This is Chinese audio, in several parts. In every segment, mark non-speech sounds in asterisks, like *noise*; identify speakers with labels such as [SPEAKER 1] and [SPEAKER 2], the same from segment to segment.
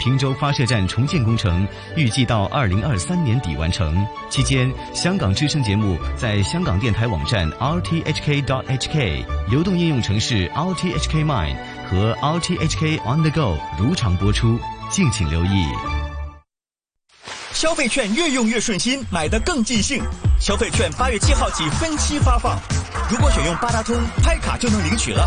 [SPEAKER 1] 平洲发射站重建工程预计到二零二三年底完成，期间香港之声节目在香港电台网站 rthk.hk、流动应用程式 rthk mine 和 rthk on the go 如常播出，敬请留意。
[SPEAKER 2] 消费券越用越顺心，买得更尽兴。消费券八月七号起分期发放，如果选用八达通拍卡就能领取了；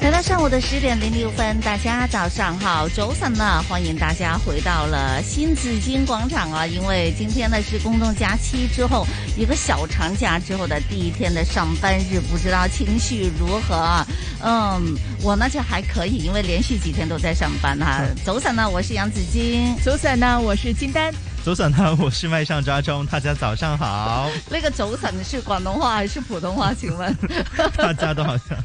[SPEAKER 3] 来到上午的十点零六分，大家早上好，周三呢，欢迎大家回到了新紫金广场啊！因为今天呢是公众假期之后一个小长假之后的第一天的上班日，不知道情绪如何啊？嗯，我呢就还可以，因为连续几天都在上
[SPEAKER 4] *laughs*
[SPEAKER 3] 班哈、早晨呢，我是杨紫金。
[SPEAKER 4] 早晨呢，我是金丹。
[SPEAKER 5] 早晨好，我是麦上抓中，大家早上
[SPEAKER 3] *laughs*
[SPEAKER 5] 好，
[SPEAKER 3] 那个早晨是广东话还是普通话？请问？
[SPEAKER 5] 大家都好像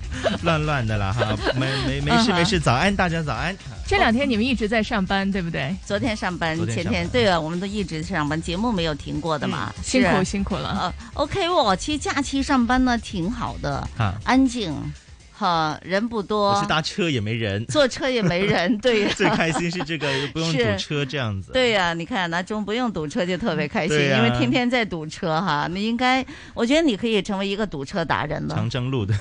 [SPEAKER 5] 乱乱的啦哈，没没没事
[SPEAKER 3] 嗯哼
[SPEAKER 5] 没事，早安，大家早安。
[SPEAKER 4] 这两天你们一直在上班，对不对？
[SPEAKER 3] 昨天上班，
[SPEAKER 5] 昨天
[SPEAKER 3] 前
[SPEAKER 5] 上
[SPEAKER 3] 天
[SPEAKER 5] 班嗯
[SPEAKER 3] 对啊，我们都一直上班，节目没有停过的嘛。是
[SPEAKER 4] 辛苦辛苦了。
[SPEAKER 3] 呃，OK 哦，其实假期上班呢挺好的，
[SPEAKER 5] 啊
[SPEAKER 3] 安静，哈，人不
[SPEAKER 5] 我
[SPEAKER 3] 多
[SPEAKER 5] 是，搭车也没人，
[SPEAKER 3] 坐车也没
[SPEAKER 5] *laughs*
[SPEAKER 3] 人，对呀、
[SPEAKER 5] 最开心是这个不用
[SPEAKER 3] 是
[SPEAKER 5] 堵车这样子。
[SPEAKER 3] 对呀、你看那中不用堵车就特别开心，
[SPEAKER 5] 对呀
[SPEAKER 3] 因为天天在堵车哈。你应该，我觉得你可以成为一个堵车达人了
[SPEAKER 5] 长。征路的，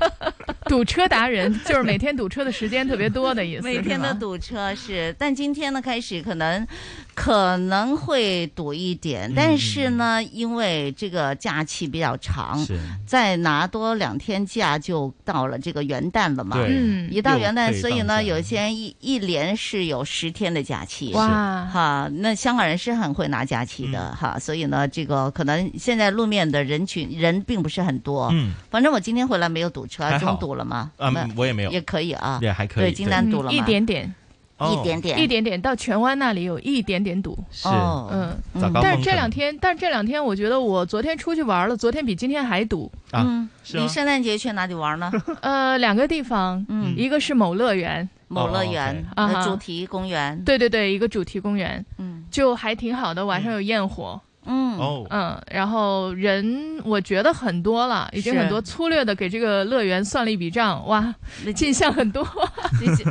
[SPEAKER 3] *laughs*
[SPEAKER 4] 堵车达人就是每天堵车的时间特别多的意思，
[SPEAKER 3] 每天
[SPEAKER 4] 是
[SPEAKER 3] 都
[SPEAKER 4] 吗。
[SPEAKER 3] 堵车是，但今天呢开始可能可能会堵一点，但是
[SPEAKER 4] 嗯
[SPEAKER 3] 呢，因为这个假期比较长，
[SPEAKER 5] 是
[SPEAKER 3] 再拿多两天假就到了这个元旦了嘛。
[SPEAKER 5] 对
[SPEAKER 4] 嗯，
[SPEAKER 3] 一到元旦，
[SPEAKER 5] 又可以
[SPEAKER 3] 所以
[SPEAKER 5] 放
[SPEAKER 3] 呢，
[SPEAKER 5] 假
[SPEAKER 3] 有些人一一连是有十天的假期。
[SPEAKER 4] 哇，嗯
[SPEAKER 3] 哈，那香港人是很会拿假期的、哈，所以呢，这个可能现在路面的人群人并不是很多。
[SPEAKER 5] 嗯
[SPEAKER 3] 反正我今天回来没有堵车，
[SPEAKER 5] 还好
[SPEAKER 3] 中堵了吗？
[SPEAKER 5] 啊
[SPEAKER 3] 那，
[SPEAKER 5] 我也没有，
[SPEAKER 3] 也可以啊，
[SPEAKER 5] 也还可以，
[SPEAKER 3] 对今天
[SPEAKER 4] 嗯
[SPEAKER 3] 堵了吗
[SPEAKER 4] 一点点，
[SPEAKER 5] 哦
[SPEAKER 3] 一点点，
[SPEAKER 4] 一点点，到荃湾那里有一点点堵。
[SPEAKER 5] 是，
[SPEAKER 3] 哦，
[SPEAKER 4] 嗯，
[SPEAKER 3] 嗯，
[SPEAKER 5] 早高
[SPEAKER 4] 但
[SPEAKER 5] 峰
[SPEAKER 4] 是这
[SPEAKER 5] 可
[SPEAKER 4] 两
[SPEAKER 5] 能
[SPEAKER 4] 天，但是这两天，我觉得我昨天出去玩了，昨天比今天还堵。
[SPEAKER 5] 啊
[SPEAKER 3] 嗯，
[SPEAKER 5] 是
[SPEAKER 3] 你
[SPEAKER 5] 吗
[SPEAKER 3] 圣诞节去哪里玩呢？
[SPEAKER 4] *laughs* 呃，两个地方，
[SPEAKER 3] 嗯，
[SPEAKER 4] 一个是某乐园，
[SPEAKER 3] 某乐
[SPEAKER 5] 哦，OK
[SPEAKER 3] 园、
[SPEAKER 4] 啊
[SPEAKER 3] 呃
[SPEAKER 4] 哈
[SPEAKER 3] 主题公
[SPEAKER 4] *laughs*
[SPEAKER 3] 园，，
[SPEAKER 4] 对对对，一个主题公园，
[SPEAKER 3] 嗯
[SPEAKER 4] 就还挺好的，晚上有焰火，
[SPEAKER 3] 嗯，
[SPEAKER 5] 哦，
[SPEAKER 4] 嗯，然后人我觉得很多了，已经
[SPEAKER 3] 是
[SPEAKER 4] 很多，粗略的给这个乐园算了一笔账，哇，
[SPEAKER 3] 那
[SPEAKER 4] 进项很多，
[SPEAKER 3] 你这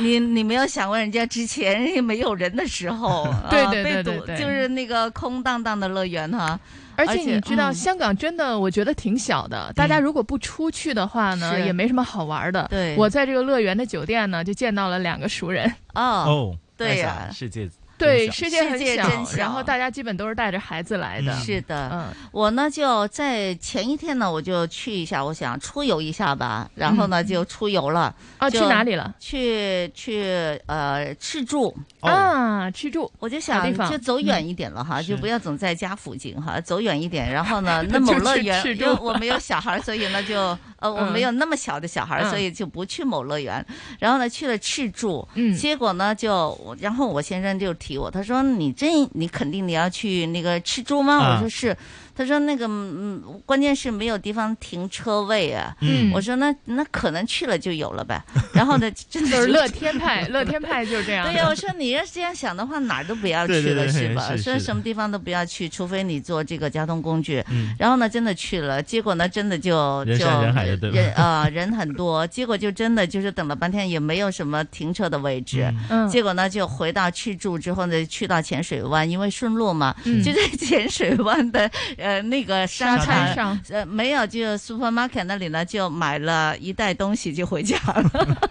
[SPEAKER 3] 你你没有想过人家之前没有人的时候，啊
[SPEAKER 4] *laughs* 对对对
[SPEAKER 3] 被
[SPEAKER 4] 对
[SPEAKER 3] 堵
[SPEAKER 4] 对
[SPEAKER 3] 就是那个空荡荡的乐园哈，
[SPEAKER 4] 而
[SPEAKER 3] *laughs* 而
[SPEAKER 4] 且
[SPEAKER 3] 且
[SPEAKER 4] 你知道，
[SPEAKER 3] 嗯
[SPEAKER 4] 香港真的我觉得挺小的，大家如果不出去的话呢，
[SPEAKER 3] 是
[SPEAKER 4] 也没什么好玩的。
[SPEAKER 3] 对
[SPEAKER 4] 我在这个乐园的酒店呢，就见到了两个熟人。
[SPEAKER 3] 哦，
[SPEAKER 5] 哦，
[SPEAKER 3] 对
[SPEAKER 5] 那
[SPEAKER 3] 呀
[SPEAKER 5] 啥世界，
[SPEAKER 4] 对，
[SPEAKER 5] 真小
[SPEAKER 4] 世界很
[SPEAKER 3] 世界真小
[SPEAKER 4] 然后大家基本都是带着孩子来的。
[SPEAKER 5] 嗯
[SPEAKER 3] 是的，
[SPEAKER 4] 嗯，
[SPEAKER 3] 哦我呢就在前一天呢我就去一下，我想出游一下吧，然后呢就出游了，
[SPEAKER 4] 啊，嗯
[SPEAKER 3] 就
[SPEAKER 4] 去哪里了？
[SPEAKER 3] 去去呃吃住，
[SPEAKER 5] 哦，
[SPEAKER 4] 啊，吃住。
[SPEAKER 3] 我就
[SPEAKER 4] 好
[SPEAKER 3] 想
[SPEAKER 4] 地方
[SPEAKER 3] 就走远一点了哈，
[SPEAKER 5] 嗯
[SPEAKER 3] 就不要总在家附近哈，走远一点。然
[SPEAKER 4] *laughs*
[SPEAKER 3] 后呢， *laughs* 那
[SPEAKER 4] 就
[SPEAKER 3] 某
[SPEAKER 4] 去
[SPEAKER 3] 乐园，
[SPEAKER 4] 赤
[SPEAKER 3] 因
[SPEAKER 4] 柱
[SPEAKER 3] 为我没有小孩儿， *laughs* 所以呢就呃我
[SPEAKER 4] 嗯
[SPEAKER 3] 没有那么小的小孩儿，
[SPEAKER 4] 嗯
[SPEAKER 3] 所以就不去某乐园。然后呢去了赤柱，
[SPEAKER 4] 嗯
[SPEAKER 3] 结果呢就我然后我先生就提我，他说你真你肯定你要去那个赤柱吗？
[SPEAKER 5] 啊
[SPEAKER 3] 我说是。他说那个嗯，嗯关键是没有地方停车位啊。
[SPEAKER 4] 嗯
[SPEAKER 3] 我说那那可能去了就有
[SPEAKER 4] *laughs*
[SPEAKER 3] 了呗。然后呢，真的
[SPEAKER 4] 就是乐天派，乐天派就是这样。
[SPEAKER 3] 对呀、我说你要是这样想的话，哪儿都不
[SPEAKER 4] *laughs*
[SPEAKER 3] 要去
[SPEAKER 5] 对对
[SPEAKER 3] 了，
[SPEAKER 5] 对
[SPEAKER 3] 是吧？
[SPEAKER 5] 是是
[SPEAKER 3] 说
[SPEAKER 5] 的
[SPEAKER 3] 什么地方都不要去，除非你坐这个交通工具。
[SPEAKER 5] 嗯
[SPEAKER 3] 然后呢，真的去了，结果呢，真的就
[SPEAKER 5] 人
[SPEAKER 3] 就
[SPEAKER 5] 山人海的对吧
[SPEAKER 3] 人啊、人很多，结果就真的就是等了半天也没有什么停车的位置。
[SPEAKER 5] 嗯
[SPEAKER 4] 嗯，
[SPEAKER 3] 结果呢，就回到去住之后呢，去到浅水湾，因为顺路嘛，
[SPEAKER 4] 嗯
[SPEAKER 3] 就在浅水湾的呃那个商
[SPEAKER 4] 沙
[SPEAKER 3] 场
[SPEAKER 4] 滩上，
[SPEAKER 3] 呃，没有，就 supermarket 那里呢，就买了一袋东西就回家了。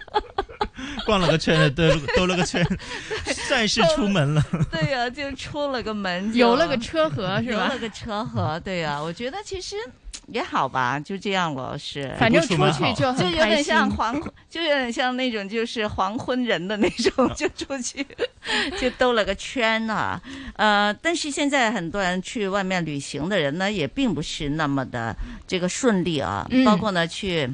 [SPEAKER 5] 逛了个圈，兜了个兜了
[SPEAKER 3] *laughs*
[SPEAKER 5] 个圈，算是出门了。
[SPEAKER 3] 对呀、就出了个门，就
[SPEAKER 4] *laughs* 有
[SPEAKER 3] *laughs*
[SPEAKER 4] 了个车河是
[SPEAKER 3] 留
[SPEAKER 4] 吧
[SPEAKER 3] 了？个车河，对呀、我觉得其实也好吧，就这样了，是。
[SPEAKER 4] 反正
[SPEAKER 5] 不出
[SPEAKER 4] 出
[SPEAKER 5] 门
[SPEAKER 4] 去就
[SPEAKER 3] 就
[SPEAKER 5] 好
[SPEAKER 4] 很
[SPEAKER 3] 有
[SPEAKER 4] 开
[SPEAKER 3] 点
[SPEAKER 4] 心。
[SPEAKER 3] 像黄，就有点像那种就是黄昏人的那
[SPEAKER 5] 啊
[SPEAKER 3] 种，就出去 *laughs* 就兜了个圈啊。呃，但是现在很多人去外面旅行的人呢，也并不是那么的这个顺利啊，
[SPEAKER 4] 嗯
[SPEAKER 3] 包括呢去。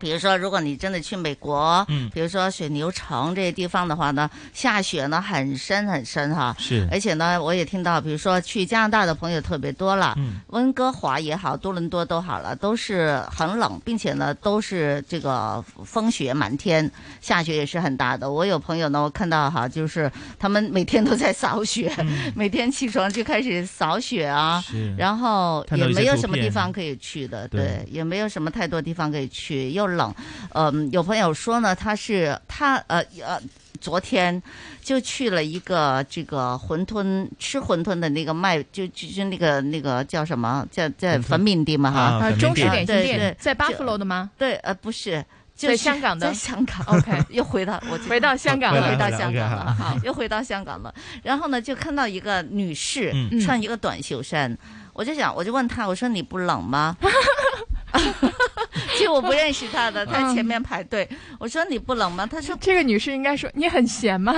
[SPEAKER 3] 比如说，如果你真的去美国，
[SPEAKER 5] 嗯
[SPEAKER 3] 比如说水牛城这些地方的话呢，下雪呢很深很深哈、
[SPEAKER 5] 是，
[SPEAKER 3] 而且呢，我也听到，比如说去加拿大的朋友特别多了，
[SPEAKER 5] 嗯
[SPEAKER 3] 温哥华也好，多伦多都好了，都是很冷，并且呢都是这个风雪满天，下雪也是很大的。我有朋友呢，我看到哈，就是他们每天都在扫雪，
[SPEAKER 5] 嗯
[SPEAKER 3] *laughs* 每天起床就开始扫雪啊。
[SPEAKER 5] 是，
[SPEAKER 3] 然后
[SPEAKER 5] 看
[SPEAKER 3] 也
[SPEAKER 5] 到一些
[SPEAKER 3] 没有
[SPEAKER 5] 图
[SPEAKER 3] 什么
[SPEAKER 5] 片
[SPEAKER 3] 地方可以去的，
[SPEAKER 5] 对
[SPEAKER 3] 对，也没有什么太多地方可以去，又冷。嗯，有朋友说呢，他是他呃呃，昨天就去了一个这个馄饨吃馄饨的那个卖，就就就那个那个叫什么，在在
[SPEAKER 5] 馄饨
[SPEAKER 3] 粉饼店嘛哈。
[SPEAKER 5] 啊
[SPEAKER 4] 啊，
[SPEAKER 5] 粉面
[SPEAKER 4] 中式
[SPEAKER 5] 店
[SPEAKER 4] 点心
[SPEAKER 3] 对对
[SPEAKER 4] 店在
[SPEAKER 3] 就
[SPEAKER 4] Buffalo 的吗
[SPEAKER 3] 对，呃，不是，就
[SPEAKER 4] 在
[SPEAKER 3] 是
[SPEAKER 4] 香港的
[SPEAKER 3] 在香港。
[SPEAKER 4] ？OK，
[SPEAKER 3] *laughs* 又回到我
[SPEAKER 4] 回到香港
[SPEAKER 5] 回
[SPEAKER 4] 了
[SPEAKER 5] 来
[SPEAKER 3] 回。到
[SPEAKER 5] 了
[SPEAKER 3] 香
[SPEAKER 5] ，OK，
[SPEAKER 3] 港
[SPEAKER 5] 好
[SPEAKER 3] 了，好，又回到香港了。然后呢，就看到一个女士
[SPEAKER 5] 嗯
[SPEAKER 3] 穿一个短袖衫，我就想，我就问她，我说你不冷吗？ *laughs* 其实我不认识她的，她前面排队。我说你不冷吗？她说
[SPEAKER 4] 嗯这个女士应该说你很闲吗？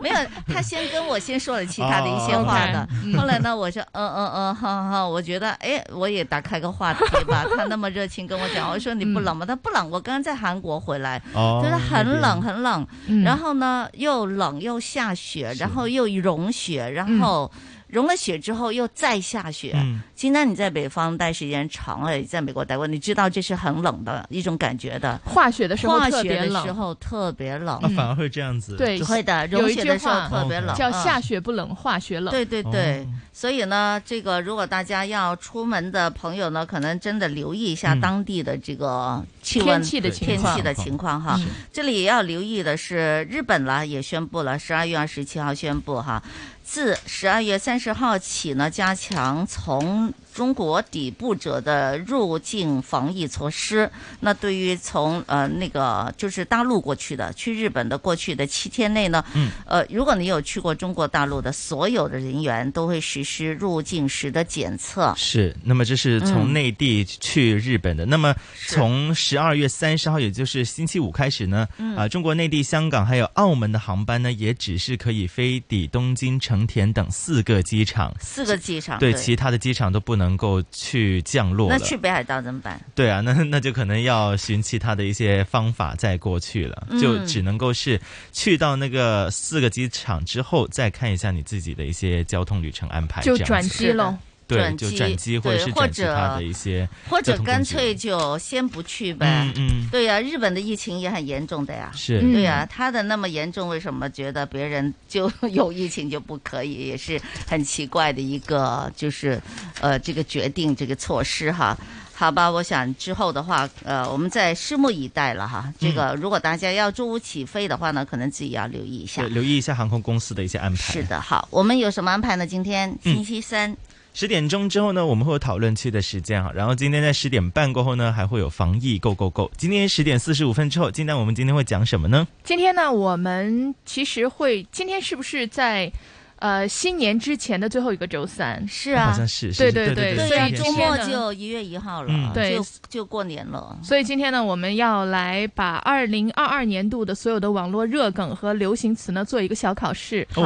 [SPEAKER 3] 没有，她先跟我先说了其他的一些
[SPEAKER 5] 哦
[SPEAKER 3] 话的。
[SPEAKER 4] 嗯
[SPEAKER 3] 后来呢，我说嗯嗯嗯，好好，我觉得哎，我也打开个话题吧。她那么热情跟我讲，我说你不
[SPEAKER 4] 嗯
[SPEAKER 3] 冷吗？她不冷，我刚刚在韩国回来，
[SPEAKER 5] 哦
[SPEAKER 3] 就是很冷，很冷。
[SPEAKER 4] 嗯
[SPEAKER 3] 然后呢，又冷又下雪，然后又融雪，然
[SPEAKER 4] 嗯
[SPEAKER 3] 后融了雪之后又再下雪。
[SPEAKER 5] 嗯，
[SPEAKER 3] 金丹，你在北方待时间长了，也在美国待过，你知道这是很冷的一种感觉的。
[SPEAKER 4] 化雪的时候
[SPEAKER 3] 化
[SPEAKER 4] 特
[SPEAKER 3] 雪
[SPEAKER 4] 别
[SPEAKER 3] 的时
[SPEAKER 4] 冷，嗯
[SPEAKER 3] 候特别冷，
[SPEAKER 5] 那反而会这样子，
[SPEAKER 4] 对
[SPEAKER 3] 会的，
[SPEAKER 4] 有
[SPEAKER 3] 融
[SPEAKER 4] 一
[SPEAKER 3] 雪
[SPEAKER 4] 句
[SPEAKER 3] 的时候
[SPEAKER 4] 话
[SPEAKER 3] 特别冷，
[SPEAKER 4] 叫
[SPEAKER 3] 嗯
[SPEAKER 4] 下雪不冷，化雪冷。
[SPEAKER 3] 对对
[SPEAKER 5] 哦
[SPEAKER 3] 对，所以呢，这个如果大家要出门的朋友呢，可能真的留意一下
[SPEAKER 5] 嗯
[SPEAKER 3] 当地的这个气温、
[SPEAKER 4] 天气的
[SPEAKER 5] 对
[SPEAKER 4] 情
[SPEAKER 3] 天
[SPEAKER 4] 况
[SPEAKER 3] 气，的情况哈。
[SPEAKER 4] 嗯
[SPEAKER 3] 这里也要留意的是，日本啦也宣布了，十二月二十七号宣布哈，自十二月三十号起呢，加强从中国抵步者的入境防疫措施。那对于从呃那个就是大陆过去的去日本的过去的七天内呢，
[SPEAKER 5] 嗯
[SPEAKER 3] 呃，如果你有去过中国大陆的，所有的人员都会实施入境时的检测。
[SPEAKER 5] 是，那么这是
[SPEAKER 3] 嗯
[SPEAKER 5] 从内地去日本的。那么
[SPEAKER 3] 是
[SPEAKER 5] 从十二月三十号，也就是星期五开始呢，啊、
[SPEAKER 3] 嗯
[SPEAKER 5] 中国内地、香港还有澳门的航班呢，也只是可以飞抵东京、成田等四个机场，
[SPEAKER 3] 四个机场
[SPEAKER 5] 对其他的机场都不能够去降落
[SPEAKER 3] 那
[SPEAKER 5] 了。
[SPEAKER 3] 去北海道怎么办？
[SPEAKER 5] 对啊，那那就可能要寻其他的一些方法再过去了，
[SPEAKER 3] 嗯
[SPEAKER 5] 就只能够是去到那个四个机场之后，再看一下你自己的一些交通旅程安排，
[SPEAKER 4] 就
[SPEAKER 5] 这样
[SPEAKER 4] 转
[SPEAKER 5] 子
[SPEAKER 4] 机喽。
[SPEAKER 5] 对，
[SPEAKER 3] 转
[SPEAKER 5] 就
[SPEAKER 3] 机
[SPEAKER 5] 转机或者
[SPEAKER 3] 对
[SPEAKER 5] 是
[SPEAKER 3] 或
[SPEAKER 5] 转其他
[SPEAKER 3] 者
[SPEAKER 5] 的一些。
[SPEAKER 3] 或者
[SPEAKER 5] 交通工具
[SPEAKER 3] 干脆就先不去呗。
[SPEAKER 5] 嗯嗯，
[SPEAKER 3] 对呀、日本的疫情也很严重的呀。
[SPEAKER 5] 是，
[SPEAKER 4] 嗯
[SPEAKER 3] 对呀、他的那么严重，为什么觉得别人就 *laughs* 有疫情就不可以？也是很奇怪的一个，就是呃，这个决定这个措施哈。好吧，我想之后的话，呃，我们再拭目以待了哈。这
[SPEAKER 5] 嗯
[SPEAKER 3] 个如果大家要周五起飞的话呢，可能自己要留意一下
[SPEAKER 5] 对，。留意一下航空公司的一些安排。
[SPEAKER 3] 是，的，好，我们有什么安排呢？今天
[SPEAKER 5] 嗯
[SPEAKER 3] 星期三，
[SPEAKER 5] 十点钟之后呢，我们会有讨论区的时间啊。然后今天在十点半过后呢，还会有防疫 Go Go Go。今天十点四十五分之后，今天我们今天会讲什么呢？ *laughs*
[SPEAKER 4] 今天呢，我们其实会，今天是不是在呃新年之前的最后一个周三？
[SPEAKER 3] 是
[SPEAKER 5] 好
[SPEAKER 3] 啊，
[SPEAKER 5] 像是，是
[SPEAKER 4] 对对
[SPEAKER 5] 是对
[SPEAKER 4] 对
[SPEAKER 3] 对
[SPEAKER 4] 所
[SPEAKER 3] 呀、
[SPEAKER 4] 以
[SPEAKER 3] 周
[SPEAKER 4] 今天
[SPEAKER 3] 末
[SPEAKER 4] 呢
[SPEAKER 3] 就一月一号了，
[SPEAKER 5] 嗯
[SPEAKER 4] 对
[SPEAKER 3] 就就过年 *laughs* 了。
[SPEAKER 4] 所以今天呢，我们要来把二零二二年度的所有的网络热梗和流行词呢做一个小考试。
[SPEAKER 5] 哦，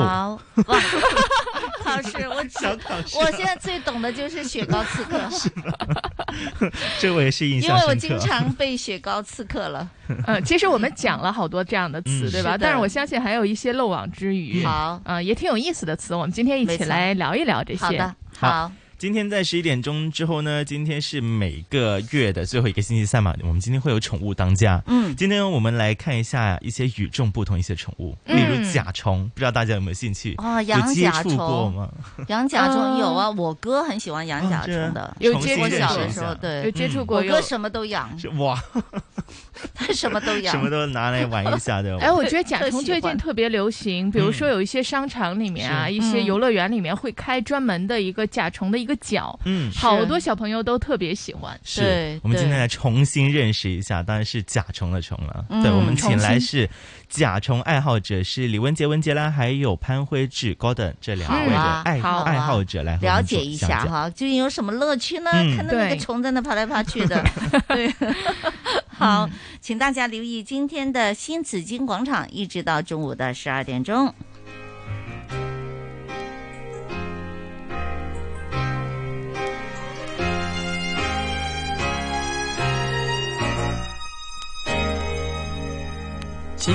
[SPEAKER 3] 好，哇，考试，我只
[SPEAKER 5] 考试
[SPEAKER 3] 我现在最懂的就是雪糕刺客， *laughs*
[SPEAKER 5] 这我也是印
[SPEAKER 3] 因
[SPEAKER 5] 象
[SPEAKER 3] 为我
[SPEAKER 5] 深
[SPEAKER 3] 经
[SPEAKER 5] 刻。
[SPEAKER 3] 常被雪糕刺客了。
[SPEAKER 4] *laughs* 嗯，其实我们讲了好多这样的词，
[SPEAKER 5] 嗯
[SPEAKER 4] 对
[SPEAKER 3] 是
[SPEAKER 4] 吧？
[SPEAKER 3] 的
[SPEAKER 4] 但是我相信还有一些漏网之鱼。呃
[SPEAKER 3] 好，
[SPEAKER 4] 啊、也挺有意思的词，我们今天一
[SPEAKER 3] 没
[SPEAKER 4] 起
[SPEAKER 3] 错
[SPEAKER 4] 来聊一聊这些。
[SPEAKER 3] 好的， *laughs*
[SPEAKER 5] 好
[SPEAKER 3] 好，
[SPEAKER 5] 今天在十一点钟之后呢，今天是每个月的最后一个星期三嘛，我们今天会有宠物当家。
[SPEAKER 3] 嗯
[SPEAKER 5] 今天我们来看一下一些与众不同一些宠物，
[SPEAKER 4] 嗯
[SPEAKER 5] 例如甲虫，不知道大家有没有兴趣？
[SPEAKER 3] 哦
[SPEAKER 5] 有
[SPEAKER 3] 养
[SPEAKER 5] 接
[SPEAKER 3] 甲
[SPEAKER 5] 触过
[SPEAKER 3] 虫
[SPEAKER 5] 吗？ *laughs*
[SPEAKER 3] 养甲虫
[SPEAKER 4] 嗯
[SPEAKER 3] 有啊，我哥很喜欢养
[SPEAKER 5] 哦
[SPEAKER 3] 甲
[SPEAKER 5] 这
[SPEAKER 3] 虫
[SPEAKER 5] 样
[SPEAKER 3] 的。
[SPEAKER 4] 有
[SPEAKER 5] 重
[SPEAKER 4] 接
[SPEAKER 5] 新
[SPEAKER 4] 触
[SPEAKER 3] 我
[SPEAKER 5] 认识
[SPEAKER 3] 小
[SPEAKER 5] 一
[SPEAKER 3] 的时
[SPEAKER 5] 下
[SPEAKER 3] 候，
[SPEAKER 4] 有
[SPEAKER 3] 对，
[SPEAKER 4] 接触
[SPEAKER 5] 嗯
[SPEAKER 4] 过
[SPEAKER 3] 我
[SPEAKER 4] 有
[SPEAKER 3] 哥。什么都养，嗯
[SPEAKER 5] 是哇，
[SPEAKER 3] 他什么都
[SPEAKER 5] 什
[SPEAKER 3] 养
[SPEAKER 5] 么。都拿来玩一下
[SPEAKER 4] *laughs*
[SPEAKER 5] 的。
[SPEAKER 4] 哎，我
[SPEAKER 3] 特
[SPEAKER 4] 觉得甲
[SPEAKER 3] 特
[SPEAKER 4] 虫
[SPEAKER 3] 喜
[SPEAKER 4] 最近
[SPEAKER 3] 欢
[SPEAKER 4] 特别流行，比如说有一些商场里面啊，
[SPEAKER 5] 是
[SPEAKER 4] 一些
[SPEAKER 3] 嗯
[SPEAKER 4] 游乐园里面会开专门的一个甲虫的一个角，
[SPEAKER 5] 嗯，
[SPEAKER 4] 好多小朋友都特别喜欢。
[SPEAKER 5] 是
[SPEAKER 3] 对
[SPEAKER 5] 我们今天
[SPEAKER 3] 对
[SPEAKER 5] 来重新认识一下，当然是甲虫的虫了。
[SPEAKER 3] 嗯
[SPEAKER 5] 对，我们
[SPEAKER 4] 重
[SPEAKER 5] 请来
[SPEAKER 4] 新
[SPEAKER 5] 是甲虫爱好者，是李文杰、文杰啦，还有潘辉志、Gordon 这两位
[SPEAKER 3] 好
[SPEAKER 5] 的
[SPEAKER 3] 啊
[SPEAKER 5] 爱、
[SPEAKER 3] 好啊
[SPEAKER 5] 爱好者来和我们
[SPEAKER 3] 了解
[SPEAKER 5] 做
[SPEAKER 3] 一
[SPEAKER 5] 讲
[SPEAKER 3] 下
[SPEAKER 5] 解。
[SPEAKER 3] 哈，究竟有什么乐趣呢？
[SPEAKER 5] 嗯
[SPEAKER 3] 看到那个
[SPEAKER 4] 对
[SPEAKER 3] 虫在那爬来爬去的，对。好，请大家留意今天的新紫金广场，一直到中午的十二点钟。
[SPEAKER 6] 轻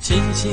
[SPEAKER 6] 轻轻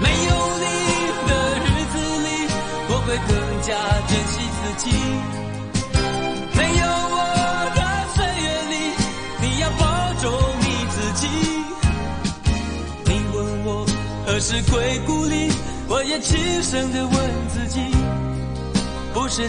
[SPEAKER 6] 没有你的日子里，我会更加珍惜自己。没有我的岁月里，你要保重你自己。你问我何时归故里，我也轻声的问自己，不是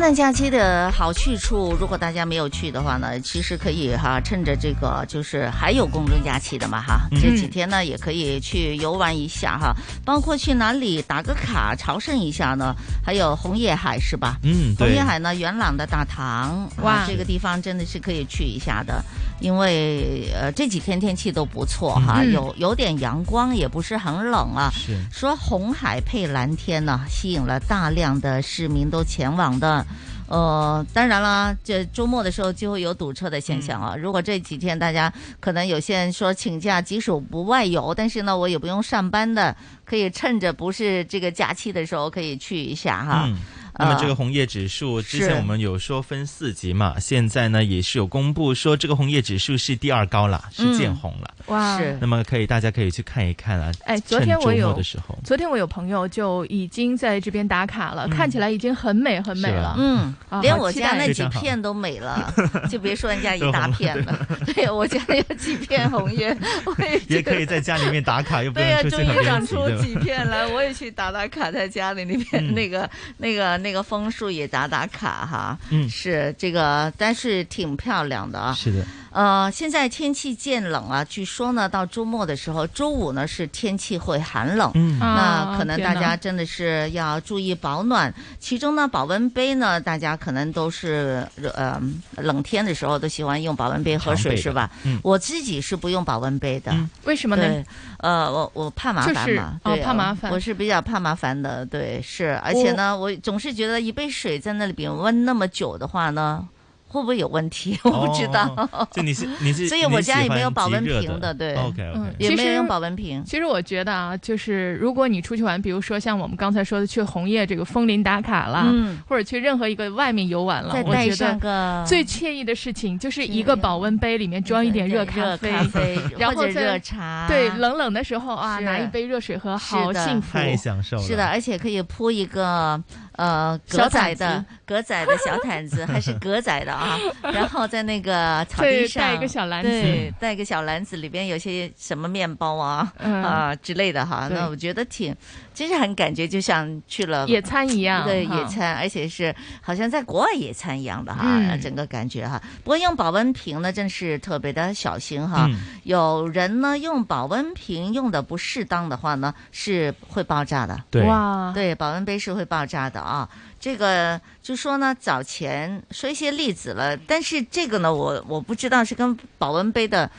[SPEAKER 3] 诞假期的好去处，如果大家没有去的话呢，其实可以哈，趁着这个就是还有公众假期的嘛哈，
[SPEAKER 5] 嗯
[SPEAKER 3] 这几天呢也可以去游玩一下哈，包括去哪里打个卡朝圣一下呢，还有红叶海是吧？
[SPEAKER 5] 嗯，
[SPEAKER 3] 红
[SPEAKER 5] 对
[SPEAKER 3] 叶，海呢，元朗的大堂，哇
[SPEAKER 4] 哇，
[SPEAKER 3] 这个地方真的是可以去一下的，因为呃这几天天气都不错哈，
[SPEAKER 4] 嗯
[SPEAKER 3] 有有点阳光，也不是很冷啊。
[SPEAKER 5] 是，
[SPEAKER 3] 说红海配蓝天呢、吸引了大量的市民都前往的。呃，当然啦，这周末的时候就会有堵车的现象啊。
[SPEAKER 5] 嗯
[SPEAKER 3] 如果这几天大家可能有些人说请假，即使我不外游，但是呢，我也不用上班的，可以趁着不是这个假期的时候可以去一下哈。
[SPEAKER 5] 嗯。那么
[SPEAKER 3] 呃
[SPEAKER 5] 这个红叶指数，之前
[SPEAKER 3] 是
[SPEAKER 5] 我们有说分四级嘛，现在呢也是有公布说这个红叶指数是第二高了，是见
[SPEAKER 3] 嗯
[SPEAKER 5] 红了。
[SPEAKER 4] 哇，
[SPEAKER 3] 是
[SPEAKER 5] 那么可以大家可以去看一看啊。
[SPEAKER 4] 哎昨
[SPEAKER 5] 趁
[SPEAKER 4] 天我
[SPEAKER 5] 周末
[SPEAKER 4] 有
[SPEAKER 5] 的时候，嗯
[SPEAKER 4] 昨天我有朋友就已经在这边打卡了，看起来已经很美很美
[SPEAKER 5] 是吧
[SPEAKER 4] 了。
[SPEAKER 3] 嗯
[SPEAKER 4] 啊，
[SPEAKER 3] 连
[SPEAKER 4] 好
[SPEAKER 3] 我
[SPEAKER 4] 期
[SPEAKER 3] 家
[SPEAKER 4] 待
[SPEAKER 3] 那
[SPEAKER 5] 非
[SPEAKER 3] 几
[SPEAKER 5] 常好
[SPEAKER 3] 片都
[SPEAKER 4] *laughs*
[SPEAKER 3] 美了，就别说人家
[SPEAKER 5] 都
[SPEAKER 3] 一
[SPEAKER 5] 红
[SPEAKER 3] 大
[SPEAKER 5] 了
[SPEAKER 3] 片
[SPEAKER 5] *laughs*
[SPEAKER 3] 了。对我家有几片红叶，我也
[SPEAKER 5] 也
[SPEAKER 3] 觉
[SPEAKER 5] 可以
[SPEAKER 3] 得。
[SPEAKER 5] 在家里面打卡，又不
[SPEAKER 3] 对呀、
[SPEAKER 5] 能
[SPEAKER 3] 终
[SPEAKER 5] 出去很
[SPEAKER 3] 于
[SPEAKER 5] 拥
[SPEAKER 3] 长
[SPEAKER 5] 挤
[SPEAKER 3] 出
[SPEAKER 5] 对吧 *laughs*
[SPEAKER 3] 几片来，我也去打打卡，在家里那边、
[SPEAKER 5] 嗯
[SPEAKER 3] 那个、那个、那个枫树也打打卡哈。
[SPEAKER 5] 嗯
[SPEAKER 3] 是这个，但是挺漂亮的啊。
[SPEAKER 5] 是的，
[SPEAKER 3] 呃，现在天气渐冷啊，据说呢，到周末的时候，周五呢是天气会寒冷。
[SPEAKER 5] 嗯，
[SPEAKER 3] 那
[SPEAKER 4] 啊
[SPEAKER 3] 可能
[SPEAKER 4] 天
[SPEAKER 3] 大
[SPEAKER 4] 哪
[SPEAKER 3] 家真的是要注意保暖。其中呢，保温杯呢，大家可能都是呃冷天的时候都喜欢用保温杯喝
[SPEAKER 5] 常备
[SPEAKER 3] 水，
[SPEAKER 5] 的
[SPEAKER 3] 是吧？
[SPEAKER 5] 嗯
[SPEAKER 3] 我自己是不用保温杯的。
[SPEAKER 5] 嗯
[SPEAKER 4] 为什么呢？
[SPEAKER 3] 对，呃，我我怕麻烦嘛，
[SPEAKER 4] 就是哦
[SPEAKER 3] 对，
[SPEAKER 4] 怕麻烦
[SPEAKER 3] 我是比较怕麻烦的，对，是，而且呢，我总是觉得一杯水在那里边温那么久的话呢，会不会有问题？ *laughs* 我不知道，
[SPEAKER 5] 哦。就你是你是，
[SPEAKER 3] 所以我家
[SPEAKER 5] 你喜
[SPEAKER 3] 也 *laughs* 没有
[SPEAKER 5] 欢
[SPEAKER 3] 保温
[SPEAKER 5] 极热
[SPEAKER 3] 瓶的对
[SPEAKER 5] OK OK，
[SPEAKER 4] 嗯
[SPEAKER 3] 也没
[SPEAKER 4] 其
[SPEAKER 3] 有
[SPEAKER 4] 实
[SPEAKER 3] 用保温瓶。
[SPEAKER 4] 其实我觉得啊，就是如果你出去玩，比如说像我们刚才说的去红叶这个枫林打卡啦，
[SPEAKER 3] 嗯，
[SPEAKER 4] 或者去任何一个外面游玩了
[SPEAKER 3] 再，
[SPEAKER 4] 我
[SPEAKER 3] 带
[SPEAKER 4] 觉
[SPEAKER 3] 上
[SPEAKER 4] 得
[SPEAKER 3] 个
[SPEAKER 4] 最惬意的事情就是一个
[SPEAKER 3] 是
[SPEAKER 4] 保温杯里面装一点
[SPEAKER 3] 热
[SPEAKER 4] 热咖啡，
[SPEAKER 3] 咖
[SPEAKER 4] *laughs*
[SPEAKER 3] 啡
[SPEAKER 4] 然
[SPEAKER 3] 或
[SPEAKER 4] 后
[SPEAKER 3] 者
[SPEAKER 4] 再
[SPEAKER 3] 热茶，
[SPEAKER 4] 对，冷冷的时候啊，
[SPEAKER 3] 是
[SPEAKER 4] 拿一杯热水喝，
[SPEAKER 3] 嗯是
[SPEAKER 4] 嗯好
[SPEAKER 3] 的
[SPEAKER 4] 幸福。
[SPEAKER 5] 太享受了。
[SPEAKER 3] 是
[SPEAKER 4] 哎
[SPEAKER 3] 的，，而且可以铺一个呃格
[SPEAKER 4] 小
[SPEAKER 3] 仔
[SPEAKER 4] 毯子
[SPEAKER 3] 的格仔的小毯子，还是格仔
[SPEAKER 4] *laughs*
[SPEAKER 3] 的啊，然后在那个草地
[SPEAKER 4] 再
[SPEAKER 3] 上
[SPEAKER 4] 带一个小篮子，
[SPEAKER 3] 对，带一个小篮子，里边有些什么面包啊。
[SPEAKER 4] 嗯，
[SPEAKER 3] 啊、之类的哈，
[SPEAKER 4] 对
[SPEAKER 3] 那我觉得挺，真是很感觉就像去了
[SPEAKER 4] 野餐一样，
[SPEAKER 3] 对
[SPEAKER 4] 哈
[SPEAKER 3] 野餐，而且是好像在国外野餐一样的哈，
[SPEAKER 4] 嗯
[SPEAKER 3] 整个感觉哈。不过用保温瓶呢，真是特别的小心哈。
[SPEAKER 5] 嗯，
[SPEAKER 3] 有人呢用保温瓶用的不适当的话呢，是会爆炸的。
[SPEAKER 5] 对，
[SPEAKER 4] 哇，
[SPEAKER 3] 对，保温杯是会爆炸的啊。这个就说呢，早前说一些例子了，但是这个呢，我我不知道是跟保温杯的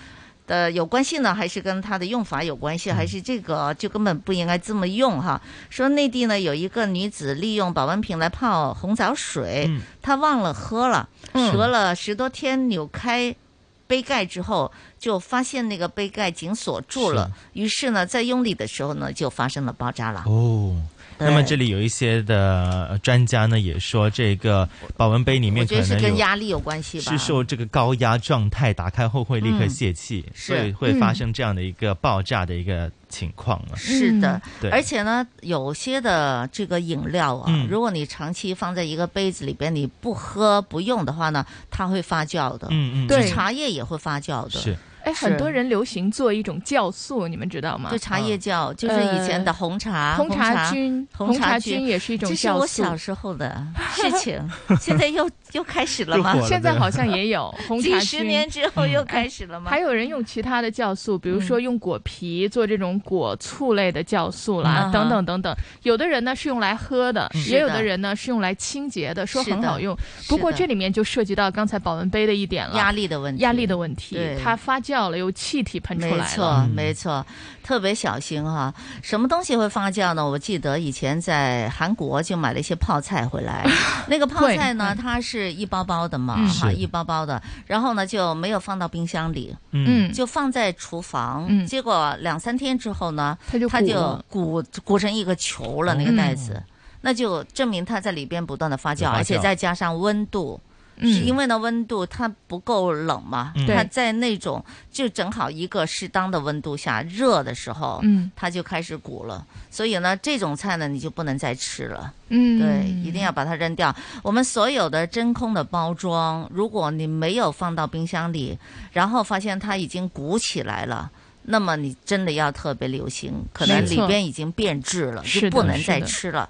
[SPEAKER 3] 的有关系呢，还是跟它的用法有关系，还是这个就根本不应该这么用哈。说内地呢有一个女子利用保温瓶来泡红枣水，
[SPEAKER 5] 嗯
[SPEAKER 3] 她忘了喝了，
[SPEAKER 4] 嗯
[SPEAKER 3] 隔了十多天扭开。杯盖之后，就发现那个杯盖紧锁住了，于是呢，在用力的时候呢，就发生了爆炸了。
[SPEAKER 5] 哦。那么
[SPEAKER 3] 对
[SPEAKER 5] 这里有一些的呃专家呢，也说这个保温杯里
[SPEAKER 3] 我
[SPEAKER 5] 面
[SPEAKER 3] 觉
[SPEAKER 5] 可
[SPEAKER 3] 得是
[SPEAKER 5] 能
[SPEAKER 3] 跟
[SPEAKER 5] 有
[SPEAKER 3] 压力有关系吧。
[SPEAKER 5] 是受这个高压状态，打开后会立刻
[SPEAKER 3] 嗯
[SPEAKER 5] 泄气，
[SPEAKER 3] 是
[SPEAKER 5] 所以会发
[SPEAKER 4] 嗯
[SPEAKER 5] 生这样的一个爆炸的一个情况了。
[SPEAKER 3] 是的
[SPEAKER 4] 嗯，
[SPEAKER 5] 对，
[SPEAKER 3] 而且呢，有些的这个饮料啊，
[SPEAKER 5] 嗯
[SPEAKER 3] 如果你长期放在一个杯子里边，你不喝不用的话呢，它会发酵的。
[SPEAKER 5] 嗯嗯，
[SPEAKER 4] 对
[SPEAKER 3] 茶叶也会发酵的，
[SPEAKER 5] 是
[SPEAKER 4] 哎，
[SPEAKER 3] 是
[SPEAKER 4] 很多人流行做一种酵素，你们知道吗嗯呃
[SPEAKER 3] 就？茶叶酵，就是以前的啊红茶、
[SPEAKER 4] 红
[SPEAKER 3] 茶
[SPEAKER 4] 茶。菌，
[SPEAKER 3] 红
[SPEAKER 4] 红
[SPEAKER 3] 茶
[SPEAKER 4] 茶
[SPEAKER 3] 菌
[SPEAKER 4] 菌也是一种
[SPEAKER 3] 这是
[SPEAKER 4] 酵
[SPEAKER 3] 我
[SPEAKER 4] 素。
[SPEAKER 3] 小时候的事
[SPEAKER 5] *laughs*
[SPEAKER 3] 情，现在又又开始了
[SPEAKER 5] 又
[SPEAKER 3] 吗
[SPEAKER 5] 火？了
[SPEAKER 4] 现在好像也
[SPEAKER 3] *laughs*
[SPEAKER 4] 有红茶
[SPEAKER 3] 几十年
[SPEAKER 4] 菌，
[SPEAKER 3] 之后又开始了吗？嗯
[SPEAKER 4] 还有人用其他的酵素，比如说用果皮做这种果醋类的酵素啦
[SPEAKER 3] 嗯，
[SPEAKER 4] 等等等等。有的人呢是用来喝的，
[SPEAKER 3] 是
[SPEAKER 4] 也有
[SPEAKER 3] 的
[SPEAKER 4] 的人呢是用来清洁的，说
[SPEAKER 3] 是的
[SPEAKER 4] 很好用。
[SPEAKER 3] 是
[SPEAKER 4] 不过
[SPEAKER 3] 的
[SPEAKER 4] 这里面就涉及到刚才保温杯的一点了，
[SPEAKER 3] 压力的问题，
[SPEAKER 4] 压力的问题
[SPEAKER 3] 对，
[SPEAKER 4] 它发酵了，有气体喷出
[SPEAKER 3] 没
[SPEAKER 4] 来了。
[SPEAKER 3] 错，
[SPEAKER 5] 嗯
[SPEAKER 3] 没错，特别小心哈。什么东西会发酵呢？我记得以前在韩国就买了一些泡菜回
[SPEAKER 4] *laughs*
[SPEAKER 3] 来，那个泡菜
[SPEAKER 7] 嗯
[SPEAKER 3] 呢，
[SPEAKER 4] 对
[SPEAKER 3] 它是一包包的嘛，
[SPEAKER 4] 嗯
[SPEAKER 3] 哈，
[SPEAKER 5] 是
[SPEAKER 3] 啊一包包的，然后呢就没有放到冰箱里，
[SPEAKER 5] 嗯
[SPEAKER 4] 嗯，
[SPEAKER 3] 就放在厨房，
[SPEAKER 4] 嗯
[SPEAKER 3] 结果两三天之后呢，
[SPEAKER 4] 它就
[SPEAKER 3] 它
[SPEAKER 4] 鼓
[SPEAKER 3] 就
[SPEAKER 4] 了
[SPEAKER 3] 鼓鼓成一个球了，那
[SPEAKER 4] 嗯
[SPEAKER 3] 个袋子。那就证明它在里边不断的发酵，
[SPEAKER 5] 有发酵
[SPEAKER 3] 而且再加上温度，是
[SPEAKER 4] 嗯
[SPEAKER 3] 因为呢温度它不够冷嘛，
[SPEAKER 5] 嗯
[SPEAKER 3] 它
[SPEAKER 4] 对
[SPEAKER 3] 在那种就正好一个适当的温度下热的时候，
[SPEAKER 4] 嗯
[SPEAKER 3] 它就开始鼓了。所以呢，这种菜呢你就不能再吃了，
[SPEAKER 4] 嗯，
[SPEAKER 3] 对，一定要把它扔掉。我们所有的真空的包装，如果你没有放到冰箱里，然后发现它已经鼓起来了。那么你真的要特别留心，可能
[SPEAKER 4] 没
[SPEAKER 3] 里
[SPEAKER 4] 错
[SPEAKER 3] 边已经变质了，
[SPEAKER 4] 是
[SPEAKER 3] 就
[SPEAKER 4] 的
[SPEAKER 3] 不能
[SPEAKER 4] 是
[SPEAKER 3] 再
[SPEAKER 4] 的
[SPEAKER 3] 吃了。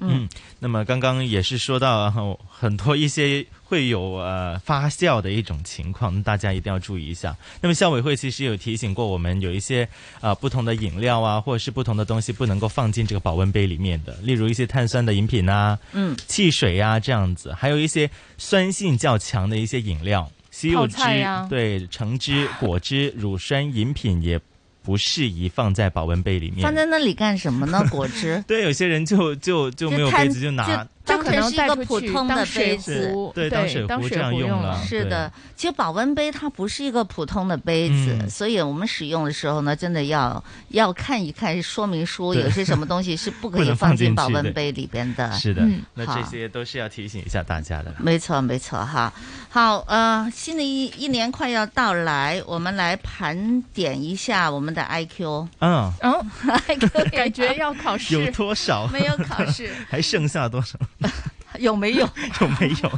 [SPEAKER 5] 嗯，那么刚刚也是说到呃很多一些会有呃发酵的一种情况，大家一定要注意一下。那么校委会其实有提醒过我们，有一些呃不同的饮料啊，或者是不同的东西不能够放进这个保温杯里面的，例如一些碳酸的饮品啊，
[SPEAKER 3] 嗯，
[SPEAKER 5] 汽水啊这样子，还有一些酸性较强的一些饮料，西柚汁、
[SPEAKER 4] 泡菜
[SPEAKER 3] 啊
[SPEAKER 4] 呀
[SPEAKER 5] 对橙汁、果汁、乳酸饮品也不适宜放在保温杯里面
[SPEAKER 3] 放。在那里干什么呢？果汁
[SPEAKER 5] 对，有些人就就就没有
[SPEAKER 3] 摊
[SPEAKER 5] 杯子就拿
[SPEAKER 3] 就
[SPEAKER 4] 就
[SPEAKER 3] 当
[SPEAKER 4] 可
[SPEAKER 3] 成
[SPEAKER 4] 能
[SPEAKER 3] 是一
[SPEAKER 4] 带
[SPEAKER 3] 个
[SPEAKER 4] 出
[SPEAKER 3] 普
[SPEAKER 4] 去
[SPEAKER 3] 通的
[SPEAKER 4] 当水
[SPEAKER 3] 杯子。
[SPEAKER 4] 壶，
[SPEAKER 5] 对当水
[SPEAKER 4] 当
[SPEAKER 5] 壶
[SPEAKER 4] 水
[SPEAKER 5] 这样
[SPEAKER 4] 壶
[SPEAKER 5] 用
[SPEAKER 4] 用
[SPEAKER 5] 了
[SPEAKER 3] 是的，其实保温杯它不是一个普通的杯子，
[SPEAKER 5] 嗯
[SPEAKER 3] 所以我们使用的时候呢，真的要要看一看说明书，
[SPEAKER 5] 对
[SPEAKER 3] 有些什
[SPEAKER 5] *laughs*
[SPEAKER 3] 么东西是不可
[SPEAKER 5] 不
[SPEAKER 3] 以
[SPEAKER 5] 能放进
[SPEAKER 3] 进
[SPEAKER 5] 去
[SPEAKER 3] 保
[SPEAKER 5] 的
[SPEAKER 3] 温杯里边的。
[SPEAKER 5] 是的，
[SPEAKER 4] 嗯
[SPEAKER 5] 那这些都是要提醒一下大家的。
[SPEAKER 3] 没错，没错，哈，好，呃，新的一一年快要到来，我们来盘点一下我们的 IQ，
[SPEAKER 5] 嗯，
[SPEAKER 3] *laughs*
[SPEAKER 4] 嗯，感觉要考
[SPEAKER 5] 有
[SPEAKER 4] 试，
[SPEAKER 5] 多少？
[SPEAKER 3] 没有考
[SPEAKER 4] *laughs*
[SPEAKER 3] 试，
[SPEAKER 5] *laughs* 还剩下多少？
[SPEAKER 3] 有没有？
[SPEAKER 5] 有没
[SPEAKER 3] *laughs*
[SPEAKER 5] 有？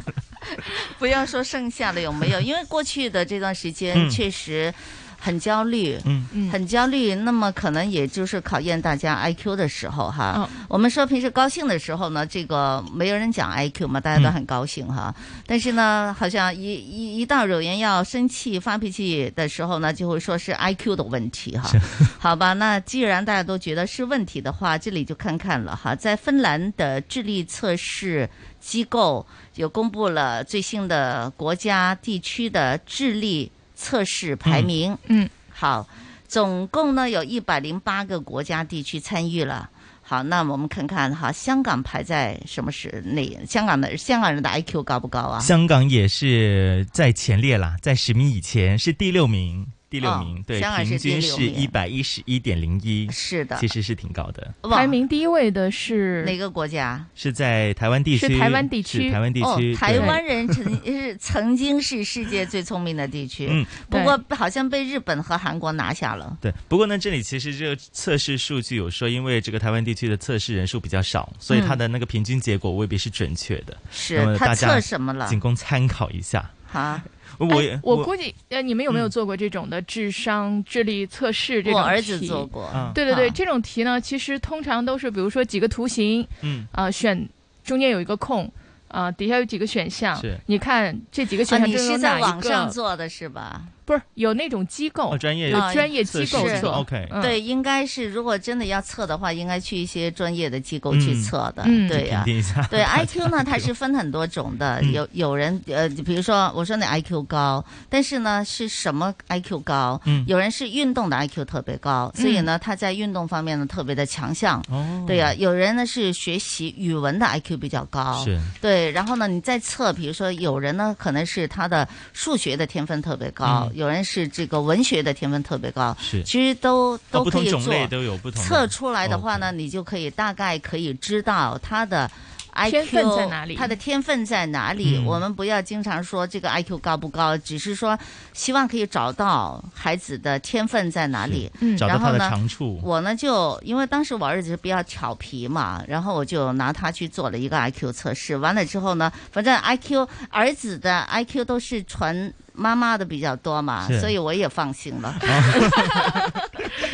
[SPEAKER 3] 不要说剩下的有没有，因为过去的这段时间
[SPEAKER 5] 嗯
[SPEAKER 3] 确实很焦虑，
[SPEAKER 5] 嗯
[SPEAKER 4] 嗯
[SPEAKER 3] 很焦虑。那么可能也就是考验大家 IQ 的时候哈。
[SPEAKER 4] 嗯
[SPEAKER 3] 我们说平时高兴的时候呢，这个没有人讲 IQ 嘛，
[SPEAKER 4] 嗯
[SPEAKER 3] 大家都很高兴哈。但是呢，好像一一一到有人要生气发脾气的时候呢，就会说是 IQ 的问题哈。 *laughs* 好吧，那既然大家都觉得是问题的话，这里就看看了哈。在芬兰的智力测试机构有公布了最新的国家地区的智力测试排名。
[SPEAKER 4] 嗯嗯
[SPEAKER 3] 好，总共呢有一百零八个国家地区参与了。好，那我们看看哈，香港排在什么是哪？香港的香港人的 IQ 高不高啊？
[SPEAKER 5] 香港也是在前列啦，在十名以前是第六名，第六
[SPEAKER 3] 哦
[SPEAKER 5] 名，对，
[SPEAKER 3] 香港是
[SPEAKER 5] 平
[SPEAKER 3] 第
[SPEAKER 5] 均
[SPEAKER 3] 六
[SPEAKER 5] 是
[SPEAKER 3] 名
[SPEAKER 5] 一百一十一点零一，
[SPEAKER 3] 是的
[SPEAKER 5] 其，实是挺高的，
[SPEAKER 3] 哇
[SPEAKER 4] 排名第一位的是
[SPEAKER 3] 哪个国家？
[SPEAKER 5] 是在台湾地区，
[SPEAKER 4] 是台湾地区
[SPEAKER 5] 是台湾地区，
[SPEAKER 3] 哦，台
[SPEAKER 5] 对
[SPEAKER 3] 湾人曾是曾经是世界最聪明的地区，
[SPEAKER 5] 嗯
[SPEAKER 3] 不过好像被日本和韩国拿下了。
[SPEAKER 5] 对，不过呢，这里其实这个测试数据有说，因为这个台湾地区的测试人数比较少，所以它的那个平均结果未必是准确的，那
[SPEAKER 3] 是
[SPEAKER 5] 么
[SPEAKER 3] 他
[SPEAKER 5] 大家
[SPEAKER 3] 测什么了
[SPEAKER 5] 仅？供参考一下。
[SPEAKER 3] 啊，
[SPEAKER 5] 我
[SPEAKER 4] 哎
[SPEAKER 5] 也、
[SPEAKER 4] 我估计呃，你们有没有
[SPEAKER 5] 嗯
[SPEAKER 4] 做过这种的智商、智力测试这种
[SPEAKER 3] 我
[SPEAKER 4] 题？
[SPEAKER 3] 儿子做过。
[SPEAKER 5] 啊
[SPEAKER 4] 对对对，
[SPEAKER 3] 啊
[SPEAKER 4] 这种题呢，其实通常都是比如说几个图形，
[SPEAKER 5] 嗯
[SPEAKER 4] 啊、选中间有一个空，啊、底下有几个选项
[SPEAKER 5] 是，
[SPEAKER 4] 你看这几个
[SPEAKER 3] 啊，
[SPEAKER 4] 选项
[SPEAKER 3] 你
[SPEAKER 4] 中有
[SPEAKER 3] 是
[SPEAKER 4] 哪
[SPEAKER 3] 在
[SPEAKER 4] 一
[SPEAKER 3] 网上
[SPEAKER 4] 个？
[SPEAKER 3] 做的是吧？
[SPEAKER 4] 不是有那种机构，
[SPEAKER 5] 哦，专业
[SPEAKER 4] 有
[SPEAKER 3] 啊
[SPEAKER 4] 专业机构
[SPEAKER 3] 测试
[SPEAKER 4] 做。
[SPEAKER 5] OK
[SPEAKER 4] 嗯、
[SPEAKER 3] 对，应该是如果真的要测的话，应该去一些专业的机构去
[SPEAKER 5] 嗯
[SPEAKER 3] 测的。
[SPEAKER 4] 嗯
[SPEAKER 3] 对呀、
[SPEAKER 5] 评定一下。
[SPEAKER 3] 对哎 IQ 呢，它是分很多种的，
[SPEAKER 5] 嗯
[SPEAKER 3] 有有人呃，比如说我说你 IQ 高，但是呢是什么 IQ 高？
[SPEAKER 5] 嗯
[SPEAKER 3] 有人是运动的 IQ 特别高，
[SPEAKER 4] 嗯
[SPEAKER 3] 所以呢他在运动方面呢特别的强项。
[SPEAKER 5] 哦，
[SPEAKER 3] 对呀、有人呢是学习语文的 IQ 比较高，
[SPEAKER 5] 是
[SPEAKER 3] 对，然后呢，你再测，比如说有人呢，可能是他的数学的天分特别高，
[SPEAKER 5] 嗯
[SPEAKER 3] 有人是这个文学的天分特别高，
[SPEAKER 5] 是，
[SPEAKER 3] 其实都
[SPEAKER 5] 哦
[SPEAKER 3] 都
[SPEAKER 5] 不
[SPEAKER 3] 可
[SPEAKER 5] 同
[SPEAKER 3] 以做。
[SPEAKER 5] 种类都有不同的
[SPEAKER 3] 测出来的话呢，
[SPEAKER 5] OK
[SPEAKER 3] 你就可以大概可以知道他的 IQ
[SPEAKER 4] 天分在哪里
[SPEAKER 3] 他的天分在哪里。
[SPEAKER 5] 嗯
[SPEAKER 3] 我们不要经常说这个 IQ 高不高，只是说希望可以找到孩子的天分在哪里。
[SPEAKER 4] 嗯
[SPEAKER 5] 找到
[SPEAKER 3] 然后
[SPEAKER 5] 它的
[SPEAKER 3] 呢
[SPEAKER 5] 长处。
[SPEAKER 3] 我呢就因为当时我儿子比较调皮嘛，然后我就拿他去做了一个 IQ 测试。完了之后呢，反正 IQ 儿子的 IQ 都是传妈妈的比较多嘛，
[SPEAKER 5] 是
[SPEAKER 3] 所以我也放心了。
[SPEAKER 5] *laughs*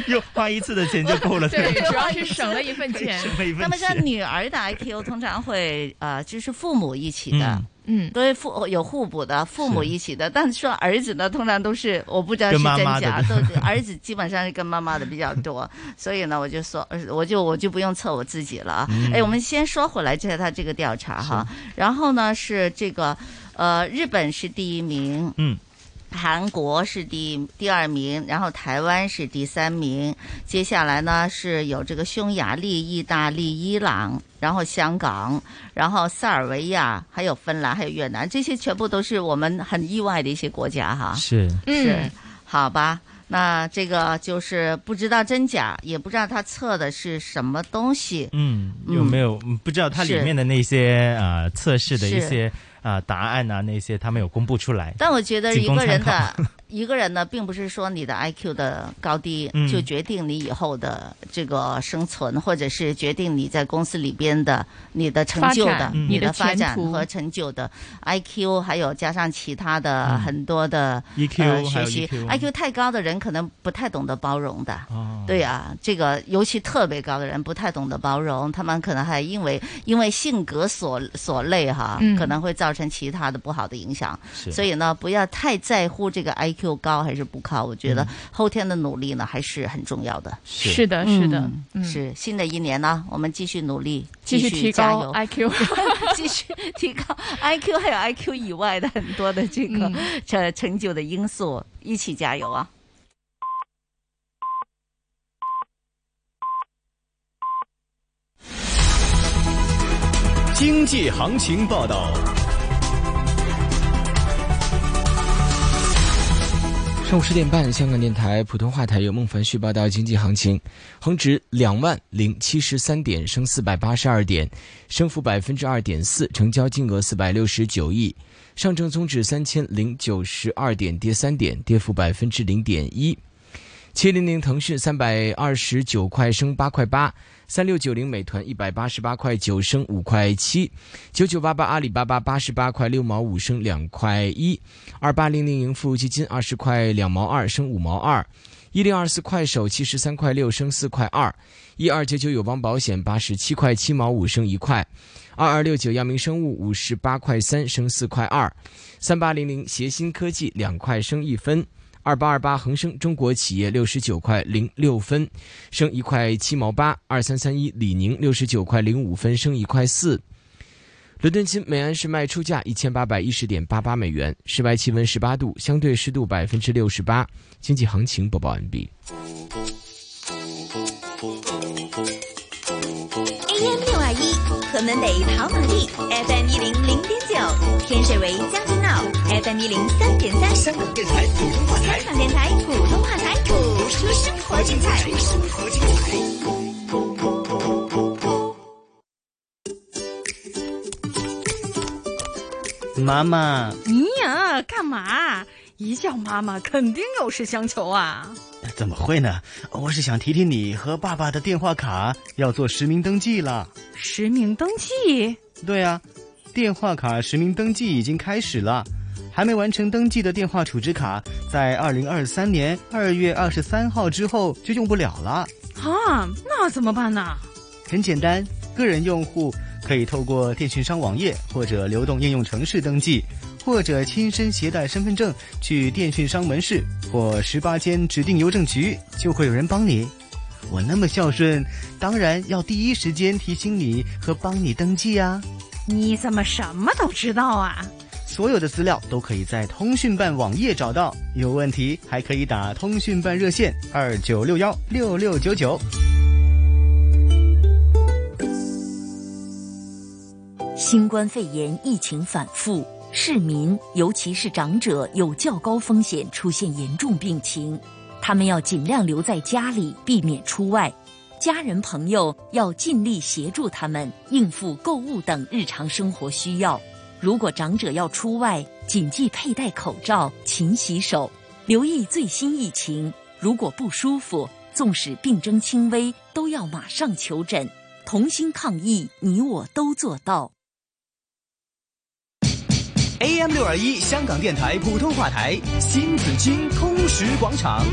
[SPEAKER 5] 又花一次的钱就够了，
[SPEAKER 4] 对，
[SPEAKER 5] 对，
[SPEAKER 4] 主要是省了一份钱。
[SPEAKER 5] *laughs* 省了一份
[SPEAKER 3] 那么像
[SPEAKER 5] 钱。
[SPEAKER 3] 女儿的 IQ 通常会呃，就是父母一起的。
[SPEAKER 5] 嗯
[SPEAKER 4] 嗯，
[SPEAKER 3] 对父有互补的，父母
[SPEAKER 5] 是
[SPEAKER 3] 一起的，但说儿子呢，通常都是我不知道是
[SPEAKER 5] 跟妈
[SPEAKER 3] 真
[SPEAKER 5] 妈的
[SPEAKER 3] 假，都对儿子基本上是跟妈妈的比较
[SPEAKER 5] *laughs*
[SPEAKER 3] 多，所以呢，我就说，呃我就我就不用测我自己了啊。
[SPEAKER 5] 嗯
[SPEAKER 3] 哎，我们先说回来，这是他这个调查哈，然后呢是这个，呃，日本是第一名，
[SPEAKER 5] 嗯，
[SPEAKER 3] 韩国是第一第二名，然后台湾是第三名，接下来呢是有这个匈牙利、意大利、伊朗，然后香港，然后塞尔维亚，还有芬兰，还有越南，这些全部都是我们很意外的一些国家哈。
[SPEAKER 5] 是
[SPEAKER 3] 是
[SPEAKER 4] 嗯，，
[SPEAKER 3] 好吧。那这个就是不知道真假，也不知道他测的是什么东西。
[SPEAKER 5] 嗯，
[SPEAKER 3] 嗯
[SPEAKER 5] 有没有嗯不知道它里
[SPEAKER 3] 是
[SPEAKER 5] 面的那些呃测试的一呃
[SPEAKER 3] 是
[SPEAKER 5] 些啊答案啊那些，他们有公布出来？
[SPEAKER 8] *laughs*
[SPEAKER 3] 但我觉得一个人的一个人呢，并不是说你的 IQ 的高低、
[SPEAKER 8] 嗯
[SPEAKER 3] 就决定你以后的这个生存，或者是决定你在公司里边的你的成就
[SPEAKER 8] 发
[SPEAKER 3] 的
[SPEAKER 8] 展、嗯
[SPEAKER 3] 你
[SPEAKER 8] 你的
[SPEAKER 3] 发
[SPEAKER 8] 前
[SPEAKER 3] 展
[SPEAKER 8] 途
[SPEAKER 3] 和成就的 IQ，还有加上其他的很多的、
[SPEAKER 8] EQ
[SPEAKER 3] 呃、
[SPEAKER 8] 嗯，E 还
[SPEAKER 3] 学
[SPEAKER 8] 有
[SPEAKER 3] 习
[SPEAKER 8] EQ
[SPEAKER 3] IQ 太高的人可能不太懂得包容的。
[SPEAKER 5] 哦
[SPEAKER 3] 对啊，这个尤其特别高的人不太懂得包容，他们可能还因为因为性格所所累哈，
[SPEAKER 8] 嗯
[SPEAKER 3] 可能会造成其他的不好的影响。
[SPEAKER 8] 是
[SPEAKER 3] 所以呢，不要太在乎这个 IQ 高还是不高，我觉得
[SPEAKER 8] 嗯
[SPEAKER 3] 后天的努力呢还是很重要的。
[SPEAKER 4] 是是的是的
[SPEAKER 3] 嗯
[SPEAKER 4] 嗯
[SPEAKER 3] 是新的一年呢，我们继续努力，
[SPEAKER 4] 继续提
[SPEAKER 3] 加
[SPEAKER 4] 高
[SPEAKER 3] 油
[SPEAKER 4] IQ，
[SPEAKER 3] *laughs* 继续提高 IQ 还有 IQ 以外的很多的这
[SPEAKER 4] 嗯
[SPEAKER 3] 个成成就的因素，一起加油啊！
[SPEAKER 9] 经济行情报道。
[SPEAKER 10] 上午十点半，香港电台普通话台由孟凡旭报道经济行情。恒指两万零七十三点，升四百八十二点，升幅百分之二点四，成交金额四百六十九亿。上证综指三千零九十二点，跌三点，跌幅百分之零点一。七零零腾讯三百二十九块升八块八，三六九零美团一百八十八块九升五块七，九九八八阿里巴巴八十八块六毛五升两块一，二八零零盈富基金二十块两毛二升五毛二。一零二四快手七十三块六升四块二，一二九九友邦保险八十七块七毛五升一块，二二六九药明生物五十八块三升四块二，三八零零协鑫科技两块升一分，二八二八恒生中国企业六十九块零六分，升一块七毛八，二三三一李宁六十九块零五分升一块四。伦敦金每安士卖出价一千八百一十点八八美元，室外气温十八度，相对湿度百分之六十八。经济行情播报完毕。
[SPEAKER 7] AM 六二一，河门北跑马地，FM 一零零点九，天水围将军澳，FM 一零三点三。香港电台普通话台，香港电台普通话台，谱出生活精彩，生活精彩。
[SPEAKER 1] 妈妈，
[SPEAKER 11] 你呀，干嘛？一叫妈妈，肯定有事相求啊！
[SPEAKER 1] 怎么会呢？我是想提提你和爸爸的电话卡要做实名登记了。
[SPEAKER 11] 实名登记？
[SPEAKER 1] 对啊，电话卡实名登记已经开始了。还没完成登记的电话储值卡，在二零二三年二月二十三号之后就用不了了。
[SPEAKER 11] 啊，那怎么办呢？
[SPEAKER 1] 很简单，个人用户可以透过电讯商网页或者流动应用程式登记，或者亲身携带身份证去电讯商门市或十八间指定邮政局，就会有人帮你。我那么孝顺，当然要第一时间提醒你和帮你登记啊。
[SPEAKER 11] 你怎么什么都知道啊？
[SPEAKER 1] 所有的资料都可以在通讯办网页找到，有问题还可以打通讯办热线二九六幺六六九九。
[SPEAKER 7] 新冠肺炎疫情反复，市民尤其是长者有较高风险出现严重病情，他们要尽量留在家里，避免出外。家人朋友要尽力协助他们应付购物等日常生活需要。如果长者要出外，谨记佩戴口罩、勤洗手，留意最新疫情。如果不舒服，纵使病征轻微，都要马上求诊。同心抗疫，你我都做到。
[SPEAKER 2] AM 六二一香港电台普通话台新紫金通识广场。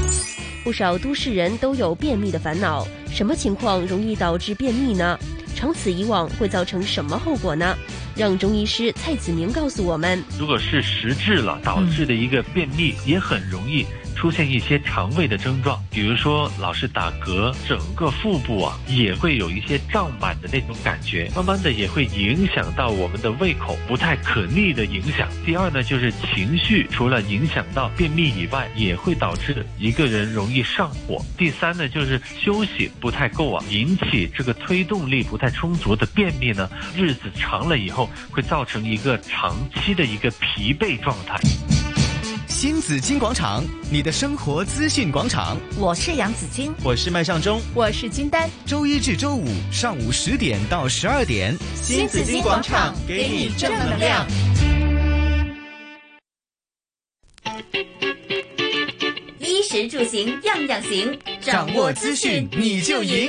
[SPEAKER 12] 不少都市人都有便秘的烦恼，什么情况容易导致便秘呢？长此以往会造成什么后果呢？让中医师蔡子明告诉我们。
[SPEAKER 13] 如果是实质了导致的一个便秘，也很容易出现一些肠胃的症状，比如说老是打嗝，整个腹部啊也会有一些胀满的那种感觉，慢慢的也会影响到我们的胃口，不太可逆的影响。第二呢，就是情绪，除了影响到便秘以外，也会导致一个人容易上火。第三呢，就是休息不太够啊，引起这个推动力不太充足的便秘呢，日子长了以后会造成一个长期的一个疲惫状态。
[SPEAKER 2] 新紫金广场，你的生活资讯广场。
[SPEAKER 3] 我是杨子金，
[SPEAKER 5] 我是麦尚中，
[SPEAKER 4] 我是金丹。
[SPEAKER 2] 周一至周五上午十点到十二点，
[SPEAKER 9] 新紫金广场给你正能量。
[SPEAKER 8] 食住行样样行，
[SPEAKER 14] 掌握资讯你就赢。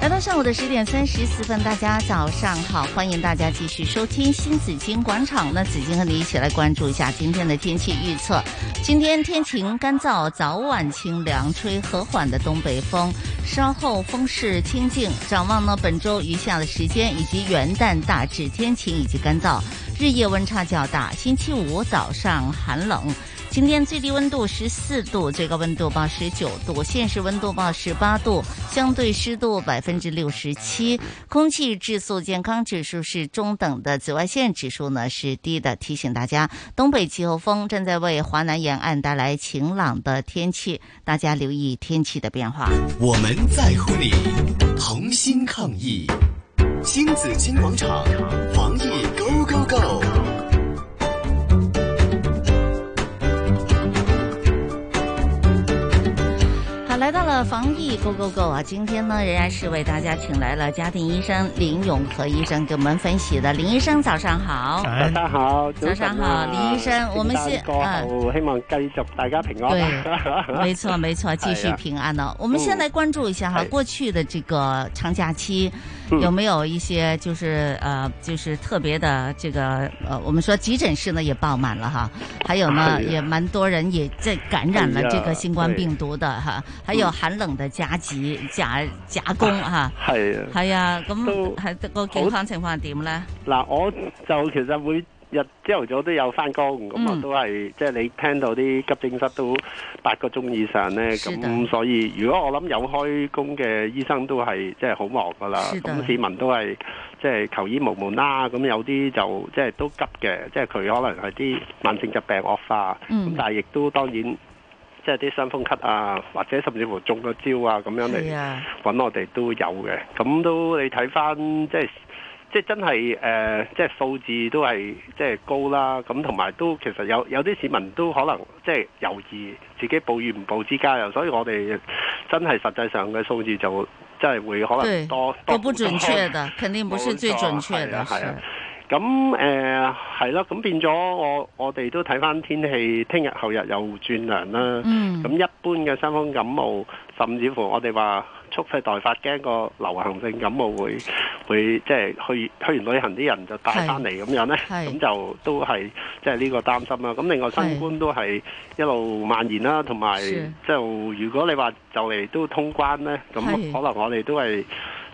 [SPEAKER 3] 来到上午的十点三十四分，大家早上好，欢迎大家继续收听新紫金广场。那紫金和你一起来关注一下今天的天气预测。今天天晴干燥，早晚清凉，吹和缓的东北风，稍后风势清静。展望呢，本周余下的时间以及元旦大致天晴以及干燥，日夜温差较大。星期五早上寒冷。今天最低温度十四度，最高温度报十九度，现实温度报十八度，相对湿度百分之六十七，空气质素健康指数是中等的，紫外线指数呢是低的。提醒大家，东北季候风正在为华南沿岸带来晴朗的天气，大家留意天气的变化。
[SPEAKER 14] 我们在乎你，同心抗疫。新紫金广场，防疫 Go Go Go。
[SPEAKER 3] 好，来到了防疫 Go Go Go 啊！今天呢，仍然是为大家请来了家庭医生林永和医生给我们分析的。林医生，早上好。
[SPEAKER 15] 大家好，啊
[SPEAKER 3] 早上好，林医生，我们是
[SPEAKER 15] 過後希望繼續大家平安。啊
[SPEAKER 3] 对， *laughs* 没错没
[SPEAKER 15] *laughs*
[SPEAKER 3] 错，继续平安
[SPEAKER 15] 哎
[SPEAKER 3] 了。我们先来关注一
[SPEAKER 15] 嗯
[SPEAKER 3] 下哈，过去的这个长假期有没有一些就是呃就是特别的这个呃，我们说急诊室呢也爆满了哈，还有
[SPEAKER 15] 哎
[SPEAKER 3] 呢也蛮多人也在感染了这个新冠病毒的哈。
[SPEAKER 15] 哎
[SPEAKER 3] 喺度寒冷嘅假期、假假工嚇，
[SPEAKER 15] 係啊，
[SPEAKER 3] 係啊，咁係個健康情況係點咧？
[SPEAKER 15] 嗱，我就其實每日朝頭早都有翻工，咁啊我都係即係你聽到啲急症室都八個鐘以上咧，咁所以如果我諗有開工嘅醫生都係即係好忙噶啦，咁市民都係即係求醫無門啦，咁有啲就即係都急嘅，即係佢可能係啲慢性疾病惡化，咁但係亦都當然。即係啲傷風咳啊，或者甚至乎中咗招啊，咁樣
[SPEAKER 3] 哎
[SPEAKER 15] 嚟揾我哋都有嘅。咁都你睇翻，即係即係真係誒、呃，即係數字都係即係高啦。咁同埋都其實有有啲市民都可能即係猶豫自己報與唔報之間，啊所以我哋真係實際上嘅數字就真係會可能多
[SPEAKER 3] 都不準確的，肯定不是最準確的。
[SPEAKER 15] 啊哎咁誒係啦，咁、呃、變咗我我哋都睇翻天氣，聽日後日又轉涼啦。
[SPEAKER 3] 嗯，
[SPEAKER 15] 咁一般嘅傷風感冒，甚至乎我哋話蓄勢待發，驚個流行性感冒會會即係去去完旅行啲人就帶翻嚟咁樣咧，咁就都係即係呢個擔心啦。咁另外新冠都係一路蔓延啦，同埋就如果你話就嚟都通關咧，咁可能我哋都係。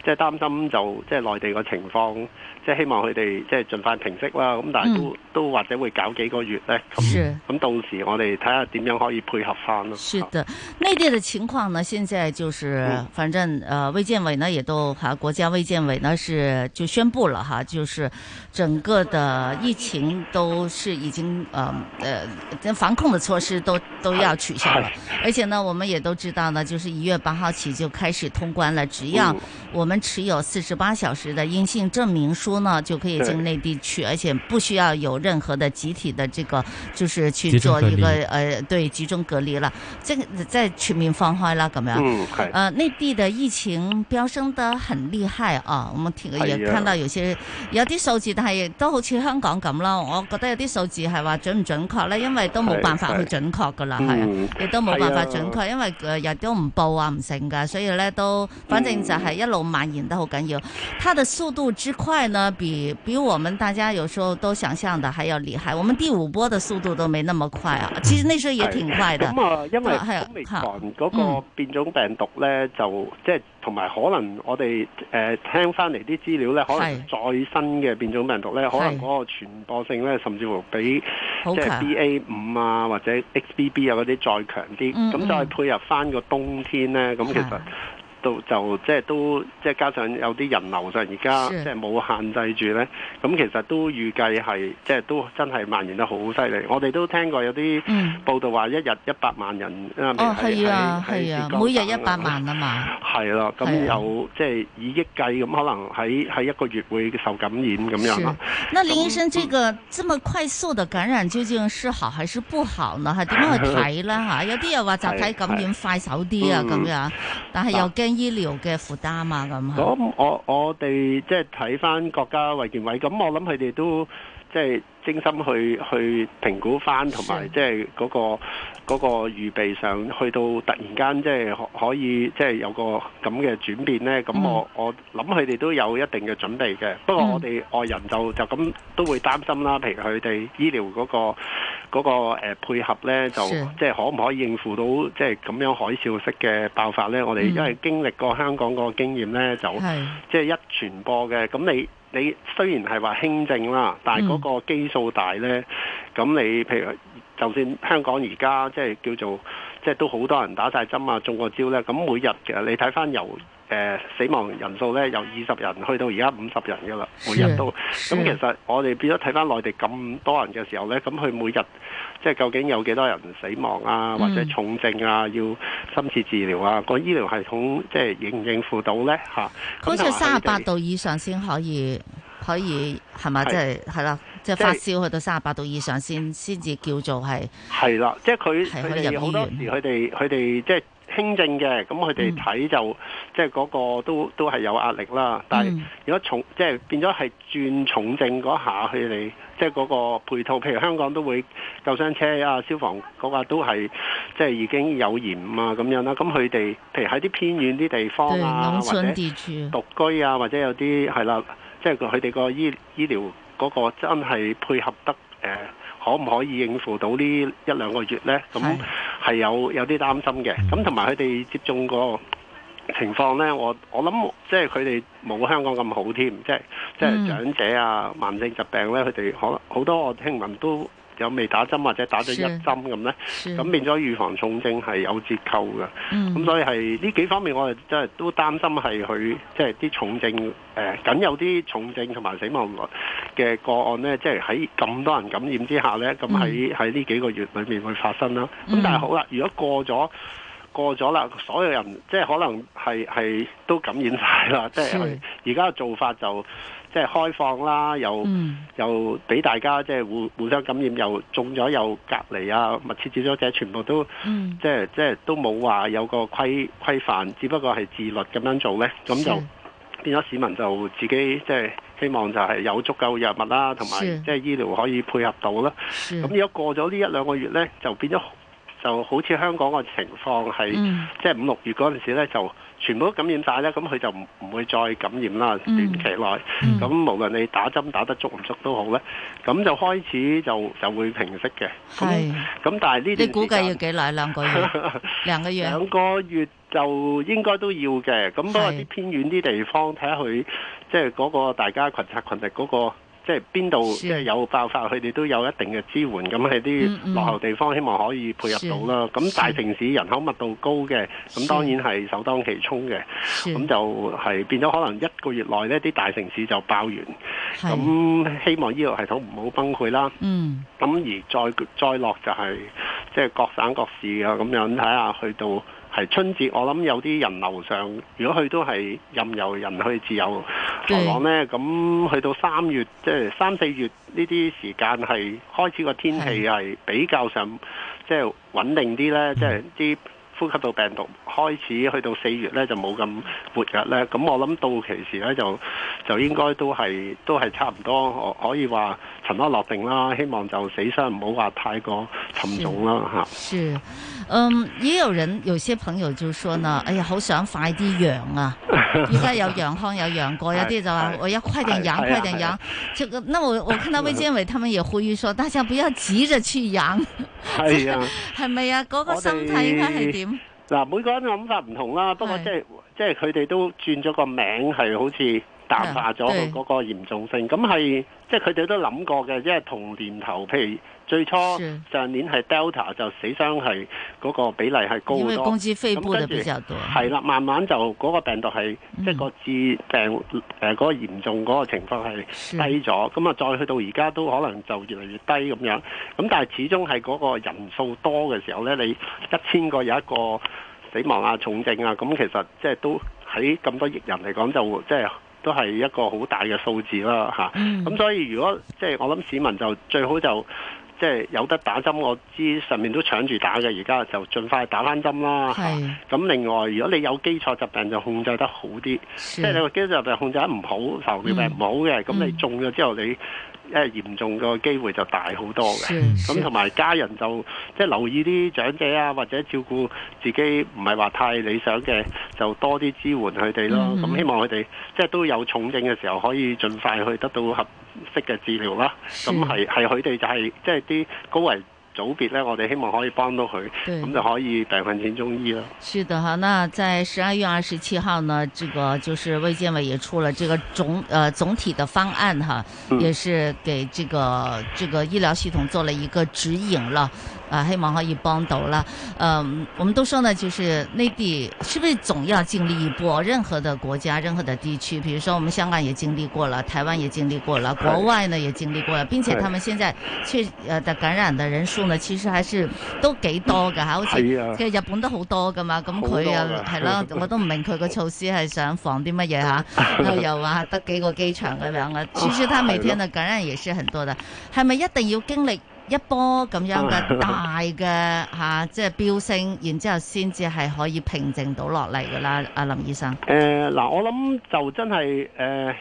[SPEAKER 15] 即係擔心就即係內地個情況，即係希望佢哋即係盡快平息啦。咁但係都、
[SPEAKER 3] 嗯、
[SPEAKER 15] 都或者會搞幾個月咧。
[SPEAKER 3] 是。
[SPEAKER 15] 咁到時我哋睇下點樣可以配合翻咯。
[SPEAKER 3] 是的，內地的情況呢，現在就是、嗯、反正呃，衛健委呢也都哈、啊，國家衛健委呢是就宣布了哈，就是整個的疫情都是已經呃呃防控的措施都都要取消了，而且呢，我們也都知道呢，就是一月八號起就開始通關了，只要我們。我們持有四十八小時的陰性證明書呢，就可以進內地去，而且不需要有任何的集體的這個，就是去做一個呃，對集中隔離了。這個在全面放開啦，咁樣。
[SPEAKER 15] 嗯，
[SPEAKER 3] 呃，內地的疫情飆升得很厲害啊！我們也看到有些有啲數字，但係亦都好似香港咁啦。我覺得有啲數字係話準唔準確呢？因為都冇辦法去準確噶啦，
[SPEAKER 15] 嗯
[SPEAKER 3] 係啊，亦都冇辦法準確，因為誒日都唔報啊，唔成噶，所以呢，
[SPEAKER 15] 嗯
[SPEAKER 3] 都反正就係一路蔓延得好緊要，它的速度之快呢，比比我們大家有時候都想象的還要厲害。我們第五波的速度都沒那麼快啊，其實那時候也挺快的。
[SPEAKER 15] 嗯咁啊，因為 Omicron 嗰
[SPEAKER 3] 嗯
[SPEAKER 15] 個變種病毒咧，就即係同埋可能我哋誒、呃、聽翻嚟啲資料咧，可能再新嘅變種病毒咧，可能嗰個傳播性咧，甚至乎比即係 BA 五啊或者 XBB 啊嗰啲再強啲。咁、
[SPEAKER 3] 嗯嗯、
[SPEAKER 15] 再配合翻個冬天咧，咁其實。到就即係都即係加上有啲人流上而家
[SPEAKER 16] 是
[SPEAKER 15] 即係冇限制住呢，咁其實都預計係即係都真係蔓延得好犀利。我哋都聽過有啲
[SPEAKER 3] 嗯
[SPEAKER 15] 報道話一日一百萬人啊，
[SPEAKER 3] 哦，係啊，
[SPEAKER 15] 喺喺
[SPEAKER 3] 係啊，
[SPEAKER 15] 喺
[SPEAKER 3] 每日一
[SPEAKER 15] 浙江省
[SPEAKER 3] 百萬啊嘛，
[SPEAKER 15] 係啦，咁
[SPEAKER 3] 係啊
[SPEAKER 15] 有即係以億計咁，可能喺喺一個月會受感染咁樣
[SPEAKER 3] 是
[SPEAKER 15] 啦。。
[SPEAKER 3] 那林醫生，這個這麼快速的感染究竟是好還是不好呢？係點樣去睇呢？吓，有啲又話集體感染快手啲啊，
[SPEAKER 15] 嗯
[SPEAKER 3] 咁樣，但係又
[SPEAKER 15] 嗱
[SPEAKER 3] 驚醫療嘅負擔啊，咁吓。
[SPEAKER 15] 咁我我哋即係睇翻國家衛健委，咁我諗佢哋都即係精心去去評估翻，同埋即係嗰個嗰、個預備上，去到突然間即係可可以即係有個咁嘅轉變呢。咁我、我諗佢哋都有一定嘅準備嘅。不過
[SPEAKER 17] 嗯
[SPEAKER 15] 我哋外人就就咁都會擔心啦，譬如佢哋醫療嗰、個。嗰、個、呃、配合呢，就是即係可唔可以應付到即係咁樣海嘯式嘅爆發呢？我哋
[SPEAKER 17] 嗯
[SPEAKER 15] 因為經歷過香港個經驗呢，就
[SPEAKER 17] 係
[SPEAKER 15] 即係一傳播嘅，咁你你雖然係話輕症啦，但係
[SPEAKER 17] 嗯
[SPEAKER 15] 嗰個基數大呢，咁你譬如就算香港而家即係叫做即係都好多人打晒針啊，中過招呢，咁每日嘅你睇翻由誒、呃死亡人數呢，由二十人去到而家五十人㗎啦，每日都。
[SPEAKER 17] 是
[SPEAKER 15] 咁其實我哋變咗睇翻內地咁多人嘅時候呢，咁佢每日即係究竟有幾多人死亡啊，或者
[SPEAKER 17] 嗯
[SPEAKER 15] 重症啊，要深切治療啊，個醫療系統即係應唔應付到呢？嚇、
[SPEAKER 3] 好
[SPEAKER 15] 咁
[SPEAKER 3] 似
[SPEAKER 15] 同埋
[SPEAKER 3] 三十
[SPEAKER 15] 佢哋
[SPEAKER 3] 八度以上先可以，可以係嘛？
[SPEAKER 15] 係
[SPEAKER 3] 即係係啦，即係
[SPEAKER 15] 即係
[SPEAKER 3] 發燒去到三十八度以上先先至叫做係。
[SPEAKER 15] 係啦，即係佢
[SPEAKER 3] 係
[SPEAKER 15] 佢
[SPEAKER 3] 可以入
[SPEAKER 15] 哋好
[SPEAKER 3] 醫
[SPEAKER 15] 多
[SPEAKER 3] 院
[SPEAKER 15] 時佢哋佢哋即係輕症嘅，咁佢
[SPEAKER 3] 嗯
[SPEAKER 15] 哋睇就即係嗰個都都係有壓力啦。但
[SPEAKER 3] 嗯
[SPEAKER 15] 係如果重即係變咗係轉重症嗰下，佢哋即係嗰個配套，譬如香港都會救傷車啊、消防局啊，都係即係已經有鹽啊咁樣啦。咁佢哋譬如喺啲偏遠啲地方
[SPEAKER 3] 對，
[SPEAKER 15] 啊，
[SPEAKER 3] 農
[SPEAKER 15] 或者
[SPEAKER 3] 村地區。
[SPEAKER 15] 獨居啊，或者有啲係啦，即係佢哋個醫醫療嗰個真係配合得誒、呃可唔可以應付到呢一兩個月呢？咁係有有啲擔心嘅。
[SPEAKER 17] 嗯
[SPEAKER 15] 咁同埋佢哋接種個情況呢，我我諗即係佢哋冇香港咁好添，即係即係
[SPEAKER 17] 嗯
[SPEAKER 15] 長者啊、慢性疾病呢，佢哋可能好多我聽聞都。有未打針或者打咗一
[SPEAKER 17] 是
[SPEAKER 15] 針咁呢，
[SPEAKER 17] 是
[SPEAKER 15] 咁變咗預防重症係有折扣嘅。
[SPEAKER 17] 嗯
[SPEAKER 15] 咁所以係呢幾方面，我哋真係都擔心係佢即係啲重症誒，呃僅、有啲重症同埋死亡率嘅個案呢，即係喺咁多人感染之下呢，咁喺喺呢幾個月裏面會發生啦。咁、
[SPEAKER 17] 嗯
[SPEAKER 15] 但係好啦，如果過咗過咗啦，所有人即係可能係係都感染晒啦，即係佢而家嘅做法就即係開放啦，又、
[SPEAKER 17] 嗯
[SPEAKER 15] 又俾大家即係互互相感染，又中咗又隔離啊，密切接觸者全部都。
[SPEAKER 17] 嗯
[SPEAKER 15] 即係即係都冇話有個規規範，只不過係自律咁樣做呢，咁就是變咗市民就自己即係希望就係有足夠藥物啦，同埋
[SPEAKER 17] 是
[SPEAKER 15] 即係醫療可以配合到啦。
[SPEAKER 17] 是
[SPEAKER 15] 咁如果過咗呢一兩個月呢，就變咗就好似香港個情況係、
[SPEAKER 17] 嗯
[SPEAKER 15] 即係五六月嗰陣時呢，就全部都感染晒呢，咁佢就唔唔會再感染啦。短
[SPEAKER 17] 嗯
[SPEAKER 15] 期內，咁、無論你打針打得足唔足都好呢，咁就開始就就會平息嘅。
[SPEAKER 3] 係
[SPEAKER 15] 咁咁但係呢
[SPEAKER 3] 你
[SPEAKER 15] 段
[SPEAKER 3] 估
[SPEAKER 15] 時
[SPEAKER 3] 計
[SPEAKER 15] 間
[SPEAKER 3] 要幾耐？兩個
[SPEAKER 15] *laughs*
[SPEAKER 3] 月？兩個月？
[SPEAKER 15] 兩個月就應該都要嘅，咁不過啲偏遠啲地方睇下佢即係嗰個大家群策群力嗰、個。即係邊度即係有爆發，佢哋都有一定嘅支援。咁喺
[SPEAKER 17] 嗯嗯
[SPEAKER 15] 啲落後地方，希望可以配合到啦。咁大城市人口密度高嘅，
[SPEAKER 17] 是
[SPEAKER 15] 咁當然係首當其衝嘅。咁就係變咗可能一個月內呢啲大城市就爆完。
[SPEAKER 17] 係
[SPEAKER 15] 咁希望醫療系統唔好崩潰啦。
[SPEAKER 3] 嗯
[SPEAKER 15] 咁而再再落就係即係各省各市啊，咁樣睇下去到係春節，我諗有啲人流上，如果佢都係任由人去自由來
[SPEAKER 17] 嗯
[SPEAKER 15] 往呢，咁去到三月即係三四月呢啲時間係開始個天氣係比較上即係穩定啲呢，即係啲。呼吸道病毒開始去到四月咧就冇咁活躍咧，咁我諗到期時咧就就應該都係都係差唔多，可可以話塵埃落定啦。希望就死傷唔好話太過沉重啦嚇。
[SPEAKER 3] 是，嗯，也有人有些朋友就說呢，哎呀，好想快啲陽啊！而家有陽康有陽過，有啲就話
[SPEAKER 17] 係
[SPEAKER 3] 我要快點陽，
[SPEAKER 17] 係
[SPEAKER 3] 快點
[SPEAKER 17] 係
[SPEAKER 3] 陽
[SPEAKER 17] 啊。
[SPEAKER 3] 這個，那我我看到卫健委他们也呼籲說，大家不要急着去陽， *laughs*
[SPEAKER 15] 係啊。
[SPEAKER 3] 係咪啊？嗰個
[SPEAKER 15] 我
[SPEAKER 3] 心
[SPEAKER 15] 哋
[SPEAKER 3] 態應該係點？
[SPEAKER 15] 嗱，每個人嘅諗法唔同啦，不過即係即係佢哋都轉咗個名，係好似淡化咗佢
[SPEAKER 16] 嗯
[SPEAKER 15] 嗰個嚴重性。咁係即係佢哋都諗過嘅，因為同年頭，譬如最初
[SPEAKER 3] 是
[SPEAKER 15] 上年係 Delta 就死傷係嗰個比例係高好多，
[SPEAKER 3] 因为攻击肺部
[SPEAKER 15] 咁
[SPEAKER 3] 的
[SPEAKER 15] 跟住
[SPEAKER 3] 比较多。
[SPEAKER 15] 係啦，慢慢就嗰個病毒係即係個致病誒嗰個嚴重嗰個情況係低咗，咁啊再去到而家都可能就越嚟越低咁樣。咁但係始終係嗰個人數多嘅時候咧，你一千個有一個死亡啊、重症啊，咁其實即係都喺咁多億人嚟講就即係。都係一個好大嘅數字啦，嚇、
[SPEAKER 17] 嗯
[SPEAKER 15] 咁所以如果即係我諗市民就最好就即係有得打針，我知上面都搶住打嘅，而家就盡快打翻針啦。嚇
[SPEAKER 3] 係
[SPEAKER 15] 咁另外，如果你有基礎疾病就控制得好啲，即係你個基礎疾病控制得唔好，糖尿病
[SPEAKER 3] 嗯
[SPEAKER 15] 唔好嘅，咁、你中咗之後你。誒嚴重個機會就大好多嘅，
[SPEAKER 3] 是
[SPEAKER 15] 咁同埋家人就即係留意啲長者啊，或者照顧自己唔係話太理想嘅，就多啲支援佢哋咯。
[SPEAKER 3] 嗯
[SPEAKER 15] 咁、
[SPEAKER 3] 哼
[SPEAKER 15] 希望佢哋即係都有重症嘅時候，可以盡快去得到合適嘅治療啦。咁係係佢哋就係、即係啲高危組別咧，我哋希望可以幫到佢，
[SPEAKER 3] 對
[SPEAKER 15] 咁就可以病患淺中醫啦。
[SPEAKER 3] 是的哈，那在十二月二十七号呢，这个就是卫健委也出了这个总呃总体的方案哈，也是给这个这个医疗系统做了一个指引了，啊，希望可以帮到了。嗯、我们都说呢，就是内地是不是总要经历一波？任何的国家、任何的地区，比如说我们香港也经历过了，台湾也经历过了，国外呢也经历过了，并且他们现在确呃的感染的人数呢，其实还是都幾多㗎，好似
[SPEAKER 15] 係啊
[SPEAKER 3] 其實日本都好多㗎嘛，咁
[SPEAKER 15] 好
[SPEAKER 3] 佢啊
[SPEAKER 15] 多㗎
[SPEAKER 3] 係
[SPEAKER 15] *laughs*
[SPEAKER 3] 咯，我都唔明佢個措施係想防啲乜嘢嚇，又話得幾個機場咁樣啊。其實他每天的感染也是很多的，係咪一定要經歷一波咁樣嘅大嘅嚇、即係飆升，然之後先至係可以平靜到落嚟㗎啦，阿林醫生。
[SPEAKER 15] 誒呃嗱、我諗就真係誒、呃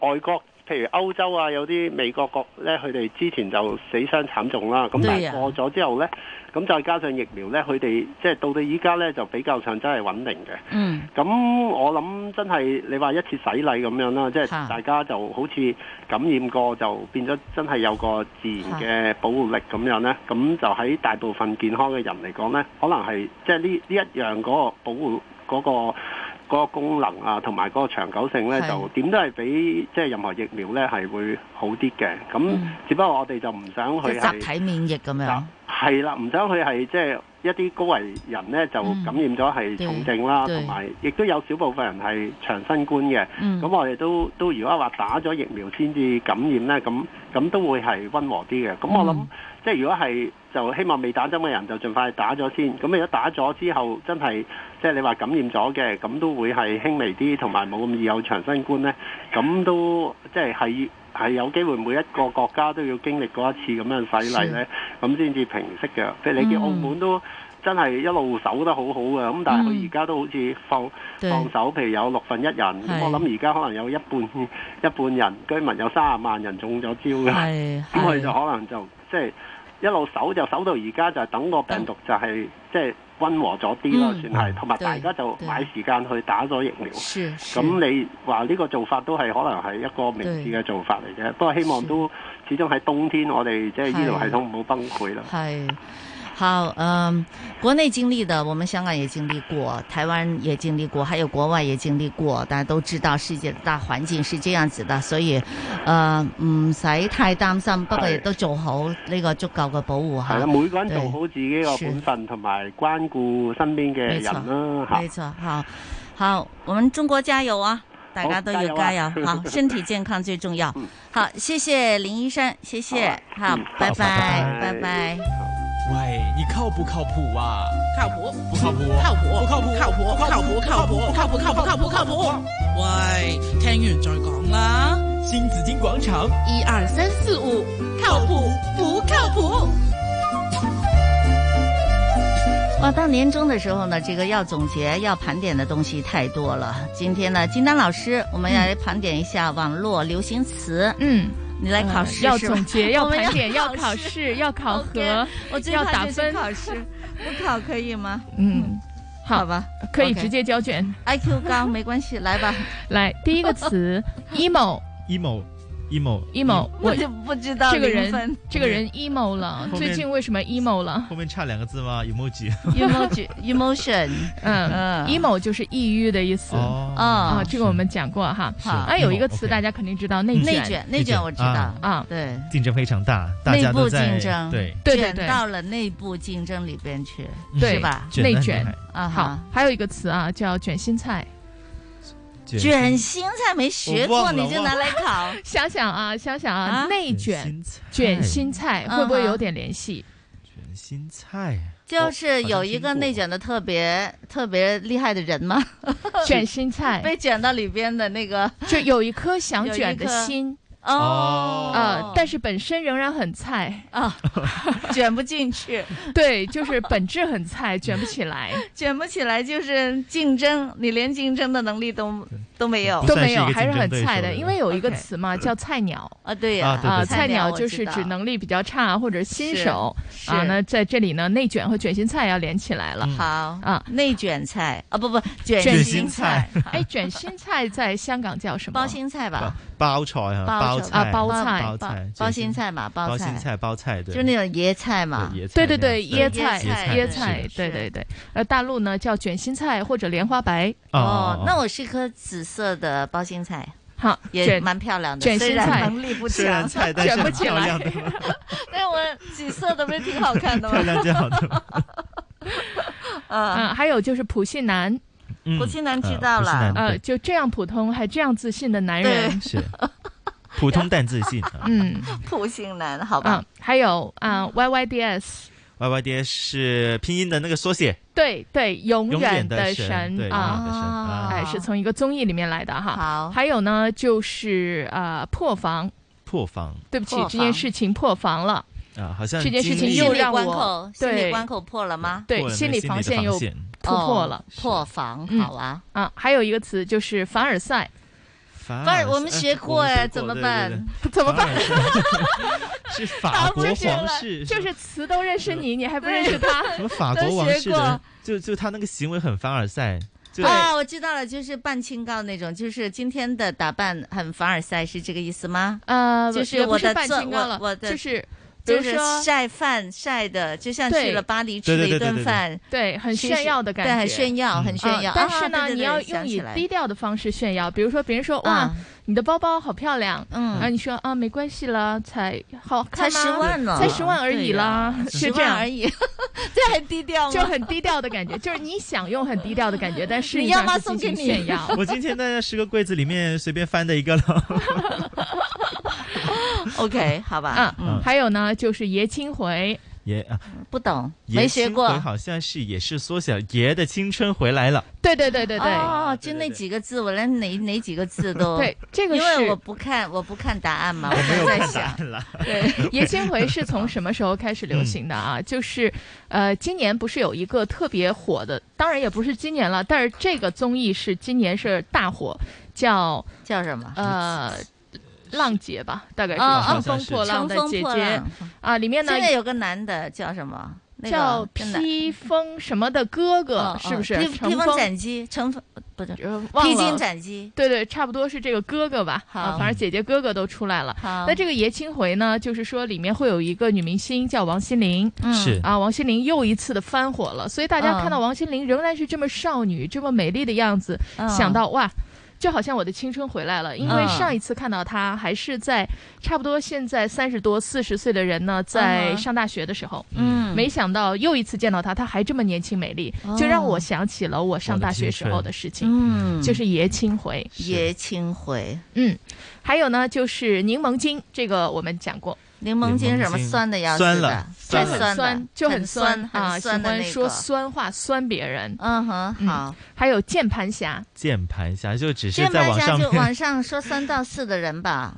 [SPEAKER 15] 外國，譬如歐洲啊，有啲美國國咧，佢哋之前就死傷慘重啦。咁但係
[SPEAKER 18] 對啊
[SPEAKER 15] 過咗之後咧，咁再加上疫苗咧，佢哋即係到到依家咧就比較上真係穩定嘅。
[SPEAKER 3] 嗯
[SPEAKER 15] 咁我諗真係你話一次洗禮咁樣啦，即係大家就好似感染過就變咗真係有個自然嘅保護力咁樣咧，咁就喺大部分健康嘅人嚟講咧，可能係即係呢呢一樣嗰個保護嗰、個。嗰個功能啊，同埋嗰個長久性咧，
[SPEAKER 18] 係
[SPEAKER 15] 就點都係比即係任何疫苗咧係會好啲嘅。咁、
[SPEAKER 3] 嗯
[SPEAKER 15] 只不過我哋就唔想
[SPEAKER 3] 即
[SPEAKER 15] 佢
[SPEAKER 3] 係
[SPEAKER 15] 係啊
[SPEAKER 3] 集體免疫咁樣。
[SPEAKER 15] 係啦，唔想佢係即係一啲高危人咧就
[SPEAKER 3] 嗯
[SPEAKER 15] 感染咗係重症啦，
[SPEAKER 3] 對對
[SPEAKER 15] 同埋亦都有少部分人係長新冠嘅。咁、
[SPEAKER 3] 嗯
[SPEAKER 15] 我哋都都如果話打咗疫苗先至感染咧，咁咁都會係温和啲嘅。咁我諗、
[SPEAKER 3] 嗯
[SPEAKER 15] 即係如果係就希望未打針嘅人就盡快打咗先。咁如果打咗之後真係即係你話感染咗嘅，咁都會係輕微啲，同埋冇咁易有長新冠咧，咁都即係係。係有機會每一個國家都要經歷過一次咁樣洗禮咧，咁先至平息嘅。譬如你見
[SPEAKER 18] 嗯
[SPEAKER 15] 澳門都真係一路守得好好嘅，咁但係佢而家都好似放
[SPEAKER 18] 嗯對
[SPEAKER 15] 放手，譬如有六分一人，咁
[SPEAKER 18] 係
[SPEAKER 15] 我諗而家可能有一半一半人居民有三十萬人中咗招
[SPEAKER 3] 嘅，
[SPEAKER 15] 咁佢就可能就即係一路守就守到而家，就係等個病毒就係即係温和咗啲咯，
[SPEAKER 18] 嗯
[SPEAKER 15] 算係，同埋
[SPEAKER 18] 對
[SPEAKER 15] 大家就
[SPEAKER 18] 對
[SPEAKER 15] 買時間去打咗疫苗。
[SPEAKER 3] 是是
[SPEAKER 15] 咁你話呢個做法都係可能係一個明智嘅做法嚟嘅，不過希望都始終喺冬天，我哋即係醫療系統唔好崩潰啦。
[SPEAKER 3] 嗨，好，嗯，国内经历的，我们香港也经历过，台湾也经历过，还有国外也经历过，大家都知道世界的大环境是这样子的，所以，呃，唔使太担心，不过亦都做好呢个足够嘅保护吓。
[SPEAKER 15] 係啦，每個人
[SPEAKER 3] 對
[SPEAKER 15] 做好自己個本分，同埋關顧身邊嘅人啦嚇
[SPEAKER 3] 没。错，好，好，我们中国加油啊！大家
[SPEAKER 15] 好
[SPEAKER 3] 都
[SPEAKER 15] 加
[SPEAKER 3] 要
[SPEAKER 15] 油
[SPEAKER 3] 加
[SPEAKER 15] 啊
[SPEAKER 3] 油，好，身体健康最重要。好，谢谢林医生，谢谢，好，拜拜，拜拜。
[SPEAKER 19] 喂，你靠不靠谱啊？
[SPEAKER 20] 靠谱，
[SPEAKER 19] 不靠谱，
[SPEAKER 20] 靠谱，
[SPEAKER 19] 不靠谱，
[SPEAKER 20] 靠谱，靠谱，靠谱，靠谱，靠谱，靠谱，靠谱。喂，听完再讲啦。
[SPEAKER 19] 新紫金广场，
[SPEAKER 20] 一二三四五，靠谱不靠谱？
[SPEAKER 3] 哇，到年终的时候呢，这个要总结、要盘点的东西太多了。今天呢，金丹老师，我们要来盘点一下网络流行词。
[SPEAKER 4] 嗯，呃
[SPEAKER 3] 你来考试、
[SPEAKER 4] 要
[SPEAKER 3] 是吧
[SPEAKER 4] 总结，要
[SPEAKER 3] *laughs* 我们
[SPEAKER 4] 盘点，要
[SPEAKER 3] 考
[SPEAKER 4] 考
[SPEAKER 3] 试。
[SPEAKER 4] 试，要考
[SPEAKER 3] OK，
[SPEAKER 4] 核，
[SPEAKER 3] 我最
[SPEAKER 4] 要
[SPEAKER 3] 怕
[SPEAKER 4] 打
[SPEAKER 3] 就是
[SPEAKER 4] 分。
[SPEAKER 3] 考试，不考可以吗？
[SPEAKER 4] 嗯，好
[SPEAKER 3] 吧，
[SPEAKER 4] 可以
[SPEAKER 3] OK
[SPEAKER 4] 直接交卷。 *laughs*
[SPEAKER 3] IQ 高没关系，来吧。 *laughs*
[SPEAKER 4] 来，第一个词 emo，emo，emo，
[SPEAKER 5] emo
[SPEAKER 4] emo，
[SPEAKER 3] 我就不知道
[SPEAKER 4] 这个
[SPEAKER 3] 零分
[SPEAKER 4] 人这个人 emo 了，
[SPEAKER 5] 后面
[SPEAKER 4] 最近为什么 emo 了
[SPEAKER 5] 后面差两个字吗？emoji。
[SPEAKER 3] *laughs* ？emoji emotion，
[SPEAKER 4] *laughs* 嗯，emo 就是抑郁的意思
[SPEAKER 5] 哦
[SPEAKER 4] 啊，这个我们讲过哈。
[SPEAKER 5] 是
[SPEAKER 4] 啊，有一个
[SPEAKER 5] emo，
[SPEAKER 4] 词大家肯定知道，
[SPEAKER 5] 嗯
[SPEAKER 4] 内
[SPEAKER 5] 内
[SPEAKER 4] 卷
[SPEAKER 5] 卷，内卷我知道
[SPEAKER 4] 啊，
[SPEAKER 3] 对，
[SPEAKER 5] 竞争非常大，大
[SPEAKER 3] 内
[SPEAKER 5] 家
[SPEAKER 3] 部
[SPEAKER 5] 都
[SPEAKER 3] 竞
[SPEAKER 5] 在
[SPEAKER 3] 争，
[SPEAKER 5] 对
[SPEAKER 4] 对对
[SPEAKER 3] 卷
[SPEAKER 4] 对
[SPEAKER 3] 到了内部竞争里边去，
[SPEAKER 4] 对
[SPEAKER 3] 是吧？
[SPEAKER 4] 内卷
[SPEAKER 3] 啊
[SPEAKER 4] 好
[SPEAKER 3] 哈，，
[SPEAKER 4] 还有一个词啊，叫卷心菜。
[SPEAKER 3] 卷心菜没学
[SPEAKER 4] 我
[SPEAKER 3] 过，
[SPEAKER 4] 忘了
[SPEAKER 3] 你就拿来考。
[SPEAKER 4] 想想啊，想想啊
[SPEAKER 3] 啊，嗯
[SPEAKER 4] 内卷、卷心菜会不会有点联系？
[SPEAKER 5] 卷心菜
[SPEAKER 3] 就是有一个内卷的特别特别厉害的人吗？
[SPEAKER 4] 卷心菜
[SPEAKER 3] *laughs* 被卷到里边的那个，
[SPEAKER 4] 就有一颗想卷的心
[SPEAKER 3] 哦，
[SPEAKER 4] 啊，但是本身仍然很菜
[SPEAKER 3] 啊， *laughs* 卷不进去，
[SPEAKER 4] *laughs* 对，就是本质很
[SPEAKER 3] *laughs*
[SPEAKER 4] 菜，卷不起来。
[SPEAKER 3] 卷不起来就是竞争，你连竞争的能力都都没有，
[SPEAKER 4] 都没有，还是很菜
[SPEAKER 3] 的，
[SPEAKER 4] 的，因为有一个词嘛，叫菜鸟。
[SPEAKER 3] 啊，对呀，
[SPEAKER 4] 啊，菜
[SPEAKER 3] 菜鸟
[SPEAKER 4] 就
[SPEAKER 3] 我
[SPEAKER 4] 是
[SPEAKER 3] 知道
[SPEAKER 4] 指能力比较差或者新手
[SPEAKER 3] 是
[SPEAKER 4] 啊。
[SPEAKER 3] 是
[SPEAKER 4] 那在这里呢，内卷和卷心菜要连起来了。
[SPEAKER 3] 好
[SPEAKER 4] 啊，
[SPEAKER 3] 内卷菜啊，不不，卷
[SPEAKER 4] 卷
[SPEAKER 3] 心
[SPEAKER 4] 心
[SPEAKER 3] 菜，
[SPEAKER 4] 哎，卷心菜在香港叫什么？
[SPEAKER 3] 包心菜吧，
[SPEAKER 5] 包菜啊，包
[SPEAKER 3] 什么
[SPEAKER 5] 菜，
[SPEAKER 3] 包
[SPEAKER 5] 包
[SPEAKER 3] 包
[SPEAKER 5] 菜，
[SPEAKER 3] 包心菜嘛，
[SPEAKER 5] 包
[SPEAKER 3] 菜
[SPEAKER 5] 心，菜，包菜，对，
[SPEAKER 3] 就是那种椰菜嘛，
[SPEAKER 5] 对椰菜
[SPEAKER 4] 对对对，
[SPEAKER 5] 那
[SPEAKER 4] 椰
[SPEAKER 5] 样子
[SPEAKER 4] 菜，
[SPEAKER 5] 椰
[SPEAKER 4] 椰菜，对对对。呃，大陆呢叫卷心菜或者莲花白。
[SPEAKER 3] 哦，那我是颗紫色的包心菜，
[SPEAKER 4] 好，
[SPEAKER 3] 也
[SPEAKER 4] 卷
[SPEAKER 3] 蛮漂亮的，
[SPEAKER 4] 卷
[SPEAKER 3] 虽
[SPEAKER 4] 心
[SPEAKER 3] 然
[SPEAKER 4] 菜
[SPEAKER 3] 能力不
[SPEAKER 4] 虽然
[SPEAKER 3] 强，
[SPEAKER 4] 菜但是卷不起很漂来亮的
[SPEAKER 3] *laughs* 但我紫色的不是挺好看的吗？
[SPEAKER 4] *laughs* 漂亮就
[SPEAKER 3] *laughs*
[SPEAKER 4] 好
[SPEAKER 5] *laughs* 的。
[SPEAKER 4] 嗯，还有就是普信男。
[SPEAKER 5] 嗯
[SPEAKER 3] 普信男知道了呃普信男
[SPEAKER 4] 呃，
[SPEAKER 5] 对
[SPEAKER 4] 就这样普通还这样自信的
[SPEAKER 3] *laughs*
[SPEAKER 4] 男人，
[SPEAKER 5] 是普通但自信啊。
[SPEAKER 4] 嗯，
[SPEAKER 3] 普信男，好吧
[SPEAKER 4] 嗯，，还有啊，Y Y D S，
[SPEAKER 5] Y Y D 是拼音的那个缩写，
[SPEAKER 4] 对对，永
[SPEAKER 5] 永
[SPEAKER 4] 远
[SPEAKER 5] 远
[SPEAKER 4] 的
[SPEAKER 5] 的神对永远的神
[SPEAKER 4] 啊
[SPEAKER 5] 啊，
[SPEAKER 4] 哎，是从一个综艺里面来的哈。
[SPEAKER 3] 好
[SPEAKER 4] 还有呢，就是呃，破防，
[SPEAKER 5] 破防。
[SPEAKER 4] 对不起
[SPEAKER 3] 破，
[SPEAKER 4] 这件
[SPEAKER 3] 防
[SPEAKER 4] 事情破防了。
[SPEAKER 5] 啊，好像
[SPEAKER 4] 这件事
[SPEAKER 5] 经
[SPEAKER 4] 情
[SPEAKER 5] 历
[SPEAKER 4] 又
[SPEAKER 3] 心理
[SPEAKER 4] 让
[SPEAKER 3] 关
[SPEAKER 4] 我
[SPEAKER 3] 口，心理
[SPEAKER 4] 对
[SPEAKER 3] 关口破了吗？
[SPEAKER 4] 对
[SPEAKER 5] 破了那
[SPEAKER 4] 心理
[SPEAKER 5] 心理
[SPEAKER 4] 防
[SPEAKER 5] 的
[SPEAKER 4] 线
[SPEAKER 5] 防
[SPEAKER 4] 又
[SPEAKER 5] 线
[SPEAKER 4] 突破
[SPEAKER 3] 哦
[SPEAKER 4] 了，
[SPEAKER 3] 破防，
[SPEAKER 4] 嗯
[SPEAKER 3] 好啊。
[SPEAKER 4] 啊，还有一个词就是凡尔赛，
[SPEAKER 5] 凡
[SPEAKER 3] 反正我们
[SPEAKER 5] 啊
[SPEAKER 3] 学过哎，怎么办？？
[SPEAKER 4] 怎么办？
[SPEAKER 5] *laughs* 是法国
[SPEAKER 3] *laughs*
[SPEAKER 5] 皇室，
[SPEAKER 4] 就是词都认识你，你还不认识他？
[SPEAKER 5] 什么法国王室的，就就他那个行为很凡尔赛，就
[SPEAKER 3] 啊，我知道了，就是扮清高那种，就是今天的打扮很凡尔赛，是这个意思吗？
[SPEAKER 4] 呃，
[SPEAKER 3] 就是
[SPEAKER 4] 也不
[SPEAKER 3] 我的
[SPEAKER 4] 是半
[SPEAKER 3] 做
[SPEAKER 4] 清高
[SPEAKER 3] 我
[SPEAKER 4] 了，
[SPEAKER 3] 我的
[SPEAKER 4] 就是比
[SPEAKER 3] 就
[SPEAKER 4] 如
[SPEAKER 3] 是
[SPEAKER 4] 说
[SPEAKER 3] 晒饭晒的，就像
[SPEAKER 4] 对
[SPEAKER 3] 去了巴黎吃了一顿饭，
[SPEAKER 4] 对，很
[SPEAKER 3] 其实
[SPEAKER 4] 炫耀的感觉，
[SPEAKER 3] 对，很炫耀，很炫耀。
[SPEAKER 4] 嗯但是
[SPEAKER 3] 啊
[SPEAKER 4] 呢，
[SPEAKER 3] 对对对
[SPEAKER 4] 你要用
[SPEAKER 3] 想
[SPEAKER 4] 以
[SPEAKER 3] 起来
[SPEAKER 4] 低调的方式炫耀，比如说别人说哇
[SPEAKER 3] 啊，
[SPEAKER 4] 你的包包好漂亮，
[SPEAKER 3] 嗯
[SPEAKER 4] 然后你说啊没关系啦，才好看
[SPEAKER 3] 才
[SPEAKER 4] 吗
[SPEAKER 3] 十万呢，
[SPEAKER 4] 才十万而已啦， *laughs*
[SPEAKER 3] 十
[SPEAKER 4] 就这
[SPEAKER 3] 万
[SPEAKER 4] 样
[SPEAKER 3] 而已，这很低调吗？ *laughs*
[SPEAKER 4] 就很低调的感觉，就是你想用很低调的感觉，但是
[SPEAKER 3] 你要吗送给你
[SPEAKER 4] 炫耀。
[SPEAKER 5] *laughs* 我今天在那十个柜子里面随便翻的一个了。
[SPEAKER 3] *laughs* OK，好吧
[SPEAKER 4] 啊，，
[SPEAKER 3] 嗯，
[SPEAKER 4] 还有呢，就是爷青回，
[SPEAKER 5] 爷啊，
[SPEAKER 3] 不懂，嗯
[SPEAKER 5] 爷
[SPEAKER 3] 没学
[SPEAKER 5] 青
[SPEAKER 3] 过
[SPEAKER 5] 回好像是也是缩小爷的青春回来了。
[SPEAKER 4] 对对对对对，
[SPEAKER 3] 哦，就那几个字，我连哪哪几个字都
[SPEAKER 4] 对这个
[SPEAKER 3] 因为
[SPEAKER 4] 是
[SPEAKER 3] 我不看，我不看答案嘛，
[SPEAKER 4] 我没
[SPEAKER 3] 就
[SPEAKER 4] 有
[SPEAKER 3] 在
[SPEAKER 4] 看答
[SPEAKER 3] 想，
[SPEAKER 4] *laughs*
[SPEAKER 3] *laughs*
[SPEAKER 4] 对，爷青回是从什么时候开始
[SPEAKER 3] 嗯
[SPEAKER 4] 流行的啊？就是，呃，今年不是有一个特别火的，当然也不是今年了，但是这个综艺是今年是大火，叫
[SPEAKER 3] 叫什么？
[SPEAKER 4] 呃，浪姐吧，大概是
[SPEAKER 3] 哦
[SPEAKER 4] 《
[SPEAKER 3] 哦
[SPEAKER 4] 乘风破浪的
[SPEAKER 3] 乘风
[SPEAKER 4] 姐
[SPEAKER 3] 破
[SPEAKER 4] 姐
[SPEAKER 3] 浪》
[SPEAKER 4] 啊，里面呢
[SPEAKER 3] 现在有个男的叫什么？那个
[SPEAKER 4] 叫
[SPEAKER 3] 真的
[SPEAKER 4] 披风什么的哥哥
[SPEAKER 3] 哦，
[SPEAKER 4] 是不是？
[SPEAKER 3] 披
[SPEAKER 4] 乘
[SPEAKER 3] 披风斩姬，乘风不是
[SPEAKER 4] 忘
[SPEAKER 3] 披
[SPEAKER 4] 了
[SPEAKER 3] 荆斩棘。
[SPEAKER 4] 对对，差不多是这个哥哥吧，啊，反正姐姐哥哥都出来了。
[SPEAKER 3] 好
[SPEAKER 4] 那这个爷青回呢，就是说里面会有一个女明星叫王心凌，
[SPEAKER 3] 嗯是
[SPEAKER 4] 啊，王心凌又一次的翻火了，所以大家
[SPEAKER 3] 嗯
[SPEAKER 4] 看到王心凌仍然是这么少女、这么美丽的样子，
[SPEAKER 3] 嗯
[SPEAKER 4] 想到哇。就好像我的青春回来了，因为
[SPEAKER 3] 嗯
[SPEAKER 4] 上一次看到她还是在差不多现在三十多、四十岁的人呢，
[SPEAKER 3] 嗯
[SPEAKER 4] 在
[SPEAKER 3] 哼
[SPEAKER 4] 上大学的时候，
[SPEAKER 3] 嗯哦
[SPEAKER 4] 没想到又一次见到她，她还这么年轻美丽，就让我想起了我上大学时候的事情，
[SPEAKER 3] 嗯
[SPEAKER 4] 就是爷青回，
[SPEAKER 3] 爷青回，
[SPEAKER 4] 嗯，还有呢，就是柠檬精，这个我们讲过。
[SPEAKER 3] 柠檬精是什么柠檬精酸的要死的
[SPEAKER 4] 酸太
[SPEAKER 3] 酸了酸了
[SPEAKER 4] 酸
[SPEAKER 3] 酸的
[SPEAKER 4] 就
[SPEAKER 3] 很
[SPEAKER 4] 酸
[SPEAKER 3] 酸
[SPEAKER 4] 啊，
[SPEAKER 3] 很
[SPEAKER 4] 喜
[SPEAKER 3] 酸的
[SPEAKER 4] 欢
[SPEAKER 3] 那
[SPEAKER 4] 说
[SPEAKER 3] 个
[SPEAKER 4] 酸话酸别人。
[SPEAKER 3] 嗯哼，好。
[SPEAKER 4] 还有键盘侠，
[SPEAKER 5] 键盘侠就只是
[SPEAKER 3] 键
[SPEAKER 5] 在
[SPEAKER 3] 盘
[SPEAKER 5] 网
[SPEAKER 3] 侠
[SPEAKER 5] 上 *laughs*
[SPEAKER 3] 就往
[SPEAKER 5] 面，
[SPEAKER 3] 上说三道四的人吧，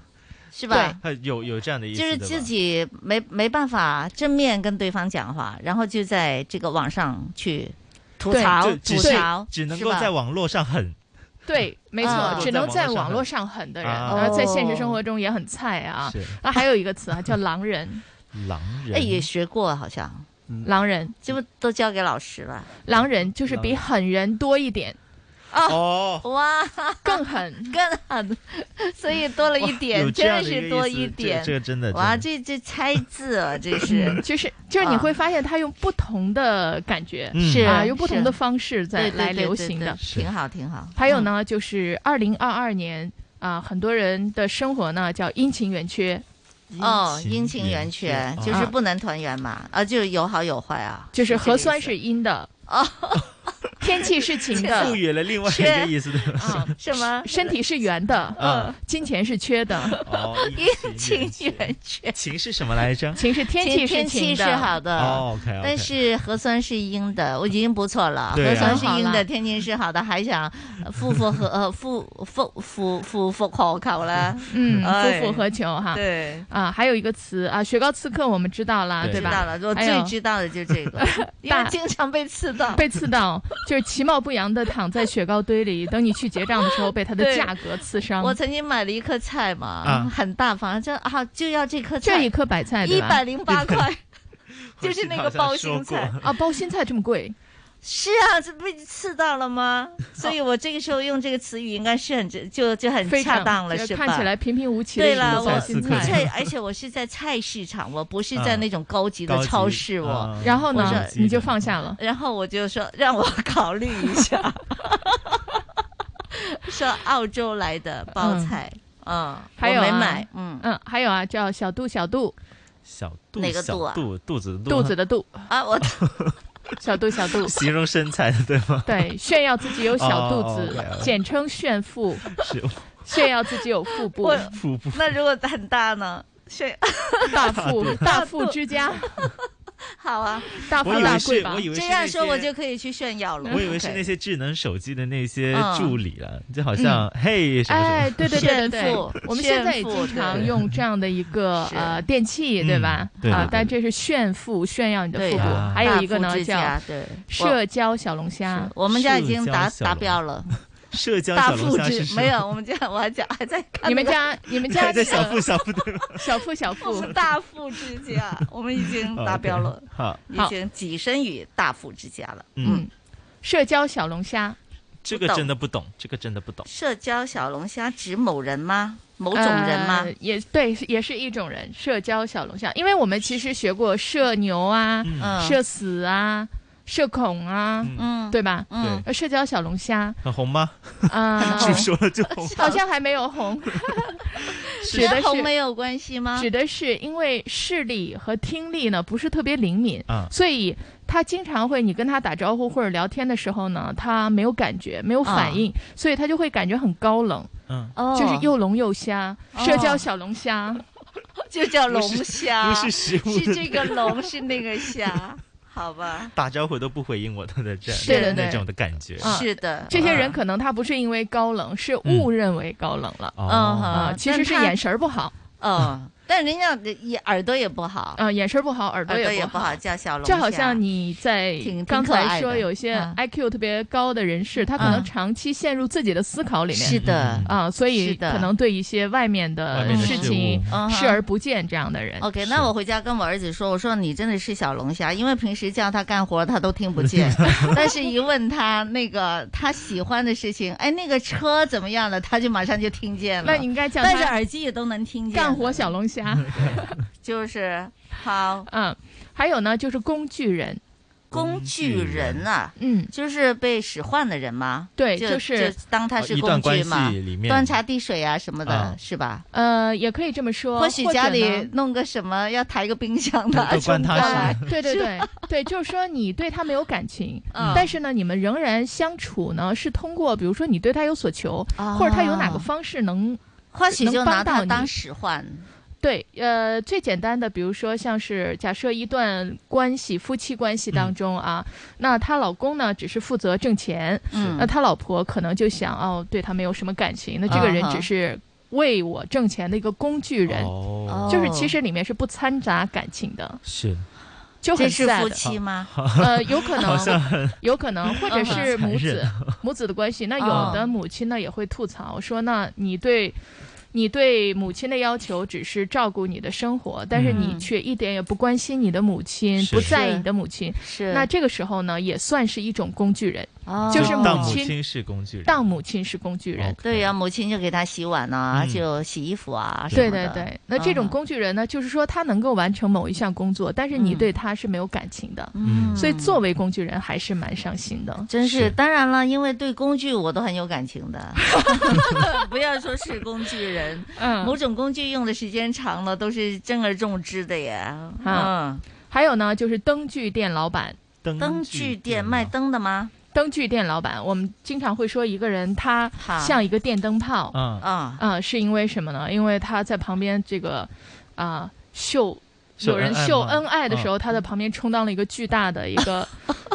[SPEAKER 3] 是
[SPEAKER 5] 是 *laughs*
[SPEAKER 3] 吧？？
[SPEAKER 5] 有有这样的意思，
[SPEAKER 3] 就是
[SPEAKER 5] 对吧
[SPEAKER 3] 自己没没办法正面跟对方讲话，然后就在这个网上去吐槽
[SPEAKER 5] 就只
[SPEAKER 3] 吐
[SPEAKER 5] 是
[SPEAKER 3] 槽，
[SPEAKER 5] 只能
[SPEAKER 3] 是
[SPEAKER 5] 够
[SPEAKER 3] 吧
[SPEAKER 5] 在网络上狠。
[SPEAKER 4] 对，没错
[SPEAKER 3] 啊，
[SPEAKER 4] 只能在网络上狠的人，
[SPEAKER 5] 啊
[SPEAKER 4] 然后在现实生活中也很菜啊
[SPEAKER 5] 是。
[SPEAKER 4] 啊，还有一个词啊，叫狼嗯人，
[SPEAKER 5] 狼人
[SPEAKER 3] 哎也学过好像，
[SPEAKER 4] 狼人
[SPEAKER 3] 这不都交给老师了？
[SPEAKER 4] 狼人就是比狠人多一点。
[SPEAKER 5] 哦，
[SPEAKER 3] 哇，
[SPEAKER 4] 更狠，
[SPEAKER 3] 更狠，所以多了一
[SPEAKER 5] 有
[SPEAKER 3] 点，
[SPEAKER 5] 这样
[SPEAKER 3] 真
[SPEAKER 5] 的一个
[SPEAKER 3] 是多
[SPEAKER 5] 意思
[SPEAKER 3] 一
[SPEAKER 5] 这
[SPEAKER 3] 点，
[SPEAKER 5] 这个真的真
[SPEAKER 3] 哇，*laughs*
[SPEAKER 5] 的
[SPEAKER 3] 这这猜字啊，这是
[SPEAKER 4] 嗯就是就是你会发现他用不同的感觉，
[SPEAKER 3] 嗯是
[SPEAKER 4] 啊，用不同的
[SPEAKER 3] 是
[SPEAKER 4] 方式在
[SPEAKER 3] 对对
[SPEAKER 4] 来
[SPEAKER 3] 对
[SPEAKER 4] 流
[SPEAKER 3] 对
[SPEAKER 4] 行
[SPEAKER 3] 对
[SPEAKER 4] 的，嗯
[SPEAKER 3] 挺好嗯挺好。
[SPEAKER 4] 还有呢，就是二零二二年啊，很多人的生活呢叫阴晴圆缺，
[SPEAKER 3] 哦，阴晴圆缺
[SPEAKER 5] 啊
[SPEAKER 3] 就是不能团圆嘛，啊，就是有好有坏啊，
[SPEAKER 4] 就是
[SPEAKER 3] 这个
[SPEAKER 4] 核
[SPEAKER 3] 意思
[SPEAKER 4] 酸是阴的
[SPEAKER 3] *laughs*
[SPEAKER 4] 哦，天气是晴的，
[SPEAKER 5] 赋予了另外一个意思的。
[SPEAKER 3] 啊
[SPEAKER 4] 什么？身体是圆的，
[SPEAKER 5] 嗯，
[SPEAKER 4] 金钱是缺的，
[SPEAKER 5] 哦， *laughs*
[SPEAKER 3] 阴晴圆缺。
[SPEAKER 5] 晴是什么来着？
[SPEAKER 4] 晴是天气
[SPEAKER 3] 天
[SPEAKER 4] 是晴
[SPEAKER 3] 气是
[SPEAKER 4] 的
[SPEAKER 3] 好的，
[SPEAKER 5] 哦，OK，OK
[SPEAKER 3] 但是核酸是阴的，我已经不错了。
[SPEAKER 5] 对啊
[SPEAKER 3] 核酸是阴
[SPEAKER 4] 好
[SPEAKER 3] 的，
[SPEAKER 4] 了
[SPEAKER 3] 天气是好的，还想呃夫复合呃夫夫夫夫复何求呢？
[SPEAKER 4] 嗯，
[SPEAKER 3] 哎
[SPEAKER 4] 夫复何求哈？
[SPEAKER 3] 对
[SPEAKER 4] 啊，还有一个词啊，雪糕刺客我们知道啦，
[SPEAKER 3] 对
[SPEAKER 4] 对吧？哎
[SPEAKER 3] 知道了我最知道的就是这个因为经常被刺到，
[SPEAKER 4] *laughs* 被刺到，就是其貌不扬的躺在雪糕堆
[SPEAKER 3] *laughs*
[SPEAKER 4] 里，等你去结账的时候被它的
[SPEAKER 3] 对
[SPEAKER 4] 价格刺伤。
[SPEAKER 3] 我曾经买了一颗菜嘛
[SPEAKER 4] 啊，
[SPEAKER 3] 很大方，就啊就要这颗菜，
[SPEAKER 4] 这一颗白菜
[SPEAKER 3] 一百零八
[SPEAKER 4] *laughs*
[SPEAKER 3] 块，就是那个包
[SPEAKER 4] 心
[SPEAKER 3] 心菜。
[SPEAKER 4] 啊，包心菜这么贵，
[SPEAKER 3] 是啊，这被刺到
[SPEAKER 4] *laughs*
[SPEAKER 3] 了吗？所以我这个时候用这个词语应该是很就就很
[SPEAKER 4] 非
[SPEAKER 3] 恰
[SPEAKER 4] 常
[SPEAKER 3] 当了，
[SPEAKER 4] 就是
[SPEAKER 3] 吧？
[SPEAKER 4] 看起来平平无奇的
[SPEAKER 3] 对
[SPEAKER 4] 一
[SPEAKER 3] 了，
[SPEAKER 4] 个
[SPEAKER 3] 我
[SPEAKER 4] 包心 *laughs*
[SPEAKER 3] 菜
[SPEAKER 4] 菜，，
[SPEAKER 3] 而且我是在菜市场，我不是
[SPEAKER 4] 啊
[SPEAKER 3] 在那种高级的
[SPEAKER 4] 高级
[SPEAKER 3] 超市，我
[SPEAKER 4] 啊然后呢
[SPEAKER 3] 我说
[SPEAKER 4] 你就放下了
[SPEAKER 3] 然后我就说让我考虑
[SPEAKER 4] *laughs*
[SPEAKER 3] 一下，说澳洲来的包菜，嗯，
[SPEAKER 4] 还有
[SPEAKER 3] 我
[SPEAKER 4] 啊
[SPEAKER 3] 没买，嗯
[SPEAKER 4] 嗯，还有啊，叫小肚小肚，
[SPEAKER 5] 小肚
[SPEAKER 3] 哪个
[SPEAKER 5] 小
[SPEAKER 3] 肚啊
[SPEAKER 5] 肚肚子的肚
[SPEAKER 4] 肚子的肚
[SPEAKER 3] 啊，
[SPEAKER 5] *laughs*
[SPEAKER 3] 我
[SPEAKER 4] 小肚小肚，
[SPEAKER 5] 形容身材的对
[SPEAKER 4] *laughs*
[SPEAKER 5] 吗？
[SPEAKER 4] 对，炫耀自己有小肚
[SPEAKER 5] 哦
[SPEAKER 4] 子，
[SPEAKER 5] ，OK，OK
[SPEAKER 4] 简称炫富，
[SPEAKER 5] *laughs* 是
[SPEAKER 4] 炫耀自己有腹部
[SPEAKER 3] 我，
[SPEAKER 5] *laughs* 腹部
[SPEAKER 3] 那如果很大呢？是
[SPEAKER 4] 大
[SPEAKER 5] *laughs*
[SPEAKER 4] 富大富之家，
[SPEAKER 3] *laughs* 好啊，
[SPEAKER 4] 大
[SPEAKER 5] 富我以为大贵是吧我以为是
[SPEAKER 3] 这样
[SPEAKER 5] 那
[SPEAKER 3] 说我
[SPEAKER 5] 些
[SPEAKER 3] 就可以去炫耀了。
[SPEAKER 5] 我以为是
[SPEAKER 3] OK
[SPEAKER 5] 那些智能手机的那些
[SPEAKER 3] 嗯
[SPEAKER 5] 助理了，就好像嘿什么
[SPEAKER 4] 嗯
[SPEAKER 5] 什么，
[SPEAKER 4] 哎，对对对对
[SPEAKER 3] 炫
[SPEAKER 4] 对
[SPEAKER 3] 富，
[SPEAKER 4] 我们现在也
[SPEAKER 3] 炫
[SPEAKER 4] 经
[SPEAKER 3] 富
[SPEAKER 4] 常
[SPEAKER 3] 对
[SPEAKER 4] 用这样的一个呃电器，对吧？
[SPEAKER 5] 嗯对对
[SPEAKER 4] 啊
[SPEAKER 5] 对，
[SPEAKER 4] 但这是炫富，炫耀你的
[SPEAKER 3] 对
[SPEAKER 4] 腹部
[SPEAKER 3] 啊。
[SPEAKER 4] 还有一个
[SPEAKER 3] 大富
[SPEAKER 4] 呢
[SPEAKER 3] 之
[SPEAKER 4] 叫
[SPEAKER 3] 家对
[SPEAKER 4] 社交小龙虾，
[SPEAKER 3] 我们家已经达
[SPEAKER 5] 社交小
[SPEAKER 3] 达
[SPEAKER 5] 龙
[SPEAKER 3] 标了。
[SPEAKER 5] 社交
[SPEAKER 3] 大
[SPEAKER 5] 小龙
[SPEAKER 3] 富
[SPEAKER 5] 虾是
[SPEAKER 3] 之
[SPEAKER 5] 什么
[SPEAKER 3] 没有，我们家我还讲还在看
[SPEAKER 4] 你
[SPEAKER 3] 那
[SPEAKER 4] 们
[SPEAKER 3] 个
[SPEAKER 4] 家你
[SPEAKER 5] *laughs*
[SPEAKER 4] 们家
[SPEAKER 5] 还在
[SPEAKER 4] 这
[SPEAKER 5] 小
[SPEAKER 4] 个
[SPEAKER 5] 富小富对吗？
[SPEAKER 4] 小富小富
[SPEAKER 3] 我们大富之家，我们已
[SPEAKER 5] *laughs*
[SPEAKER 3] 经嗯
[SPEAKER 5] 哦
[SPEAKER 3] 达标了，
[SPEAKER 5] 好，
[SPEAKER 3] 已经跻身于大富之家了。
[SPEAKER 5] 嗯，
[SPEAKER 4] 社交小龙虾，
[SPEAKER 5] 这个真的不懂，这个真的不懂。
[SPEAKER 3] 社交小龙虾指某人吗？某种人吗
[SPEAKER 4] 呃？也对，也是一种人，社交小龙虾。因为我们其实学过社牛啊、
[SPEAKER 3] 嗯
[SPEAKER 4] 社死啊、社恐啊，
[SPEAKER 3] 嗯，
[SPEAKER 4] 对吧？
[SPEAKER 5] 嗯
[SPEAKER 4] 呃社交小龙虾，
[SPEAKER 5] 很红吗？ *laughs*
[SPEAKER 4] 啊呃
[SPEAKER 5] 就说了就红。
[SPEAKER 4] 好像还没有
[SPEAKER 5] *laughs*
[SPEAKER 4] 红，指的
[SPEAKER 3] 跟
[SPEAKER 4] 是
[SPEAKER 3] 红没有关系吗？
[SPEAKER 4] 指的是因为视力和听力呢不是特别灵敏，
[SPEAKER 3] 啊
[SPEAKER 4] 所以他经常会你跟他打招呼或者聊天的时候呢，他没有感觉，没有反应，所以他就会感觉很高冷，
[SPEAKER 5] 啊嗯
[SPEAKER 3] 哦
[SPEAKER 4] 就是又聋又瞎，
[SPEAKER 3] 哦
[SPEAKER 4] 社交小龙虾。
[SPEAKER 3] 就叫龙虾，
[SPEAKER 5] 不是不是食物的
[SPEAKER 3] 是这个龙，是那个虾，好吧？
[SPEAKER 5] 打招呼都不回应我的那这样
[SPEAKER 4] 对对对
[SPEAKER 5] 那种的感觉。
[SPEAKER 4] 啊这些
[SPEAKER 3] 嗯
[SPEAKER 4] 人可能他不是因为高冷，是误认为高冷了，
[SPEAKER 5] 嗯
[SPEAKER 3] 嗯
[SPEAKER 4] 啊
[SPEAKER 3] 哼
[SPEAKER 4] 其实是
[SPEAKER 3] 但他
[SPEAKER 4] 眼神儿不好，
[SPEAKER 3] 嗯，但人家也耳朵也不好，
[SPEAKER 4] 啊，眼神不好，耳朵
[SPEAKER 3] 耳朵也
[SPEAKER 4] 不
[SPEAKER 3] 不好叫小龙
[SPEAKER 4] 就好
[SPEAKER 3] 虾
[SPEAKER 4] 像你在
[SPEAKER 3] 挺挺
[SPEAKER 4] 刚
[SPEAKER 3] 可爱
[SPEAKER 4] 才
[SPEAKER 3] 的
[SPEAKER 4] 说，有一些
[SPEAKER 3] 嗯
[SPEAKER 4] IQ 特别高的人士，他可能长期陷入自己的思考里面，
[SPEAKER 3] 是的
[SPEAKER 4] 啊，所以
[SPEAKER 3] 是的
[SPEAKER 4] 可能对一些外面
[SPEAKER 3] 外
[SPEAKER 4] 的
[SPEAKER 3] 面的
[SPEAKER 4] 事
[SPEAKER 3] 事
[SPEAKER 4] 情
[SPEAKER 3] 物嗯
[SPEAKER 4] 呃视而不见这样的人。
[SPEAKER 3] OK，那我回家跟我儿子说，我说你真的是小龙虾，因为平时叫他干活他都听不 *laughs* 见，但是一问他那个他喜欢的事情，哎，那个车怎么样了，他就马上就听见了。
[SPEAKER 4] 那你应该叫他
[SPEAKER 3] 戴着耳机也都能听见。
[SPEAKER 4] 干活小龙
[SPEAKER 3] *laughs*
[SPEAKER 4] 虾，
[SPEAKER 3] 就是好，
[SPEAKER 4] 嗯，还有呢，就是工具人，
[SPEAKER 3] 工具人啊，
[SPEAKER 4] 嗯，
[SPEAKER 3] 就是被使唤的人嘛。
[SPEAKER 4] 对
[SPEAKER 3] 就
[SPEAKER 4] 就是
[SPEAKER 3] 当他是
[SPEAKER 4] 哦一
[SPEAKER 3] 工
[SPEAKER 4] 段
[SPEAKER 3] 具嘛
[SPEAKER 4] 关系里，面
[SPEAKER 3] 端茶递水啊什么的
[SPEAKER 4] 啊，
[SPEAKER 3] 是吧？
[SPEAKER 4] 呃，也可以这么说，
[SPEAKER 3] 或许
[SPEAKER 4] 者
[SPEAKER 3] 家
[SPEAKER 4] 呢
[SPEAKER 3] 里弄个什么，要抬个冰箱的，
[SPEAKER 4] 都关
[SPEAKER 5] 他
[SPEAKER 4] 啊
[SPEAKER 3] 啊，
[SPEAKER 4] 对对
[SPEAKER 3] 是吧
[SPEAKER 4] 对对，就是说你对他没有感情
[SPEAKER 3] 嗯，
[SPEAKER 4] 但是呢，你们仍然相处呢，是通过比如说你对他有所求，或者他有哪个方式能，
[SPEAKER 3] 啊或许就
[SPEAKER 4] 能帮
[SPEAKER 3] 拿它
[SPEAKER 4] 到
[SPEAKER 3] 当
[SPEAKER 4] 你。
[SPEAKER 3] 使唤。
[SPEAKER 4] 对，呃，最简单的，比如说像是假设一段关系，夫妻关系
[SPEAKER 3] 嗯
[SPEAKER 4] 当中啊，那她老公呢只是负责挣钱，
[SPEAKER 3] 嗯
[SPEAKER 4] 那她老婆可能就想哦，对他没有什么感情，那这个人
[SPEAKER 3] 啊哈
[SPEAKER 4] 只是为我挣钱的一个工具人，
[SPEAKER 5] 哦
[SPEAKER 4] 就是其实里面是不掺杂感情的。
[SPEAKER 5] 是
[SPEAKER 4] 就很
[SPEAKER 3] 这是
[SPEAKER 4] sad
[SPEAKER 3] 夫妻吗
[SPEAKER 4] 呃，有
[SPEAKER 3] *laughs*
[SPEAKER 4] 可
[SPEAKER 5] 好像很
[SPEAKER 4] 能，有可能，或者是母子
[SPEAKER 5] 嗯
[SPEAKER 4] *laughs* 母子的关系。那
[SPEAKER 3] 嗯
[SPEAKER 4] 有的母亲呢也会吐槽说，那你对。你对母亲的要求只是照顾你的生活，但是你
[SPEAKER 3] 嗯
[SPEAKER 4] 却一点也不关心你的母亲，
[SPEAKER 3] 是
[SPEAKER 4] 不在意你的母亲。
[SPEAKER 3] 是
[SPEAKER 4] 那这个时候呢，也算是一种工具人。
[SPEAKER 3] 哦
[SPEAKER 4] 就是
[SPEAKER 5] 当
[SPEAKER 4] 母
[SPEAKER 5] 母
[SPEAKER 4] 亲
[SPEAKER 5] 亲是工具人。
[SPEAKER 4] 当母亲是工具人。
[SPEAKER 3] 对呀、母亲就给他洗碗啊，
[SPEAKER 5] 嗯
[SPEAKER 3] 就洗衣服啊什
[SPEAKER 4] 对
[SPEAKER 3] 么
[SPEAKER 4] 对
[SPEAKER 3] 的。嗯
[SPEAKER 4] 对，那这种工具人呢，就是说他能够完成某一项工作，但是你对他是没有感情的，
[SPEAKER 3] 嗯
[SPEAKER 4] 所以作为工具人还是蛮伤心的。
[SPEAKER 3] 真是，当然了，因为对工具我都很有感情的， *laughs* 不要说是工具人，
[SPEAKER 4] 嗯
[SPEAKER 3] 某种工具用的时间长了，都是珍而重之的呀。
[SPEAKER 4] 啊
[SPEAKER 3] 嗯，
[SPEAKER 4] 还有呢，就是灯具店老板，
[SPEAKER 5] 灯
[SPEAKER 3] 灯具店卖灯的吗？
[SPEAKER 4] 灯具店老板，我们经常会说一个人他
[SPEAKER 3] 好
[SPEAKER 4] 像一个电灯泡，
[SPEAKER 5] 嗯
[SPEAKER 3] 啊
[SPEAKER 4] 啊，是因为什么呢？因为他在旁边这个啊秀。
[SPEAKER 5] 秀
[SPEAKER 4] 有人
[SPEAKER 5] 恩爱
[SPEAKER 4] 秀
[SPEAKER 5] 吗嗯
[SPEAKER 4] 恩爱的时候，他在旁边充当了一个巨
[SPEAKER 5] *laughs*
[SPEAKER 4] 大的一个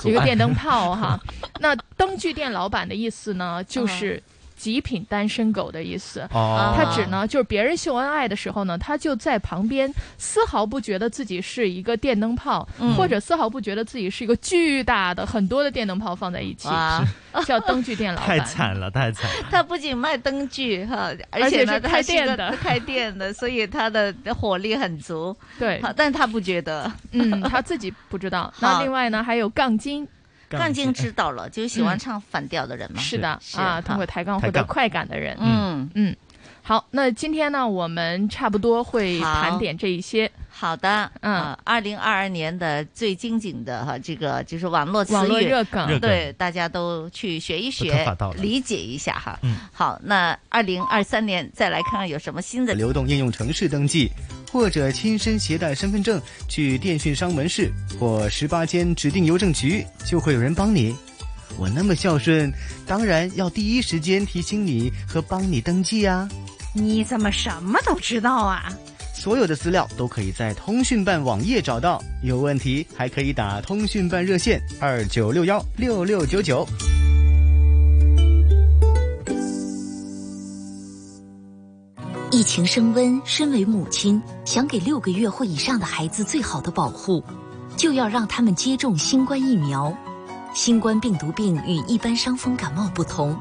[SPEAKER 4] 一个电灯泡哈。那灯具店老板的意思呢，
[SPEAKER 3] 嗯
[SPEAKER 4] 就是极品单身狗的意思。
[SPEAKER 5] 哦
[SPEAKER 4] 他指呢，啊就是别人秀恩爱的时候呢，他就在旁边，丝毫不觉得自己是一个电灯泡，
[SPEAKER 3] 嗯
[SPEAKER 4] 或者丝毫不觉得自己是一个巨大的很多的电灯泡放在一起
[SPEAKER 3] 哇，
[SPEAKER 4] 叫灯具店老板。
[SPEAKER 5] *laughs* 太惨了，太惨
[SPEAKER 3] *laughs*
[SPEAKER 5] 了。*laughs*
[SPEAKER 3] 他不仅卖灯具哈，
[SPEAKER 4] 而且
[SPEAKER 3] 且
[SPEAKER 4] 是
[SPEAKER 3] 呢，他
[SPEAKER 4] 开
[SPEAKER 3] 是一
[SPEAKER 4] 店
[SPEAKER 3] 个
[SPEAKER 4] 的
[SPEAKER 3] 开店的，所以他的火力很足。
[SPEAKER 4] *laughs* 对
[SPEAKER 3] 好，但他不觉得，
[SPEAKER 4] 嗯，他自己不知道。那
[SPEAKER 3] 好
[SPEAKER 4] 另外呢，还有杠精。
[SPEAKER 3] 杠精知道了，就喜欢
[SPEAKER 4] 嗯
[SPEAKER 3] 唱反调的人嘛。
[SPEAKER 4] 是的
[SPEAKER 3] 是
[SPEAKER 4] 啊，
[SPEAKER 3] 哈
[SPEAKER 4] 通过抬杠获
[SPEAKER 3] 抬
[SPEAKER 4] 得
[SPEAKER 3] 杠
[SPEAKER 4] 快感的人。
[SPEAKER 3] 嗯
[SPEAKER 4] 嗯，好，那今天呢，我们差不多会
[SPEAKER 3] 好
[SPEAKER 4] 盘点这一些。
[SPEAKER 3] 好的，啊
[SPEAKER 4] 嗯，
[SPEAKER 3] 二零二二年的最精警的哈，这个就是网络词语
[SPEAKER 4] 网络热梗热梗
[SPEAKER 3] 对，大家都去学一
[SPEAKER 1] 不可
[SPEAKER 3] 学
[SPEAKER 1] 反道，了
[SPEAKER 3] 理解一下哈。
[SPEAKER 1] 嗯
[SPEAKER 3] 好，那二零二三年再来看看有什么新的
[SPEAKER 1] 流动应用程式登记，或者亲身携带身份证去电讯商门市或十八间指定邮政局，就会有人帮你。我那么孝顺，当然要第一时间提醒你和帮你登记啊。
[SPEAKER 11] 你怎么什么都知道啊？
[SPEAKER 1] 所有的资料都可以在通讯办网页找到，有问题还可以打通讯办热线二九六幺六六九九。
[SPEAKER 7] 疫情升温，身为母亲，想给六个月或以上的孩子最好的保护，就要让他们接种新冠疫苗。新冠病毒病与一般伤风感冒不同，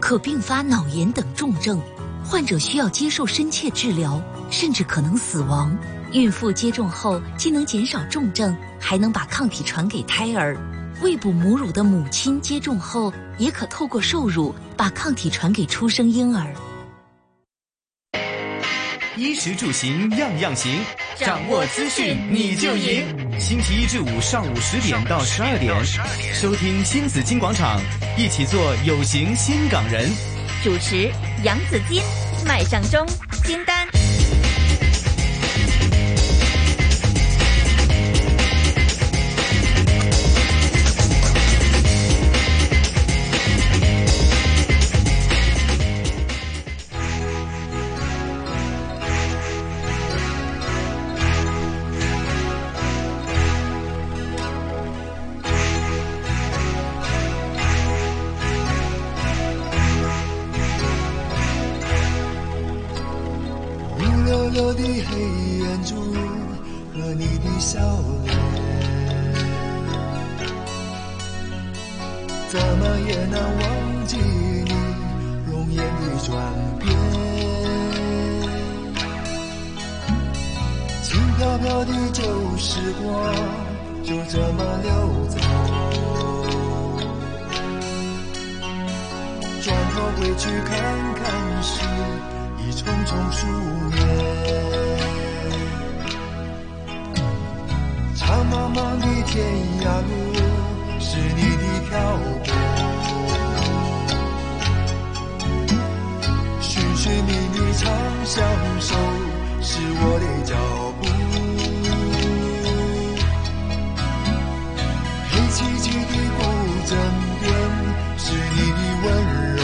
[SPEAKER 7] 可并发脑炎等重症，患者需要接受深切治疗，甚至可能死亡。孕妇接种后既能减少重症，还能把抗体传给胎儿。未哺母乳的母亲接种后，也可透过受乳把抗体传给出生婴儿。
[SPEAKER 14] 衣食住行样样行，
[SPEAKER 7] 掌握资讯你就赢。
[SPEAKER 14] 星期一至五上午十点到十二点，收听新紫金广场，一起做有型新港人。
[SPEAKER 8] 主持杨子金，麦上中，金丹。
[SPEAKER 16] 乌溜溜的黑眼珠和你的笑脸，怎么也难忘记你容颜的转变。轻飘飘的旧时光就这么溜走，转头回去看看时。已重重数年。长茫茫的天涯路，是你的漂泊。寻寻觅觅常相守，是我的脚步。黑漆漆的古镇边，是你的温柔。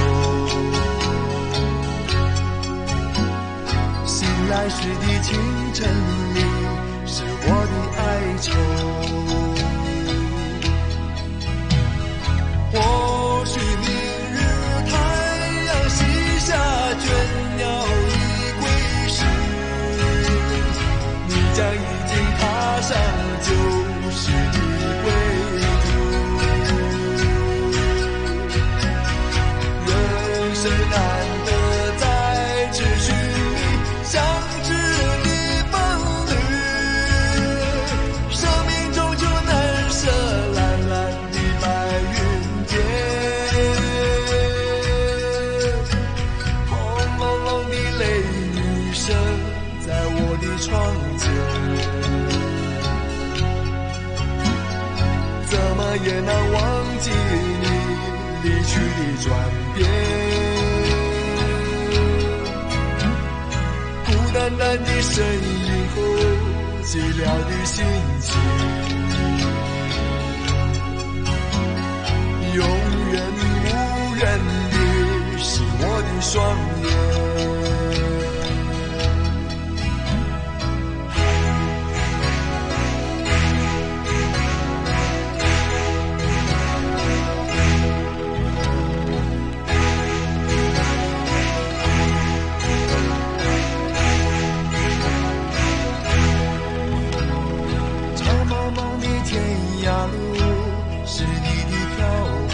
[SPEAKER 16] 醒来时的清晨里，是我的哀愁。或许明日太阳西下，倦鸟已归时，你将已经踏上旧时的归途。人生难得再次寻觅相知的伴侣，生命中就难声在我的窗前，怎么也难忘记你离去的转变。孤单单的身影和寂寥的心情，永远无人的是我的双眼。长茫茫的天涯路，是你的漂泊。